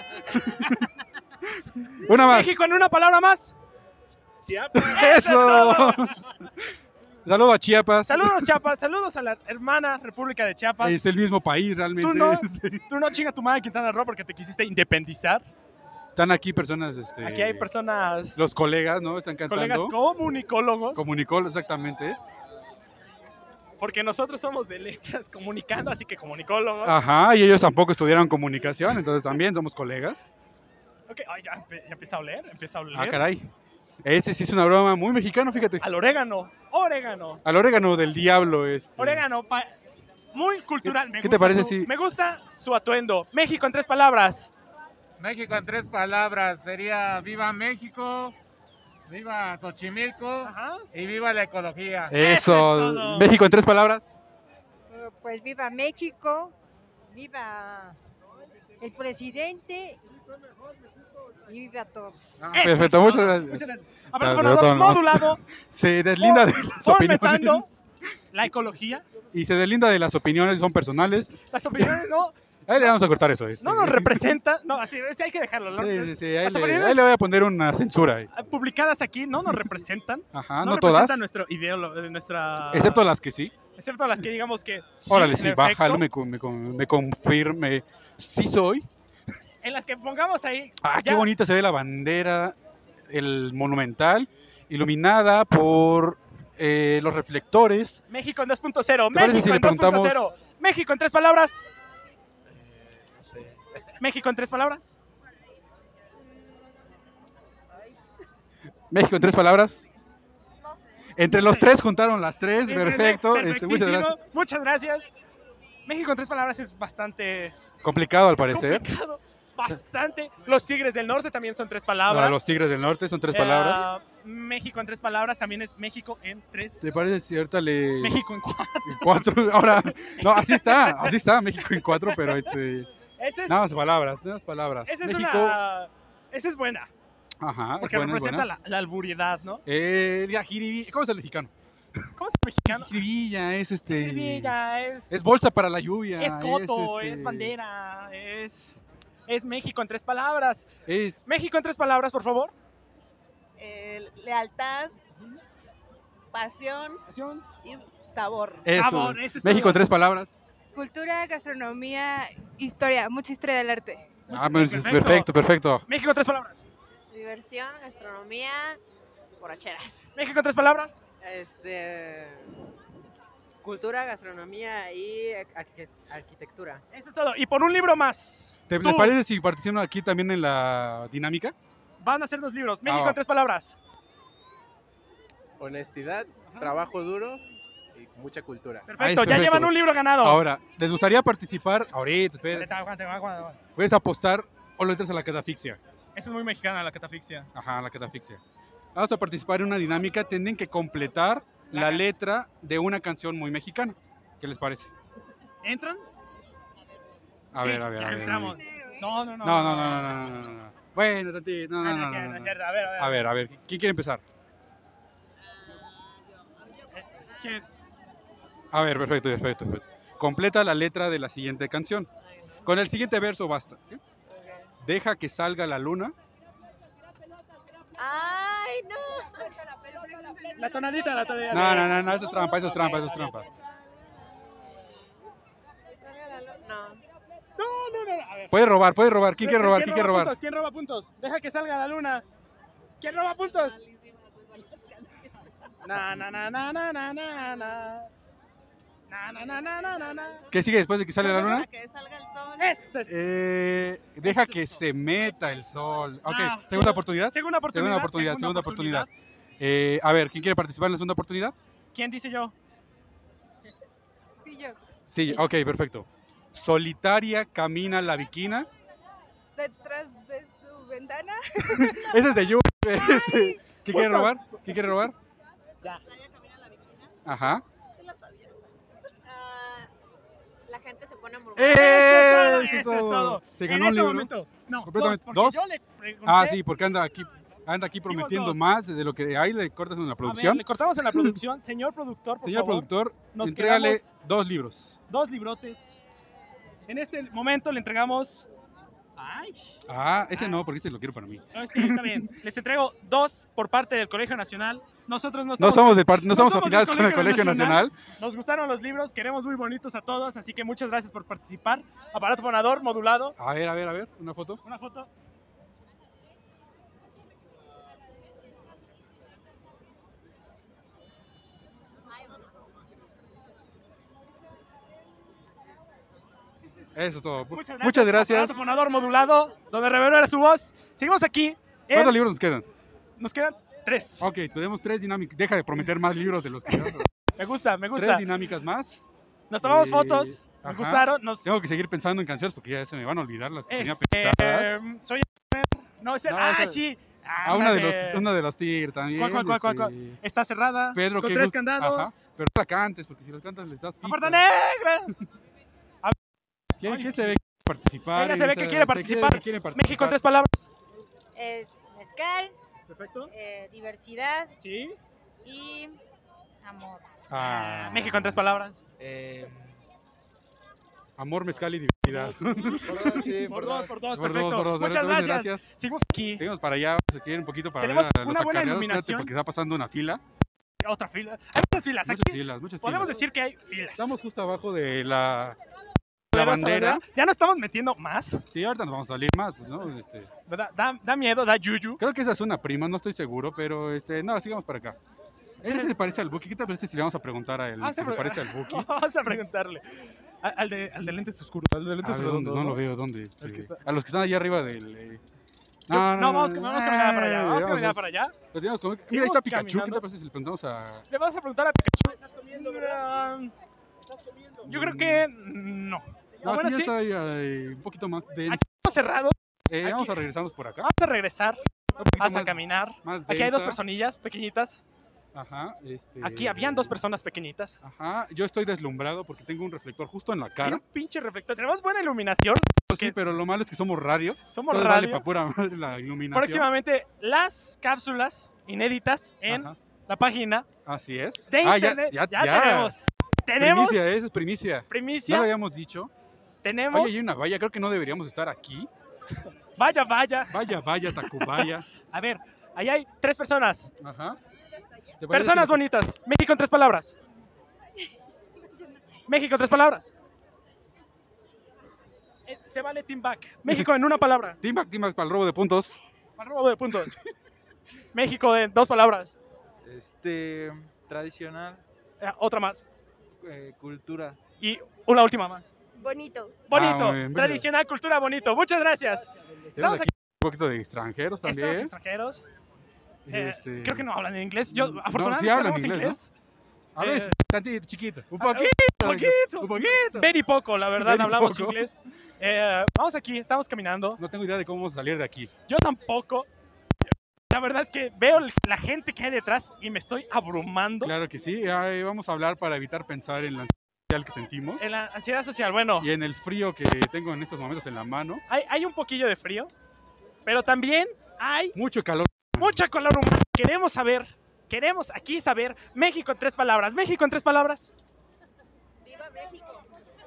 [SPEAKER 1] Una más.
[SPEAKER 2] México en una palabra más.
[SPEAKER 8] Chiapas.
[SPEAKER 2] Eso es todo.
[SPEAKER 1] Eso. Saludo a Chiapas.
[SPEAKER 2] Saludos, Chiapas. Saludos a la hermana República de Chiapas.
[SPEAKER 1] Es el mismo país realmente.
[SPEAKER 2] Tú no.
[SPEAKER 1] Sí.
[SPEAKER 2] Tú no chinga tu madre Quintana Roo porque te quisiste independizar.
[SPEAKER 1] Están aquí personas, este,
[SPEAKER 2] Aquí hay personas.
[SPEAKER 1] los colegas, ¿no? Están
[SPEAKER 2] colegas
[SPEAKER 1] cantando.
[SPEAKER 2] comunicólogos,
[SPEAKER 1] Comunicó exactamente.
[SPEAKER 2] porque nosotros somos de letras comunicando, así que comunicólogos.
[SPEAKER 1] Ajá, y ellos tampoco estudiaron comunicación, entonces también somos colegas.
[SPEAKER 2] Ok, ay, ya, empe- ya empieza a oler, empieza a oler.
[SPEAKER 1] Ah, caray. Ese sí es una broma muy mexicana, fíjate.
[SPEAKER 2] Al orégano, orégano,
[SPEAKER 1] Al orégano del diablo, este.
[SPEAKER 2] orégano, pa- muy cultural. me
[SPEAKER 1] qué te
[SPEAKER 2] gusta
[SPEAKER 1] parece
[SPEAKER 2] su-
[SPEAKER 1] si-
[SPEAKER 2] Me gusta su atuendo. México en tres palabras.
[SPEAKER 8] México en tres palabras sería viva México, viva Xochimilco
[SPEAKER 2] Ajá.
[SPEAKER 8] y viva la ecología.
[SPEAKER 1] Eh.
[SPEAKER 2] Eso es
[SPEAKER 1] Eso.
[SPEAKER 2] todo.
[SPEAKER 1] México en tres palabras.
[SPEAKER 9] Eh, Pues viva México, viva el presidente y viva todos.
[SPEAKER 8] Ah,
[SPEAKER 2] Eso
[SPEAKER 1] perfecto,
[SPEAKER 2] es
[SPEAKER 1] muchas
[SPEAKER 2] todo.
[SPEAKER 1] gracias.
[SPEAKER 2] Muchas gracias.
[SPEAKER 1] Claro,
[SPEAKER 2] Aparato fonador
[SPEAKER 1] perdón, vamos-
[SPEAKER 2] modulado,
[SPEAKER 1] Se deslinda de las opiniones.
[SPEAKER 2] fomentando la ecología.
[SPEAKER 1] Y se deslinda de las opiniones, son personales.
[SPEAKER 2] Las opiniones no,
[SPEAKER 1] Ahí le vamos a cortar eso. Este.
[SPEAKER 2] no nos representan. No, así, sí, hay que dejarlo. ¿no?
[SPEAKER 1] Sí, sí, sí, ahí,
[SPEAKER 2] Las
[SPEAKER 1] le,
[SPEAKER 2] opiniones-
[SPEAKER 1] ahí le voy a poner una censura. eh.
[SPEAKER 2] Publicadas aquí no nos representan.
[SPEAKER 1] Ajá,
[SPEAKER 2] no,
[SPEAKER 1] Ah, no,
[SPEAKER 2] representa
[SPEAKER 1] todas.
[SPEAKER 2] nuestro ideolo- eh, nuestra...
[SPEAKER 1] Excepto las que sí.
[SPEAKER 2] excepto las que digamos que... sí,
[SPEAKER 1] Órale,
[SPEAKER 2] en
[SPEAKER 1] sí,
[SPEAKER 2] efecto,
[SPEAKER 1] bájalo, me, con- me, con- me confirme. Sí soy.
[SPEAKER 2] En las que pongamos ahí...
[SPEAKER 1] Ah, qué
[SPEAKER 2] ya,
[SPEAKER 1] bonita se ve la bandera, el monumental, iluminada por eh, los reflectores.
[SPEAKER 2] México en 2.0,
[SPEAKER 1] ¿Te parece
[SPEAKER 2] México
[SPEAKER 1] si le
[SPEAKER 2] en 2.0, México en tres palabras,
[SPEAKER 8] Eh, no sé.
[SPEAKER 2] México en tres palabras.
[SPEAKER 1] México en tres palabras.
[SPEAKER 4] No sé.
[SPEAKER 1] Entre los tres juntaron las tres,
[SPEAKER 2] Sí,
[SPEAKER 1] perfecto.
[SPEAKER 2] perfecto,
[SPEAKER 1] este, muchas
[SPEAKER 2] perfectísimo,
[SPEAKER 1] gracias.
[SPEAKER 2] Muchas gracias. México en tres palabras es bastante
[SPEAKER 1] Complicado al parecer.
[SPEAKER 2] complicado, bastante. Los Tigres del Norte también son tres palabras.
[SPEAKER 1] Para los Tigres del Norte son tres
[SPEAKER 2] Eh,
[SPEAKER 1] palabras.
[SPEAKER 2] México en tres palabras también es México en tres.
[SPEAKER 1] ¿Te parece si ahorita le...
[SPEAKER 2] México en cuatro.
[SPEAKER 1] en cuatro? Ahora, no, así está, así está, México en cuatro, pero este,
[SPEAKER 2] Esa es,
[SPEAKER 1] nada más palabras, nada más palabras.
[SPEAKER 2] esa es
[SPEAKER 1] México,
[SPEAKER 2] una... Esa es buena,
[SPEAKER 1] ajá, es
[SPEAKER 2] porque
[SPEAKER 1] buena, es
[SPEAKER 2] representa
[SPEAKER 1] buena.
[SPEAKER 2] La, la alburiedad, ¿no?
[SPEAKER 1] Eh, ya, jiribi- ¿Cómo es el mexicano?
[SPEAKER 2] ¿Cómo es el mexicano?
[SPEAKER 1] Jiribilla es este.
[SPEAKER 2] Escribilla, es,
[SPEAKER 1] Es bolsa para la lluvia.
[SPEAKER 2] es coto, es,
[SPEAKER 1] este,
[SPEAKER 2] bandera, es, es México en tres palabras.
[SPEAKER 1] Es
[SPEAKER 2] México en tres palabras, por favor.
[SPEAKER 7] Eh, lealtad, pasión y sabor.
[SPEAKER 1] eso.
[SPEAKER 2] Sabor, Ah, ese es
[SPEAKER 1] México
[SPEAKER 2] todo.
[SPEAKER 1] en tres palabras.
[SPEAKER 9] Cultura, gastronomía, historia, mucha historia del arte.
[SPEAKER 1] Ah, pero es- es perfecto,
[SPEAKER 2] perfecto.
[SPEAKER 1] perfecto.
[SPEAKER 2] México, tres palabras.
[SPEAKER 4] Diversión, gastronomía, borracheras.
[SPEAKER 2] México, tres palabras.
[SPEAKER 3] Este. Cultura, gastronomía y arquite- arquitectura.
[SPEAKER 2] Eso es todo. Y por un libro más.
[SPEAKER 1] ¿Te, te
[SPEAKER 2] Tú.
[SPEAKER 1] parece si participamos aquí también en la dinámica?
[SPEAKER 2] Van a ser dos libros. México,
[SPEAKER 1] va.
[SPEAKER 2] tres palabras.
[SPEAKER 10] Honestidad, trabajo duro y mucha cultura.
[SPEAKER 1] Ahí
[SPEAKER 2] Perfecto,
[SPEAKER 1] está,
[SPEAKER 2] ya
[SPEAKER 1] perfecto.
[SPEAKER 2] llevan un libro ganado.
[SPEAKER 1] Ahora, ¿les gustaría participar? Ahorita, espera.
[SPEAKER 2] Aguanta, aguanta, aguanta.
[SPEAKER 1] Puedes apostar o lo entras a la catafixia.
[SPEAKER 2] Eso es muy mexicana la catafixia.
[SPEAKER 1] Ajá, la catafixia. Vamos a participar en una dinámica. Tienen que completar la,
[SPEAKER 2] canción.
[SPEAKER 1] letra de una canción muy mexicana. ¿Qué les parece?
[SPEAKER 2] ¿Entran?
[SPEAKER 1] A
[SPEAKER 2] Sí,
[SPEAKER 1] ver, a ver,
[SPEAKER 2] ya
[SPEAKER 1] a ver. a
[SPEAKER 2] entramos.
[SPEAKER 1] ver.
[SPEAKER 2] No, no, no.
[SPEAKER 1] No, no, no, no, no, no, no. Bueno, tantito. No,
[SPEAKER 2] Ah,
[SPEAKER 1] no,
[SPEAKER 2] no
[SPEAKER 1] no,
[SPEAKER 2] es cierto,
[SPEAKER 1] no,
[SPEAKER 2] no
[SPEAKER 1] no,
[SPEAKER 2] es
[SPEAKER 1] no.
[SPEAKER 2] cierto. A ver, a ver.
[SPEAKER 1] A ver, a ver. ¿Quién quiere empezar?
[SPEAKER 2] ¿Quién?
[SPEAKER 1] A ver, perfecto, perfecto, perfecto. Completa la letra de la siguiente canción. Con el siguiente verso basta. ¿sí? Deja que salga la luna.
[SPEAKER 7] Ay, no.
[SPEAKER 2] La tonadita, la tonadita.
[SPEAKER 1] No, no, no, no, eso es trampa, eso es trampa, eso es trampa.
[SPEAKER 4] No.
[SPEAKER 2] No, no, no. A ver.
[SPEAKER 1] Puede robar, puede robar. ¿Quién quiere robar? ¿Quién quiere robar?
[SPEAKER 2] puntos? ¿Quién roba puntos? Deja que salga la luna. ¿Quién roba puntos? Na, na, na, na, na, na, na, na. Na, na, na, na, na, na, na.
[SPEAKER 1] ¿Qué sigue después de que sale la luna?
[SPEAKER 7] Para que salga el sol.
[SPEAKER 2] Eso es.
[SPEAKER 1] Eh, deja que se meta el sol. Ok,
[SPEAKER 2] Ah,
[SPEAKER 1] segunda
[SPEAKER 2] segunda-
[SPEAKER 1] oportunidad.
[SPEAKER 2] Segunda oportunidad.
[SPEAKER 1] Segunda oportunidad, segunda oportunidad. Eh, a ver, ¿quién quiere participar en la segunda oportunidad?
[SPEAKER 2] ¿Quién dice yo?
[SPEAKER 4] Sí, yo.
[SPEAKER 1] Sí, ok, perfecto. Solitaria camina la viquina.
[SPEAKER 4] Detrás de su ventana.
[SPEAKER 1] Ese es de Yu. Este, ¿Quién quiere
[SPEAKER 2] Puta.
[SPEAKER 1] robar? ¿Quién quiere robar? Ajá.
[SPEAKER 4] Ah, la gente se pone a murmurar.
[SPEAKER 1] ¡Eh!
[SPEAKER 2] Eso es todo.
[SPEAKER 1] Se
[SPEAKER 2] en
[SPEAKER 1] ganó un
[SPEAKER 2] este
[SPEAKER 1] libro.
[SPEAKER 2] momento. No,
[SPEAKER 1] Completamente.
[SPEAKER 2] dos.
[SPEAKER 1] ¿Dos?
[SPEAKER 2] porque Yo le pregunté,
[SPEAKER 1] Ah, sí, porque anda aquí, anda aquí prometiendo
[SPEAKER 2] dos.
[SPEAKER 1] más de lo que ahí le cortas en la
[SPEAKER 2] A ver,
[SPEAKER 1] producción.
[SPEAKER 2] le cortamos en la producción. Señor productor, por
[SPEAKER 1] Señor
[SPEAKER 2] favor.
[SPEAKER 1] productor,
[SPEAKER 2] nos
[SPEAKER 1] entrégale
[SPEAKER 2] quedamos-
[SPEAKER 1] dos libros.
[SPEAKER 2] Dos librotes. En este momento le entregamos. ¡Ay!
[SPEAKER 1] Ah, ese no, porque ese lo quiero para mí.
[SPEAKER 2] No, sí, está bien. Les entrego dos por parte del Colegio Nacional. Nosotros no
[SPEAKER 1] No
[SPEAKER 2] estamos.
[SPEAKER 1] somos del par- no
[SPEAKER 2] no
[SPEAKER 1] somos
[SPEAKER 2] somos del
[SPEAKER 1] afiliados con el Colegio
[SPEAKER 2] Colegio Nacional.
[SPEAKER 1] Nacional.
[SPEAKER 2] Nos gustaron los libros, queremos muy bonitos a todos, así que muchas gracias por participar. Aparato fonador modulado.
[SPEAKER 1] A ver, a ver, a ver, una foto.
[SPEAKER 2] Una foto.
[SPEAKER 1] Eso es todo. Mu-
[SPEAKER 2] Muchas gracias.
[SPEAKER 1] Muchas gracias.
[SPEAKER 2] Aparato fonador modulado, donde reverbera su voz. Seguimos aquí. en-
[SPEAKER 1] ¿Cuántos libros nos quedan?
[SPEAKER 2] Nos quedan tres.
[SPEAKER 1] Ok, tenemos tres dinámicas. Deja de prometer más libros de los que
[SPEAKER 2] Me gusta, me gusta.
[SPEAKER 1] Tres dinámicas más.
[SPEAKER 2] Nos tomamos
[SPEAKER 1] Eh,
[SPEAKER 2] fotos, me
[SPEAKER 1] ajá.
[SPEAKER 2] gustaron. Nos,
[SPEAKER 1] Tengo que seguir pensando en canciones porque ya se me van a olvidar las que tenía
[SPEAKER 2] Este,
[SPEAKER 1] pensadas.
[SPEAKER 2] soy No, es el-
[SPEAKER 1] No,
[SPEAKER 2] ah,
[SPEAKER 1] esa-
[SPEAKER 2] sí. Ah,
[SPEAKER 1] A una de
[SPEAKER 2] ese-
[SPEAKER 1] los, una de los Tigres también.
[SPEAKER 2] ¿Cuál, cuál, cuál, cuál, cuál?
[SPEAKER 1] este,
[SPEAKER 2] Está cerrada.
[SPEAKER 1] Pedro,
[SPEAKER 2] con
[SPEAKER 1] que
[SPEAKER 2] tres
[SPEAKER 1] gust-
[SPEAKER 2] candados.
[SPEAKER 1] Ajá, pero no la cantes porque si la cantas les das
[SPEAKER 2] ¡La
[SPEAKER 1] pistas.
[SPEAKER 2] puerta negra!
[SPEAKER 1] ¿Quién,
[SPEAKER 2] Ay.
[SPEAKER 1] quién se ve que quiere participar?
[SPEAKER 2] Venga, se
[SPEAKER 1] en
[SPEAKER 2] ve que
[SPEAKER 1] esta-
[SPEAKER 2] quiere
[SPEAKER 1] se
[SPEAKER 2] participar.
[SPEAKER 1] quiere participar.
[SPEAKER 2] México en tres palabras.
[SPEAKER 4] Eh, mezcal,
[SPEAKER 2] Perfecto.
[SPEAKER 4] eh, diversidad
[SPEAKER 2] Sí.
[SPEAKER 4] y amor.
[SPEAKER 1] Ah.
[SPEAKER 2] México en tres palabras.
[SPEAKER 10] Eh,
[SPEAKER 1] Amor, mezcal y divinidad.
[SPEAKER 10] por dos, sí,
[SPEAKER 2] Por dos, por dos,
[SPEAKER 1] Por dos,
[SPEAKER 2] perfecto.
[SPEAKER 1] por dos,
[SPEAKER 2] Muchas
[SPEAKER 1] gracias,
[SPEAKER 2] gracias.
[SPEAKER 1] gracias.
[SPEAKER 2] Seguimos aquí.
[SPEAKER 1] Seguimos para allá, se quiere un poquito para
[SPEAKER 2] Tenemos
[SPEAKER 1] ver a los
[SPEAKER 2] una buena
[SPEAKER 1] acarreados, espérate,
[SPEAKER 2] iluminación.
[SPEAKER 1] Porque está pasando una fila.
[SPEAKER 2] Otra fila. Hay muchas filas.
[SPEAKER 1] Muchas
[SPEAKER 2] Aquí
[SPEAKER 1] filas, muchas
[SPEAKER 2] podemos
[SPEAKER 1] filas.
[SPEAKER 2] decir que hay filas.
[SPEAKER 1] Estamos justo abajo de la, la
[SPEAKER 2] Poderosa,
[SPEAKER 1] bandera.
[SPEAKER 2] ¿verdad? Ya no estamos metiendo más,
[SPEAKER 1] Sí, ahorita nos vamos a salir más, pues, ¿no? Este,
[SPEAKER 2] ¿verdad? Da, da miedo, da yuyu.
[SPEAKER 1] creo que esa es una prima, no estoy seguro, pero este, no, sigamos para acá.
[SPEAKER 2] Sí,
[SPEAKER 1] ¿Ese
[SPEAKER 2] sí.
[SPEAKER 1] se parece al Buki? ¿Qué te parece si le vamos a preguntar a él?
[SPEAKER 2] Ah,
[SPEAKER 1] si
[SPEAKER 2] se
[SPEAKER 1] se
[SPEAKER 2] pre-
[SPEAKER 1] parece al Buki.
[SPEAKER 2] Vamos a preguntarle. Al, al de, al de lentes oscuros. Al de
[SPEAKER 1] A
[SPEAKER 2] lentes
[SPEAKER 1] ver, Ah, ¿dónde?
[SPEAKER 2] redondos.
[SPEAKER 1] no
[SPEAKER 2] ¿no?
[SPEAKER 1] lo veo, ¿dónde?
[SPEAKER 2] El
[SPEAKER 1] Este,
[SPEAKER 2] que está-
[SPEAKER 1] A los que están allá arriba del... eh,
[SPEAKER 2] Yo- no, vamos, vamos a caminar para allá. Vamos a caminar para allá.
[SPEAKER 1] Lo teníamos como- Mira, ahí
[SPEAKER 2] Seguimos
[SPEAKER 1] está Pikachu. ¿Qué
[SPEAKER 2] caminando.
[SPEAKER 1] te parece si le preguntamos a...?
[SPEAKER 2] Le vas a preguntar a Pikachu. Mm, Yo creo que no.
[SPEAKER 1] No,
[SPEAKER 2] bueno,
[SPEAKER 1] aquí ya
[SPEAKER 2] sí,
[SPEAKER 1] está ahí, ahí, un poquito más denso.
[SPEAKER 2] aquí está cerrado.
[SPEAKER 1] Eh, vamos
[SPEAKER 2] aquí-
[SPEAKER 1] a regresarnos por acá.
[SPEAKER 2] Vamos a regresar,
[SPEAKER 1] Un poquito
[SPEAKER 2] vas a
[SPEAKER 1] más-
[SPEAKER 2] caminar.
[SPEAKER 1] más
[SPEAKER 2] Aquí hay dos
[SPEAKER 1] densa.
[SPEAKER 2] personillas pequeñitas.
[SPEAKER 1] Ajá, este...
[SPEAKER 2] Aquí habían dos personas pequeñitas.
[SPEAKER 1] Ajá, yo estoy deslumbrado porque tengo un reflector justo en la
[SPEAKER 2] Hay
[SPEAKER 1] cara.
[SPEAKER 2] un pinche reflector. Tenemos buena iluminación.
[SPEAKER 1] Pues Sí,
[SPEAKER 2] que-
[SPEAKER 1] pero lo malo es que somos radio.
[SPEAKER 2] Somos
[SPEAKER 1] Entonces vale
[SPEAKER 2] radio.
[SPEAKER 1] para pura madre la iluminación.
[SPEAKER 2] Próximamente las cápsulas inéditas en
[SPEAKER 1] Ajá,
[SPEAKER 2] la página
[SPEAKER 1] Así es.
[SPEAKER 2] de
[SPEAKER 1] Ah,
[SPEAKER 2] internet.
[SPEAKER 1] ya, ya, ya.
[SPEAKER 2] tenemos. Tenemos
[SPEAKER 1] Primicia, eh. esa es primicia.
[SPEAKER 2] primicia,
[SPEAKER 1] No lo habíamos dicho.
[SPEAKER 2] tenemos.
[SPEAKER 1] Oye, hay una valla, creo que no deberíamos estar aquí.
[SPEAKER 2] Vaya, vaya.
[SPEAKER 1] Vaya, vaya, Tacubaya.
[SPEAKER 2] A ver, ahí hay tres personas.
[SPEAKER 1] Ajá. ¿Te parece
[SPEAKER 2] Personas
[SPEAKER 1] que nos-
[SPEAKER 2] bonitas. México en tres palabras. México en tres palabras. Es- se vale Team Back. México en una palabra.
[SPEAKER 1] Team Back, Team Back para el robo de puntos.
[SPEAKER 2] Para robo de puntos. México en dos palabras.
[SPEAKER 11] Este, tradicional,
[SPEAKER 2] Eh, otra más.
[SPEAKER 11] eh, cultura.
[SPEAKER 2] Y una última más.
[SPEAKER 7] Bonito.
[SPEAKER 2] Bonito.
[SPEAKER 1] Ah, muy bien,
[SPEAKER 2] tradicional, cultura, bonito. Muchas gracias. Estamos
[SPEAKER 1] Tenemos
[SPEAKER 2] aquí.
[SPEAKER 1] aquí un poquito de extranjeros también.
[SPEAKER 2] Estamos extranjeros. Eh,
[SPEAKER 1] Este,
[SPEAKER 2] Creo que no hablan en inglés. Yo, afortunadamente,
[SPEAKER 1] sí hablan
[SPEAKER 2] hablamos
[SPEAKER 1] inglés,
[SPEAKER 2] inglés.
[SPEAKER 1] ¿no? A veces, tantito, chiquito. Un poquito.
[SPEAKER 2] Eh, Un poquito.
[SPEAKER 1] Un poquito.
[SPEAKER 2] Very poco, la verdad,
[SPEAKER 1] Very
[SPEAKER 2] hablamos
[SPEAKER 1] poco.
[SPEAKER 2] inglés. Eh, vamos aquí, estamos caminando.
[SPEAKER 1] No tengo idea de cómo vamos a salir de aquí.
[SPEAKER 2] Yo tampoco. La verdad es que veo la gente que hay detrás y me estoy abrumando
[SPEAKER 1] Claro que sí. ahí vamos a hablar para evitar pensar en la ansiedad que sentimos
[SPEAKER 2] en la ansiedad social. Bueno,
[SPEAKER 1] y en el frío que tengo en estos momentos en la mano.
[SPEAKER 2] hay, hay un poquillo de frío, pero también hay
[SPEAKER 1] Mucho calor.
[SPEAKER 2] mucha color humana. Queremos saber, queremos aquí saber México en tres palabras. México en tres palabras.
[SPEAKER 7] Viva México.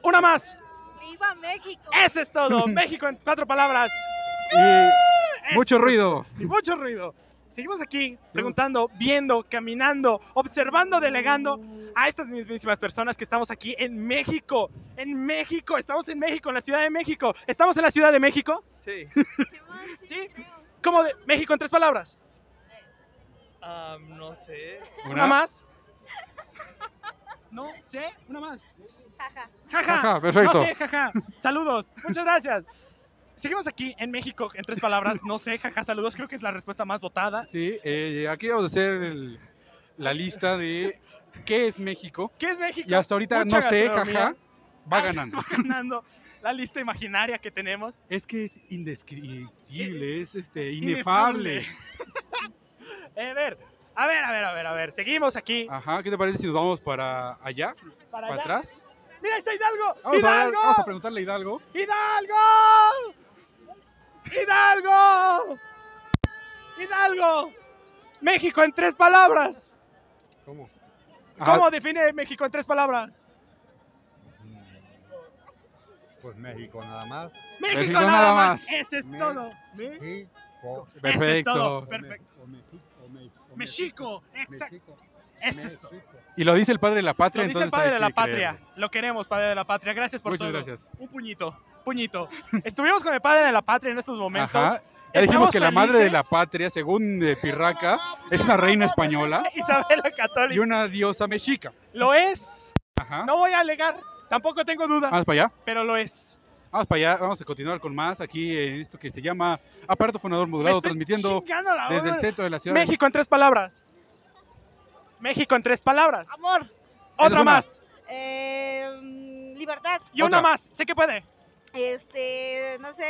[SPEAKER 2] Una más.
[SPEAKER 7] Viva México.
[SPEAKER 2] Eso es todo. México en cuatro palabras.
[SPEAKER 1] Y mucho
[SPEAKER 2] Eso.
[SPEAKER 1] ruido.
[SPEAKER 2] Y mucho ruido. Seguimos aquí preguntando, viendo, caminando, observando, delegando a estas mismísimas personas que estamos aquí en México. En México, estamos en México, en la Ciudad de México. ¿Estamos en la Ciudad de México?
[SPEAKER 11] Sí.
[SPEAKER 2] ¿Sí? ¿Cómo de México en tres palabras?
[SPEAKER 11] Ah, no sé.
[SPEAKER 2] ¿Una, más? No sé, una más.
[SPEAKER 7] Jaja.
[SPEAKER 2] Jaja.
[SPEAKER 1] Jaja, perfecto.
[SPEAKER 2] No sé, jaja. Saludos. Muchas gracias. Seguimos aquí en México en tres palabras. No sé, jaja, saludos. Creo que es la respuesta más votada.
[SPEAKER 1] Sí, eh, aquí vamos a hacer el- la lista de qué es México.
[SPEAKER 2] ¿Qué es México?
[SPEAKER 1] Y hasta ahorita
[SPEAKER 2] Mucha
[SPEAKER 1] no sé,
[SPEAKER 2] gastronomía. Ah,
[SPEAKER 1] jaja, va ganando.
[SPEAKER 2] Va ganando la lista imaginaria que tenemos.
[SPEAKER 1] Es que es indescriptible, es este, inefable.
[SPEAKER 2] Eh, a ver, a ver, a ver, a ver, a ver. Seguimos aquí.
[SPEAKER 1] Ajá, ¿qué te parece si nos vamos para allá? Ah, ¿Para,
[SPEAKER 2] Para allá.
[SPEAKER 1] atrás?
[SPEAKER 2] ¡Mira, ahí está Hidalgo!
[SPEAKER 1] Vamos a, ver,
[SPEAKER 2] ¡Hidalgo!
[SPEAKER 1] vamos a preguntarle a Hidalgo.
[SPEAKER 2] ¡Hidalgo! ¡Hidalgo! ¡Hidalgo! México en tres palabras.
[SPEAKER 1] ¿Cómo?
[SPEAKER 2] ¿Cómo define México en tres palabras?
[SPEAKER 12] Pues México nada más.
[SPEAKER 2] México,
[SPEAKER 12] México
[SPEAKER 2] nada,
[SPEAKER 12] nada
[SPEAKER 2] más.
[SPEAKER 12] más.
[SPEAKER 2] Ese es
[SPEAKER 12] Me-
[SPEAKER 2] todo.
[SPEAKER 12] México.
[SPEAKER 2] Eso es todo.
[SPEAKER 1] Perfecto.
[SPEAKER 2] Perfecto. México. Exacto. Eso es todo.
[SPEAKER 1] Y lo dice el padre de la patria,
[SPEAKER 2] Lo dice el
[SPEAKER 1] entonces
[SPEAKER 2] padre
[SPEAKER 1] hay
[SPEAKER 2] de la
[SPEAKER 1] que
[SPEAKER 2] patria.
[SPEAKER 1] creerlo.
[SPEAKER 2] Lo queremos, padre de la patria. Gracias por
[SPEAKER 1] Muchas
[SPEAKER 2] todo.
[SPEAKER 1] gracias.
[SPEAKER 2] Un puñito, puñito. Estuvimos con el padre de la patria en estos momentos.
[SPEAKER 1] Ajá. Ya dijimos
[SPEAKER 2] Estamos
[SPEAKER 1] que la madre de la
[SPEAKER 2] felices.
[SPEAKER 1] patria, según eh, Pirraca, es una reina española
[SPEAKER 2] Isabela Católica.
[SPEAKER 1] y una diosa mexica.
[SPEAKER 2] Lo es.
[SPEAKER 1] Ajá.
[SPEAKER 2] No voy a alegar. Tampoco tengo dudas.
[SPEAKER 1] Vamos para allá.
[SPEAKER 2] Pero lo es.
[SPEAKER 1] Vamos para allá, vamos a continuar con más aquí en esto que se llama Aparato Fonador Modulado,
[SPEAKER 2] estoy
[SPEAKER 1] transmitiendo
[SPEAKER 2] chingando la
[SPEAKER 1] desde el
[SPEAKER 2] hora.
[SPEAKER 1] centro de la ciudad. de
[SPEAKER 2] Este México en tres palabras. México en tres palabras.
[SPEAKER 7] Amor.
[SPEAKER 2] Otra más.
[SPEAKER 7] Eh, mm, libertad.
[SPEAKER 2] Y una más. Sé que puede.
[SPEAKER 7] Este, no sé.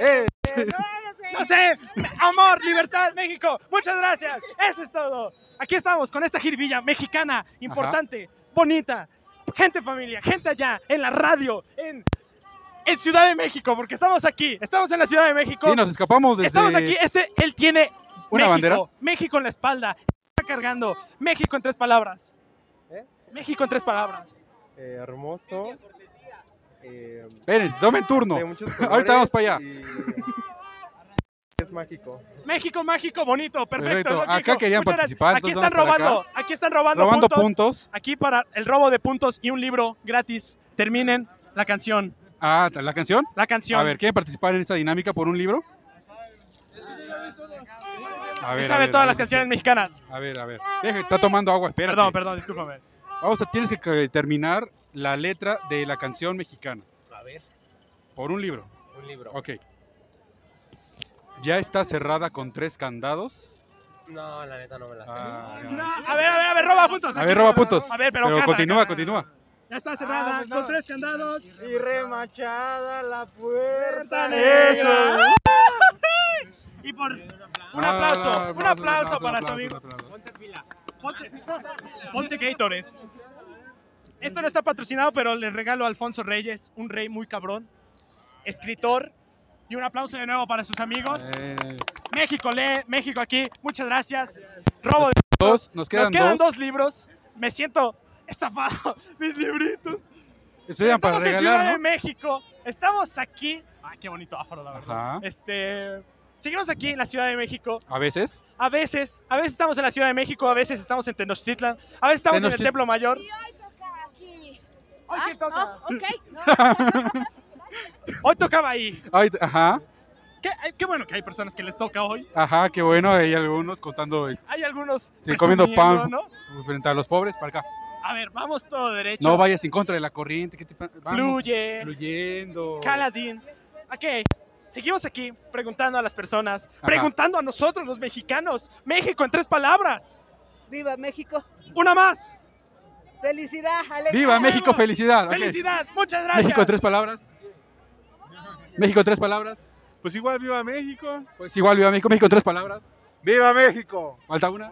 [SPEAKER 2] Eh.
[SPEAKER 7] eh, eh, no, no sé.
[SPEAKER 2] No sé. Amor, libertad, México. Muchas gracias. Eso es todo. Aquí estamos con esta jiribilla mexicana, importante, bonita. Gente familia, gente allá, en la radio, en, en Ciudad de México, porque estamos aquí. Estamos en la Ciudad de México.
[SPEAKER 1] Sí, nos escapamos desde-
[SPEAKER 2] Estamos aquí. Este, él tiene
[SPEAKER 1] ¿Una
[SPEAKER 2] México,
[SPEAKER 1] bandera?
[SPEAKER 2] México en la espalda. Está cargando. México en tres palabras.
[SPEAKER 11] ¿Eh?
[SPEAKER 2] México en tres palabras.
[SPEAKER 11] Eh, hermoso. Eh,
[SPEAKER 1] Esperen, tomen turno.
[SPEAKER 11] de muchos
[SPEAKER 1] Ahorita vamos para allá.
[SPEAKER 11] colores y es mágico.
[SPEAKER 2] México mágico, bonito,
[SPEAKER 1] Perfecto.
[SPEAKER 2] perfecto. es lo que
[SPEAKER 1] Acá
[SPEAKER 2] dijo.
[SPEAKER 1] querían
[SPEAKER 2] Muchas gracias.
[SPEAKER 1] participar,
[SPEAKER 2] Aquí
[SPEAKER 1] entonces
[SPEAKER 2] están
[SPEAKER 1] vamos para
[SPEAKER 2] robando,
[SPEAKER 1] acá.
[SPEAKER 2] aquí están robando,
[SPEAKER 1] Robando puntos.
[SPEAKER 2] Aquí para el robo de puntos y un libro gratis. Terminen la canción.
[SPEAKER 1] Ah, ¿la canción?
[SPEAKER 2] La canción.
[SPEAKER 1] A ver, ¿quieren participar en esta dinámica por un libro? A
[SPEAKER 2] Él
[SPEAKER 1] ver, a
[SPEAKER 2] sabe
[SPEAKER 1] ver,
[SPEAKER 2] todas
[SPEAKER 1] a
[SPEAKER 2] las
[SPEAKER 1] ver.
[SPEAKER 2] canciones mexicanas.
[SPEAKER 1] A ver, a ver. Deja, está tomando agua, espérate.
[SPEAKER 2] Perdón, perdón, discúlpame.
[SPEAKER 1] Vamos a, tienes que eh, terminar la letra de la canción mexicana.
[SPEAKER 11] A ver,
[SPEAKER 1] Por un libro.
[SPEAKER 11] un libro.
[SPEAKER 1] Ok. Ya está cerrada con tres candados.
[SPEAKER 11] No, la neta no me la sé.
[SPEAKER 1] Ah,
[SPEAKER 2] No, a ver, a ver, a ver, roba puntos.
[SPEAKER 1] A ver, roba puntos.
[SPEAKER 2] A ver, pero, canta,
[SPEAKER 1] continúa,
[SPEAKER 2] canta.
[SPEAKER 1] continúa.
[SPEAKER 2] Ya está cerrada con tres candados.
[SPEAKER 11] Ah, pues Y remachada la puerta
[SPEAKER 2] negra.
[SPEAKER 11] negra.
[SPEAKER 2] Y por un
[SPEAKER 1] Ah,
[SPEAKER 2] aplauso,
[SPEAKER 1] aplauso,
[SPEAKER 2] un aplauso
[SPEAKER 1] aplauso,
[SPEAKER 2] para su
[SPEAKER 1] aplauso,
[SPEAKER 2] amigo.
[SPEAKER 1] aplauso.
[SPEAKER 2] Ponte, ponte Gatorade. Esto no está patrocinado, pero le regalo a Alfonso Reyes, un rey muy cabrón, escritor. Y un aplauso de nuevo para sus amigos.
[SPEAKER 1] Eh.
[SPEAKER 2] México lee, México aquí. Muchas gracias. Robo de
[SPEAKER 1] Dos, nos quedan,
[SPEAKER 2] Nos quedan
[SPEAKER 1] dos.
[SPEAKER 2] dos libros. Me siento estafado. Mis libritos.
[SPEAKER 1] Estos eran para
[SPEAKER 2] Estamos en Ciudad ¿eh?
[SPEAKER 1] regalar,
[SPEAKER 2] de
[SPEAKER 1] ¿no?
[SPEAKER 2] México. Estamos aquí. Ay, qué bonito afro, la verdad.
[SPEAKER 1] Ajá.
[SPEAKER 2] Este, seguimos aquí en la Ciudad de México.
[SPEAKER 1] A veces.
[SPEAKER 2] A veces, a veces estamos en la Ciudad de México, a veces estamos en Tenochtitlan, a veces estamos en el
[SPEAKER 1] Tenochtitlan.
[SPEAKER 2] Templo Mayor.
[SPEAKER 4] Aquí.
[SPEAKER 7] Ah,
[SPEAKER 4] Ah,
[SPEAKER 2] Ay, ¿quién toca?
[SPEAKER 4] No, ok. No.
[SPEAKER 2] Hoy tocaba ahí.
[SPEAKER 1] Ay, ajá,
[SPEAKER 2] Qué, ay, qué bueno que hay personas que les toca hoy.
[SPEAKER 1] ajá, qué bueno, hay algunos contando, este,
[SPEAKER 2] Hay algunos
[SPEAKER 1] comiendo
[SPEAKER 2] presumiendo,
[SPEAKER 1] pan
[SPEAKER 2] ¿no?
[SPEAKER 1] frente a los pobres, para acá.
[SPEAKER 2] A ver, vamos todo derecho.
[SPEAKER 1] No vayas en contra de la corriente, que te pa- vamos
[SPEAKER 2] Fluye.
[SPEAKER 1] fluyendo.
[SPEAKER 2] Caladín. Ok, seguimos aquí preguntando a las personas,
[SPEAKER 1] Ajá.
[SPEAKER 2] preguntando a nosotros los mexicanos. México en tres palabras.
[SPEAKER 7] ¡Viva México!
[SPEAKER 2] Una más.
[SPEAKER 7] ¡Felicidad! alegría.
[SPEAKER 1] ¡Viva México, felicidad! ok.
[SPEAKER 2] Felicidad, muchas gracias.
[SPEAKER 1] México, tres palabras. México, tres palabras.
[SPEAKER 6] Pues igual, viva México.
[SPEAKER 1] Pues igual, viva México, México, tres palabras.
[SPEAKER 6] ¡Viva México!
[SPEAKER 1] Falta una.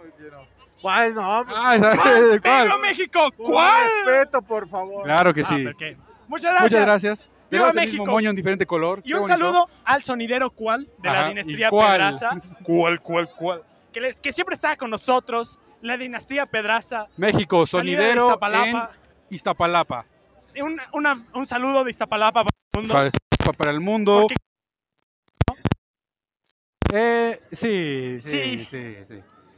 [SPEAKER 6] ¿Cuál no?
[SPEAKER 1] Ah, esa- ¿cuál?
[SPEAKER 2] ¡Viva México! ¿Cuál?
[SPEAKER 6] Respeto, por favor.
[SPEAKER 1] Claro que
[SPEAKER 2] Ah,
[SPEAKER 1] sí.
[SPEAKER 2] ¿por qué? Muchas gracias.
[SPEAKER 1] Muchas gracias.
[SPEAKER 2] ¡Viva
[SPEAKER 1] Tenemos el
[SPEAKER 2] México!
[SPEAKER 1] mismo moño en diferente color.
[SPEAKER 2] Y
[SPEAKER 1] qué
[SPEAKER 2] un
[SPEAKER 1] bonito.
[SPEAKER 2] saludo al sonidero cual de la
[SPEAKER 1] Ajá, ¿y
[SPEAKER 2] dinastía
[SPEAKER 1] cuál?
[SPEAKER 2] Pedraza. ¿Cuál, cuál, cuál? Que, les- que siempre está con nosotros, la dinastía Pedraza.
[SPEAKER 1] México,
[SPEAKER 2] Salida de
[SPEAKER 1] sonidero
[SPEAKER 2] Iztapalapa.
[SPEAKER 1] en Iztapalapa.
[SPEAKER 2] Un, una- un saludo de Iztapalapa para el mundo.
[SPEAKER 1] Para, para el mundo. Eh, sí, sí, sí, sí.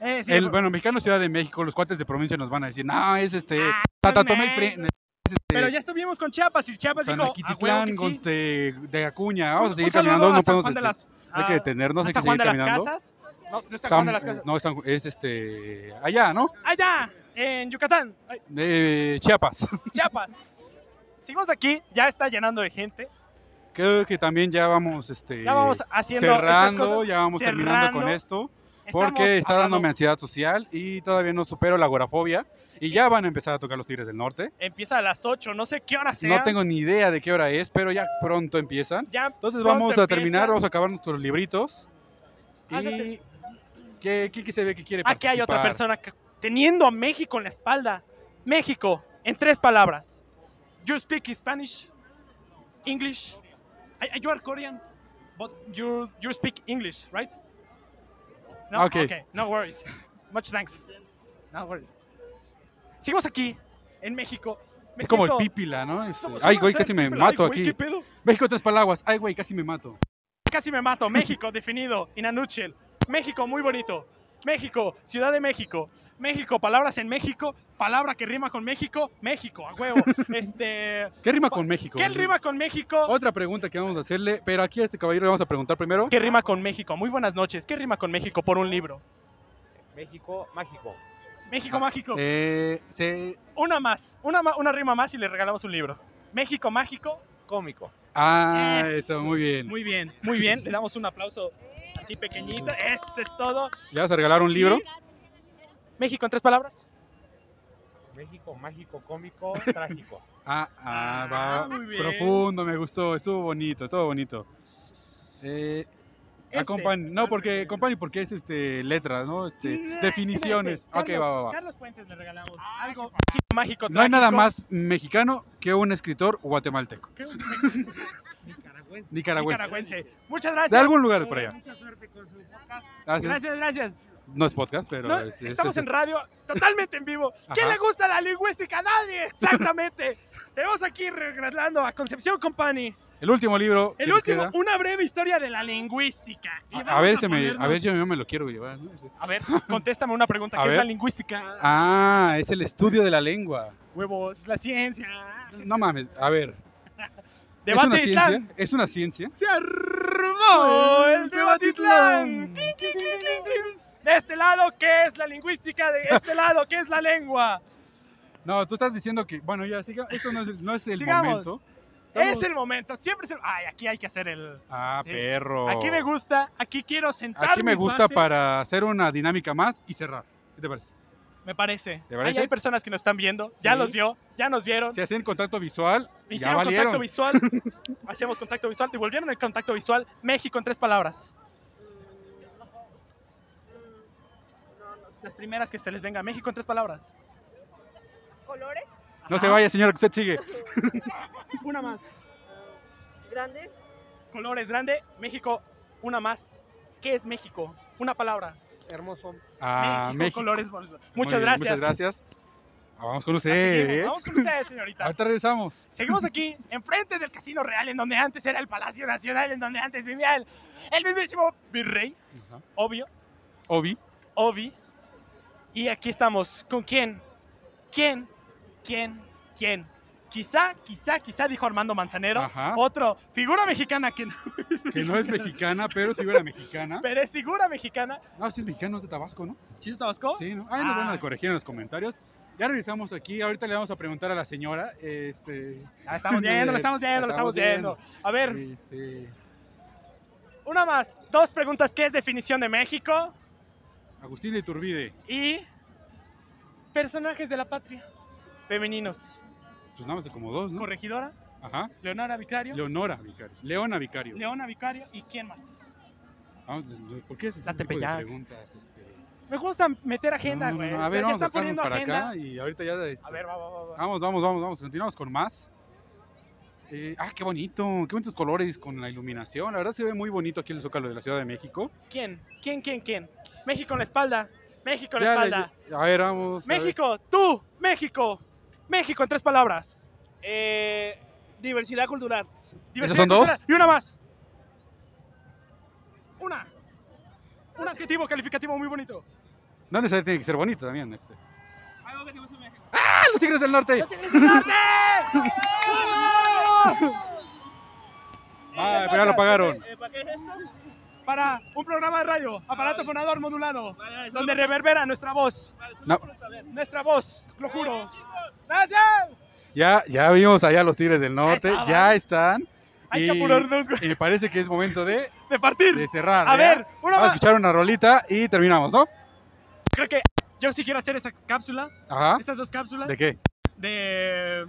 [SPEAKER 2] Eh, sí,
[SPEAKER 1] el,
[SPEAKER 2] por-
[SPEAKER 1] bueno, mexicano Ciudad de México, los cuates de provincia nos van a decir, no, es este,
[SPEAKER 2] Ah,
[SPEAKER 1] Tatatomé,
[SPEAKER 2] men.
[SPEAKER 1] pre- es
[SPEAKER 2] Pero
[SPEAKER 1] este,
[SPEAKER 2] ya estuvimos con Chiapas y Chiapas
[SPEAKER 1] San
[SPEAKER 2] dijo, "A huevo Ah, que
[SPEAKER 1] Aquititlán,
[SPEAKER 2] sí".
[SPEAKER 1] con- de, de Acuña, vamos
[SPEAKER 2] Un-
[SPEAKER 1] a
[SPEAKER 2] un
[SPEAKER 1] seguir
[SPEAKER 2] saludo
[SPEAKER 1] caminando,
[SPEAKER 2] a
[SPEAKER 1] no
[SPEAKER 2] San
[SPEAKER 1] podemos,
[SPEAKER 2] Juan de
[SPEAKER 1] detener-
[SPEAKER 2] las-
[SPEAKER 1] hay que
[SPEAKER 2] a-
[SPEAKER 1] detenernos,
[SPEAKER 2] Ah,
[SPEAKER 1] hay
[SPEAKER 2] a
[SPEAKER 1] que
[SPEAKER 2] San
[SPEAKER 1] seguir
[SPEAKER 2] Juan de las
[SPEAKER 1] caminando.
[SPEAKER 2] Casas. No, no es San Juan de
[SPEAKER 1] San-
[SPEAKER 2] las Casas.
[SPEAKER 1] No, es, San Ju- es este, allá, ¿no?
[SPEAKER 2] Allá, en Yucatán. Ay,
[SPEAKER 1] Eh, Chiapas.
[SPEAKER 2] Chiapas. Seguimos aquí, ya está llenando de gente.
[SPEAKER 1] Creo que también ya vamos, este,
[SPEAKER 2] Ya vamos haciendo estas
[SPEAKER 1] cerrando,
[SPEAKER 2] cosas,
[SPEAKER 1] ya vamos terminando con
[SPEAKER 2] cerrando.
[SPEAKER 1] esto,
[SPEAKER 2] Estamos
[SPEAKER 1] porque está
[SPEAKER 2] hablando-
[SPEAKER 1] dándome ansiedad social y todavía no supero la agorafobia y ya van a empezar a tocar los Tigres del Norte.
[SPEAKER 2] Empieza a las 8, no sé qué hora sea.
[SPEAKER 1] No tengo ni idea de qué hora es, pero ya pronto empiezan.
[SPEAKER 2] Ya
[SPEAKER 1] Entonces
[SPEAKER 2] pronto
[SPEAKER 1] vamos a terminar,
[SPEAKER 2] empiezan.
[SPEAKER 1] vamos a acabar nuestros libritos.
[SPEAKER 2] Pásate.
[SPEAKER 1] Y ¿qué, qué, qué se ve que quiere
[SPEAKER 2] Aquí hay otra
[SPEAKER 1] participar?
[SPEAKER 2] persona que- teniendo a México en la espalda. México, en tres palabras. You speak Spanish, English. I- I- you are Korean, but you, you speak English, right? No,
[SPEAKER 1] Okay.
[SPEAKER 2] no worries. Much thanks. No worries. Seguimos aquí, en México. Me
[SPEAKER 1] Es como el
[SPEAKER 2] siento-
[SPEAKER 1] pípila, ¿no? Este,
[SPEAKER 2] Somos-
[SPEAKER 1] ay,
[SPEAKER 2] somos
[SPEAKER 1] güey,
[SPEAKER 2] ser
[SPEAKER 1] casi me
[SPEAKER 2] pípila. Ay,
[SPEAKER 1] mato
[SPEAKER 2] güey,
[SPEAKER 1] aquí.
[SPEAKER 2] ¿qué pedo?
[SPEAKER 1] México, tres palabras. Ay, güey, casi me mato.
[SPEAKER 2] Casi me mato. México, definido. In a nutshell. México, muy bonito. México, Ciudad de México. México, palabras en México. Palabra que rima con México. México, a huevo. Este.
[SPEAKER 1] ¿Qué rima con México?
[SPEAKER 2] ¿Qué rima con México?
[SPEAKER 1] Otra pregunta que vamos a hacerle, pero aquí a este caballero le vamos a preguntar primero.
[SPEAKER 2] ¿Qué rima con México? Muy buenas noches. ¿Qué rima con México por un libro?
[SPEAKER 6] México, mágico.
[SPEAKER 2] México mágico.
[SPEAKER 1] Ah, Eh, se-
[SPEAKER 2] Una más. Una, ma- una rima más y le regalamos un libro. México mágico.
[SPEAKER 6] Cómico.
[SPEAKER 1] Ah,
[SPEAKER 2] Eso.
[SPEAKER 1] eso, muy bien.
[SPEAKER 2] Muy bien, muy bien. Le damos un aplauso así pequeñito. Eso es todo.
[SPEAKER 1] ¿Le vas a regalar un libro?
[SPEAKER 2] México en tres palabras.
[SPEAKER 6] México, mágico, cómico, trágico.
[SPEAKER 1] Ah, ah, va.
[SPEAKER 6] muy bien.
[SPEAKER 1] Profundo, me gustó. Estuvo bonito, estuvo bonito. Eh,
[SPEAKER 2] Este,
[SPEAKER 1] a Company- no, porque Company, porque es este letras, ¿no? Este, definiciones.
[SPEAKER 2] Este, Carlos,
[SPEAKER 1] ok, va, va, va.
[SPEAKER 2] Carlos Fuentes le regalamos algo mágico.
[SPEAKER 1] No hay nada
[SPEAKER 2] trágico.
[SPEAKER 1] más mexicano que un escritor guatemalteco.
[SPEAKER 2] ¿Qué?
[SPEAKER 1] Nicaragüense.
[SPEAKER 2] Nicaragüense. Muchas gracias. Eh,
[SPEAKER 1] De algún lugar por allá.
[SPEAKER 8] Mucha suerte con su
[SPEAKER 1] Gracias.
[SPEAKER 2] Gracias, gracias.
[SPEAKER 1] No es podcast, pero.
[SPEAKER 2] No,
[SPEAKER 1] es- es-
[SPEAKER 2] estamos
[SPEAKER 1] es-
[SPEAKER 2] en radio, totalmente en vivo. ¿Quién
[SPEAKER 1] Ajá.
[SPEAKER 2] le gusta la lingüística? Nadie, exactamente. Tenemos aquí regalando a Concepción Company.
[SPEAKER 1] El último libro. que
[SPEAKER 2] El
[SPEAKER 1] nos
[SPEAKER 2] último,
[SPEAKER 1] queda.
[SPEAKER 2] una breve historia de la lingüística. Y
[SPEAKER 1] A, a
[SPEAKER 2] vamos
[SPEAKER 1] ver, se me, a
[SPEAKER 2] ponernos-
[SPEAKER 1] ver, yo me lo quiero llevar. ¿no?
[SPEAKER 2] A ver, contéstame una pregunta.
[SPEAKER 1] Ah. A
[SPEAKER 2] ¿Qué es la
[SPEAKER 1] ver.
[SPEAKER 2] lingüística?
[SPEAKER 1] Ah, es el estudio de la lengua.
[SPEAKER 2] Huevos, es la ciencia.
[SPEAKER 1] No mames, a ver. ¿Es
[SPEAKER 2] Debate
[SPEAKER 1] una
[SPEAKER 2] Itlán.
[SPEAKER 1] ciencia? ¿Es una ciencia?
[SPEAKER 2] Se armó el Debatitlán. Clink, clink, clink, clink, clink. De este lado, ¿qué es la lingüística? De este lado, ¿qué es la lengua?
[SPEAKER 1] No, tú estás diciendo que. Bueno, ya, siga. Esto no es, el- no es el
[SPEAKER 2] Sigamos.
[SPEAKER 1] momento.
[SPEAKER 2] Es el momento, siempre es el... Ay, aquí hay que hacer el...
[SPEAKER 1] Ah,
[SPEAKER 2] Sí.
[SPEAKER 1] perro.
[SPEAKER 2] Aquí me gusta, aquí quiero sentar
[SPEAKER 1] Aquí me
[SPEAKER 2] mis
[SPEAKER 1] gusta
[SPEAKER 2] bases.
[SPEAKER 1] para hacer una dinámica más y cerrar. ¿Qué te parece?
[SPEAKER 2] Me parece.
[SPEAKER 1] ¿Te parece?
[SPEAKER 2] Ahí hay personas que nos están viendo, ya
[SPEAKER 1] Sí.
[SPEAKER 2] los vio, ya nos vieron.
[SPEAKER 1] Si hacen contacto visual, ya
[SPEAKER 2] Hicieron
[SPEAKER 1] valieron.
[SPEAKER 2] contacto visual, hacemos contacto visual, devolvieron el contacto visual. México en tres palabras. Las primeras que se les venga. México en tres palabras.
[SPEAKER 7] ¿Colores?
[SPEAKER 1] No se vaya, señor, que usted sigue.
[SPEAKER 2] Una más.
[SPEAKER 7] ¿Grande?
[SPEAKER 2] Colores grande, México, una más. ¿Qué es México? Una palabra.
[SPEAKER 11] Hermoso.
[SPEAKER 1] Ah,
[SPEAKER 2] México,
[SPEAKER 1] México.
[SPEAKER 2] colores. bonitos.
[SPEAKER 1] Muy
[SPEAKER 2] Muchas
[SPEAKER 1] bien,
[SPEAKER 2] gracias.
[SPEAKER 1] Muchas gracias. Ah, Vamos con
[SPEAKER 2] Ah, seguimos.
[SPEAKER 1] usted. ¿eh?
[SPEAKER 2] Vamos con ustedes, señorita.
[SPEAKER 1] Ahorita regresamos.
[SPEAKER 2] Seguimos aquí, enfrente del Casino Real, en donde antes era el Palacio Nacional, en donde antes vivía el, el mismísimo virrey,
[SPEAKER 1] Ajá.
[SPEAKER 2] obvio,
[SPEAKER 1] Obi.
[SPEAKER 2] Obi. Y aquí estamos. ¿Con quién? ¿Quién? ¿Quién? ¿Quién? Quizá, quizá, quizá, dijo Armando Manzanero. Otro, figura mexicana que no es
[SPEAKER 1] Que no es mexicana, pero es figura mexicana.
[SPEAKER 2] Pero es figura mexicana.
[SPEAKER 1] No, sí es mexicano, es de Tabasco, ¿no?
[SPEAKER 2] ¿Sí es de Tabasco?
[SPEAKER 1] Sí, ¿no? Ahí nos van
[SPEAKER 2] Ah.
[SPEAKER 1] a corregir en los comentarios. Ya regresamos aquí, ahorita le vamos a preguntar a la señora. Este...
[SPEAKER 2] La estamos viendo, la estamos viendo, la estamos viendo. A ver.
[SPEAKER 1] Este,
[SPEAKER 2] Una más. Dos preguntas. ¿Qué es definición de México?
[SPEAKER 1] Agustín de Iturbide.
[SPEAKER 2] Y personajes de la patria. Femeninos.
[SPEAKER 1] Pues nada más de como dos, ¿no?
[SPEAKER 2] Corregidora,
[SPEAKER 1] Ajá.
[SPEAKER 2] Leonora Vicario,
[SPEAKER 1] Leonora Vicario. Leona Vicario.
[SPEAKER 2] Leona Vicario y ¿quién más?
[SPEAKER 1] Ah, ¿Por qué es
[SPEAKER 2] Tepeyac.
[SPEAKER 1] preguntas? Este...
[SPEAKER 2] Me gusta meter agenda,
[SPEAKER 1] No, no,
[SPEAKER 2] güey.
[SPEAKER 1] no,
[SPEAKER 2] O
[SPEAKER 1] A
[SPEAKER 2] sea,
[SPEAKER 1] ver,
[SPEAKER 2] ya
[SPEAKER 1] vamos a
[SPEAKER 2] están
[SPEAKER 1] dejarnos
[SPEAKER 2] poniendo
[SPEAKER 1] para
[SPEAKER 2] agenda.
[SPEAKER 1] acá y ahorita ya... este,
[SPEAKER 2] A ver, va, va, va, va.
[SPEAKER 1] Vamos, vamos, vamos, vamos. Continuamos con más. Eh, ah, qué bonito, qué bonitos colores con la iluminación. La verdad se ve muy bonito aquí el Zócalo de la Ciudad de México.
[SPEAKER 2] ¿Quién? ¿Quién, quién, quién? México en la espalda. México en la
[SPEAKER 1] Ya le-
[SPEAKER 2] espalda.
[SPEAKER 1] a ver, vamos. a ver.
[SPEAKER 2] México, tú, México. México en tres palabras. Eh, diversidad cultural.
[SPEAKER 1] ¿Esas
[SPEAKER 2] Diversidad
[SPEAKER 1] son dos?
[SPEAKER 2] cultural. Y una más. Una. Un adjetivo calificativo muy bonito.
[SPEAKER 1] No necesariamente tiene que ser bonito también. Este.
[SPEAKER 2] Algo que te guste en México.
[SPEAKER 1] ¡Ah! ¡Los Tigres del Norte!
[SPEAKER 2] ¡Los Tigres del Norte!
[SPEAKER 1] Ah, pero ya lo pagaron.
[SPEAKER 2] Eh, ¿Para qué es esto? Para un programa de radio, aparato fonador modulado, donde reverbera nuestra voz.
[SPEAKER 1] No.
[SPEAKER 2] Nuestra voz, lo juro. ¡Gracias!
[SPEAKER 1] Ya, ya vimos allá los Tigres del Norte,
[SPEAKER 2] estaban.
[SPEAKER 1] ya están.
[SPEAKER 2] Hay
[SPEAKER 1] y,
[SPEAKER 2] que apurarnos, güey.
[SPEAKER 1] y me parece que es momento de,
[SPEAKER 2] de partir,
[SPEAKER 1] de cerrar.
[SPEAKER 2] A
[SPEAKER 1] ¿ya?
[SPEAKER 2] ver, una
[SPEAKER 1] Vamos a
[SPEAKER 2] más.
[SPEAKER 1] escuchar una rolita y terminamos, ¿no?
[SPEAKER 2] Creo que yo sí quiero hacer esa cápsula.
[SPEAKER 1] Ajá.
[SPEAKER 2] Esas dos cápsulas.
[SPEAKER 1] ¿Ah? ¿De qué?
[SPEAKER 2] De.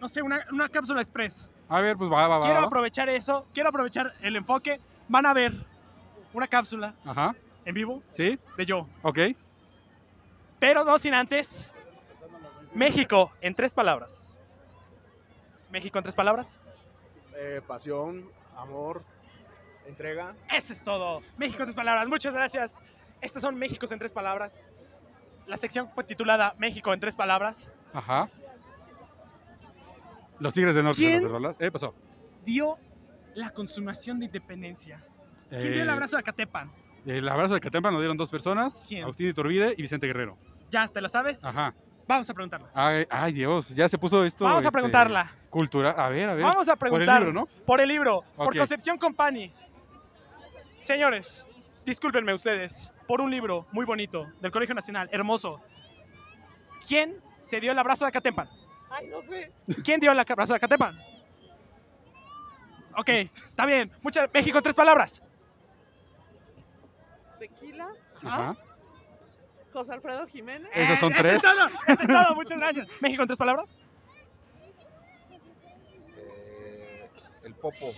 [SPEAKER 2] No sé, una, una cápsula express.
[SPEAKER 1] A ver, pues va, va, va.
[SPEAKER 2] Quiero
[SPEAKER 1] va.
[SPEAKER 2] aprovechar eso, quiero aprovechar el enfoque. Van a ver una cápsula
[SPEAKER 1] Ajá.
[SPEAKER 2] en vivo
[SPEAKER 1] ¿Sí?
[SPEAKER 2] de yo.
[SPEAKER 1] Ok.
[SPEAKER 2] Pero no sin antes. México, en tres palabras. México, en tres palabras.
[SPEAKER 10] Eh, pasión, amor, entrega.
[SPEAKER 2] Eso es todo. México en tres palabras. Muchas gracias. Estas son México en tres palabras. La sección titulada México en tres palabras
[SPEAKER 1] Ajá. Los Tigres del Norte.
[SPEAKER 2] ¿Quién?
[SPEAKER 1] ¿no? ¿Verdad? Eh, pasó.
[SPEAKER 2] dio la consumación de independencia. ¿Quién dio el
[SPEAKER 1] Eh,
[SPEAKER 2] abrazo a Catepan?
[SPEAKER 1] El abrazo de Catampa nos dieron dos personas.
[SPEAKER 2] ¿Quién?
[SPEAKER 1] Agustín Iturbide y Vicente Guerrero.
[SPEAKER 2] Ya, ¿te lo sabes?
[SPEAKER 1] Ajá.
[SPEAKER 2] Vamos a preguntarla.
[SPEAKER 1] Ay, ay, Dios, ya se puso esto.
[SPEAKER 2] Vamos a
[SPEAKER 1] este,
[SPEAKER 2] preguntarla.
[SPEAKER 1] Cultura. A ver, a ver.
[SPEAKER 2] Vamos a
[SPEAKER 1] Por
[SPEAKER 2] preguntar
[SPEAKER 1] el libro,
[SPEAKER 2] Por, el libro, por
[SPEAKER 1] Ok.
[SPEAKER 2] Concepción Compani. Señores, discúlpenme ustedes, por un libro muy bonito del Colegio Nacional, hermoso. ¿Quién se dio el abrazo de Catepan?
[SPEAKER 5] Ay, no sé.
[SPEAKER 2] ¿Quién dio el abrazo de Catepan? Ok, está bien. Mucha- México en tres palabras.
[SPEAKER 7] Tequila,
[SPEAKER 1] ¿no? Ajá.
[SPEAKER 7] José Alfredo Jiménez.
[SPEAKER 1] Esas son
[SPEAKER 2] Eso
[SPEAKER 1] tres.
[SPEAKER 2] Ah, eh, es todo, eso es todo, muchas gracias. México en tres palabras.
[SPEAKER 11] Eh, El popo.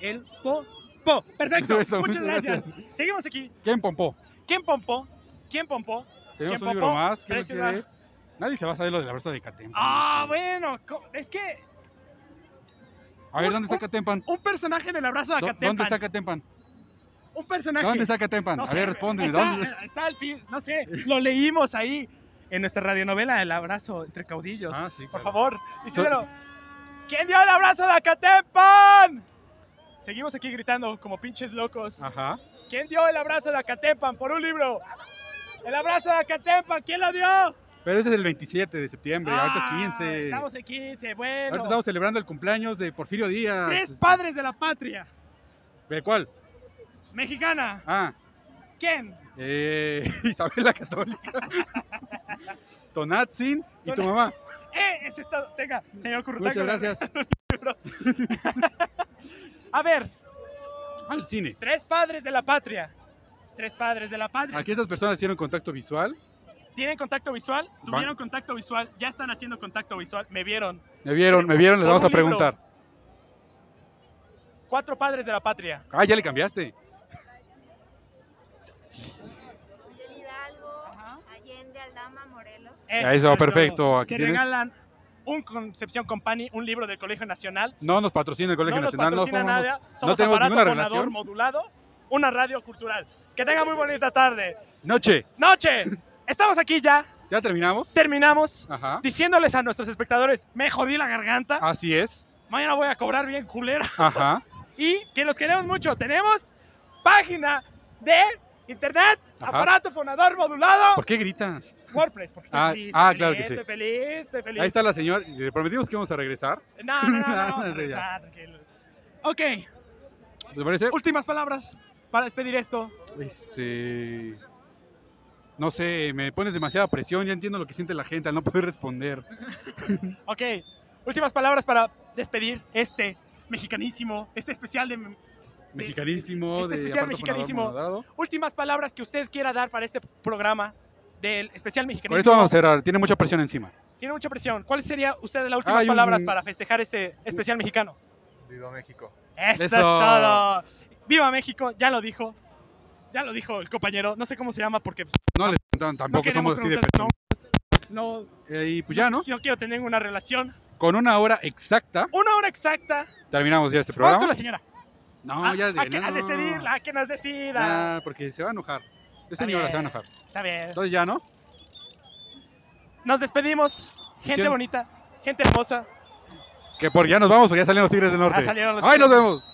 [SPEAKER 2] El po. Po. Perfecto, muchas gracias.
[SPEAKER 1] Gracias.
[SPEAKER 2] Seguimos aquí.
[SPEAKER 1] ¿Quién pompó?
[SPEAKER 2] ¿Quién pompó? ¿Quién pompó?
[SPEAKER 1] Tenemos
[SPEAKER 2] ¿Quién
[SPEAKER 1] un libro
[SPEAKER 2] pompó?
[SPEAKER 1] más. ¿quién lo
[SPEAKER 2] Tres ciudad-
[SPEAKER 1] quiere? Nadie se va a saber lo del abrazo de Catempa.
[SPEAKER 2] Ah, bueno, co- es que
[SPEAKER 1] A ver, ¿dónde está Catempan?
[SPEAKER 2] un personaje del abrazo de
[SPEAKER 1] ¿Dó-
[SPEAKER 2] Acatempan.
[SPEAKER 1] ¿Dónde está Catempan?
[SPEAKER 2] Un personaje.
[SPEAKER 1] ¿Dónde está Catempan? A ver, responde.
[SPEAKER 2] Está,
[SPEAKER 1] ¿dónde-
[SPEAKER 2] está al fin, no sé, lo leímos ahí en nuestra radionovela El abrazo entre caudillos.
[SPEAKER 1] Ah, sí,
[SPEAKER 2] Por
[SPEAKER 1] claro.
[SPEAKER 2] favor, díselo. ¿Quién dio el abrazo de Acatempan? Seguimos aquí gritando como pinches locos.
[SPEAKER 1] Ajá.
[SPEAKER 2] ¿Quién dio el abrazo de Acatempan por un libro? El abrazo de Acatempan, ¿quién lo dio?
[SPEAKER 1] Pero ese es el 27 de septiembre, ahorita es 15.
[SPEAKER 2] Ah, Estamos en 15, bueno.
[SPEAKER 1] Ahorita estamos celebrando el cumpleaños de Porfirio Díaz.
[SPEAKER 2] Tres padres de la patria
[SPEAKER 1] ¿De cuál?
[SPEAKER 2] mexicana.
[SPEAKER 1] Ah,
[SPEAKER 2] ¿Quién?
[SPEAKER 1] eh, Isabel la Católica. Tonatzin y tu mamá.
[SPEAKER 2] ¡Eh! Ese estado. Tenga, señor Currutaco.
[SPEAKER 1] Muchas gracias.
[SPEAKER 2] A ver,
[SPEAKER 1] Al cine.
[SPEAKER 2] tres padres de la patria. Tres padres de la patria.
[SPEAKER 1] Aquí estas personas hicieron contacto visual.
[SPEAKER 2] ¿Tienen contacto visual? ¿Tuvieron contacto visual? ¿Ya están haciendo contacto visual? Me vieron.
[SPEAKER 1] Me vieron, me vieron, les
[SPEAKER 2] Por
[SPEAKER 1] vamos
[SPEAKER 2] un
[SPEAKER 1] a preguntar.
[SPEAKER 2] Cuatro padres de la patria.
[SPEAKER 1] Ah, ya le cambiaste.
[SPEAKER 13] Miguel Hidalgo, Allende, Aldama, Morelos.
[SPEAKER 1] Eso, perfecto. Aquí
[SPEAKER 2] Se
[SPEAKER 1] tienes.
[SPEAKER 2] regalan un Concepción Company, un libro del Colegio Nacional.
[SPEAKER 1] No nos patrocina el Colegio
[SPEAKER 2] no nos
[SPEAKER 1] Nacional.
[SPEAKER 2] patrocina
[SPEAKER 1] formamos-
[SPEAKER 2] nada.
[SPEAKER 1] no
[SPEAKER 2] Somos
[SPEAKER 1] tenemos
[SPEAKER 2] aparato
[SPEAKER 1] ninguna
[SPEAKER 2] fonador
[SPEAKER 1] relación.
[SPEAKER 2] modulado, una radio cultural. Que tenga muy bonita tarde.
[SPEAKER 1] Noche.
[SPEAKER 2] Noche. Estamos aquí ya.
[SPEAKER 1] ¿Ya terminamos?
[SPEAKER 2] Terminamos.
[SPEAKER 1] Ajá.
[SPEAKER 2] Diciéndoles a nuestros espectadores, me jodí la garganta.
[SPEAKER 1] Así es.
[SPEAKER 2] Mañana voy a cobrar bien culera.
[SPEAKER 1] Ajá.
[SPEAKER 2] Y que los queremos mucho. Tenemos página de internet,
[SPEAKER 1] Ajá.
[SPEAKER 2] aparato fonador modulado.
[SPEAKER 1] ¿Por qué gritas?
[SPEAKER 2] WordPress, porque estoy
[SPEAKER 1] Ah,
[SPEAKER 2] feliz.
[SPEAKER 1] ah,
[SPEAKER 2] estoy
[SPEAKER 1] claro
[SPEAKER 2] feliz,
[SPEAKER 1] que sí.
[SPEAKER 2] Estoy feliz, estoy feliz.
[SPEAKER 1] Ahí está la señora. Le prometimos que íbamos a regresar.
[SPEAKER 2] No, no, no, no, vamos a
[SPEAKER 1] Ya.
[SPEAKER 2] regresar, tranquilo. Ok,
[SPEAKER 1] ¿Te parece?
[SPEAKER 2] últimas palabras para despedir esto.
[SPEAKER 1] Este, No sé, me pones demasiada presión. Ya entiendo lo que siente la gente al no poder responder.
[SPEAKER 2] Ok, últimas palabras para despedir este mexicanísimo, este especial de...
[SPEAKER 1] Mexicanísimo.
[SPEAKER 2] Este
[SPEAKER 1] de
[SPEAKER 2] especial
[SPEAKER 1] aparto fonador
[SPEAKER 2] mexicanísimo.
[SPEAKER 1] monodado.
[SPEAKER 2] Últimas palabras que usted quiera dar para este programa del especial mexicanísimo.
[SPEAKER 1] Con esto vamos a cerrar. Tiene mucha presión encima.
[SPEAKER 2] Tiene mucha presión. ¿Cuál sería usted las últimas
[SPEAKER 1] Hay un-
[SPEAKER 2] palabras para festejar este especial mexicano?
[SPEAKER 11] Viva México.
[SPEAKER 2] Eso,
[SPEAKER 1] Eso.
[SPEAKER 2] es todo. Viva México, ya lo dijo. Ya lo dijo el compañero. No sé cómo se llama porque pues,
[SPEAKER 1] No les preguntaron, tampoco
[SPEAKER 2] queremos
[SPEAKER 1] somos así de
[SPEAKER 2] preguntar
[SPEAKER 1] presión.
[SPEAKER 2] no,
[SPEAKER 1] y pues ya, ¿no?
[SPEAKER 2] yo quiero tener una relación.
[SPEAKER 1] Con una hora exacta
[SPEAKER 2] Una hora exacta.
[SPEAKER 1] terminamos ya este
[SPEAKER 2] Vamos con
[SPEAKER 1] programa.
[SPEAKER 2] la señora.
[SPEAKER 1] No,
[SPEAKER 2] Ah,
[SPEAKER 1] ya es de-
[SPEAKER 2] a, que, a
[SPEAKER 1] no.
[SPEAKER 2] decidirla, a que nos decida.
[SPEAKER 1] Ah, porque se va a enojar. Es
[SPEAKER 2] Está
[SPEAKER 1] señora,
[SPEAKER 2] bien.
[SPEAKER 1] se va a enojar.
[SPEAKER 2] Está bien.
[SPEAKER 1] Entonces ya, ¿no?
[SPEAKER 2] Nos despedimos. Gente
[SPEAKER 1] Diciendo-
[SPEAKER 2] bonita, gente hermosa.
[SPEAKER 1] Que por ya nos vamos, porque ya salieron los Tigres del Norte.
[SPEAKER 2] salieron los
[SPEAKER 1] ¡Ay, nos
[SPEAKER 2] Tigres.
[SPEAKER 1] vemos!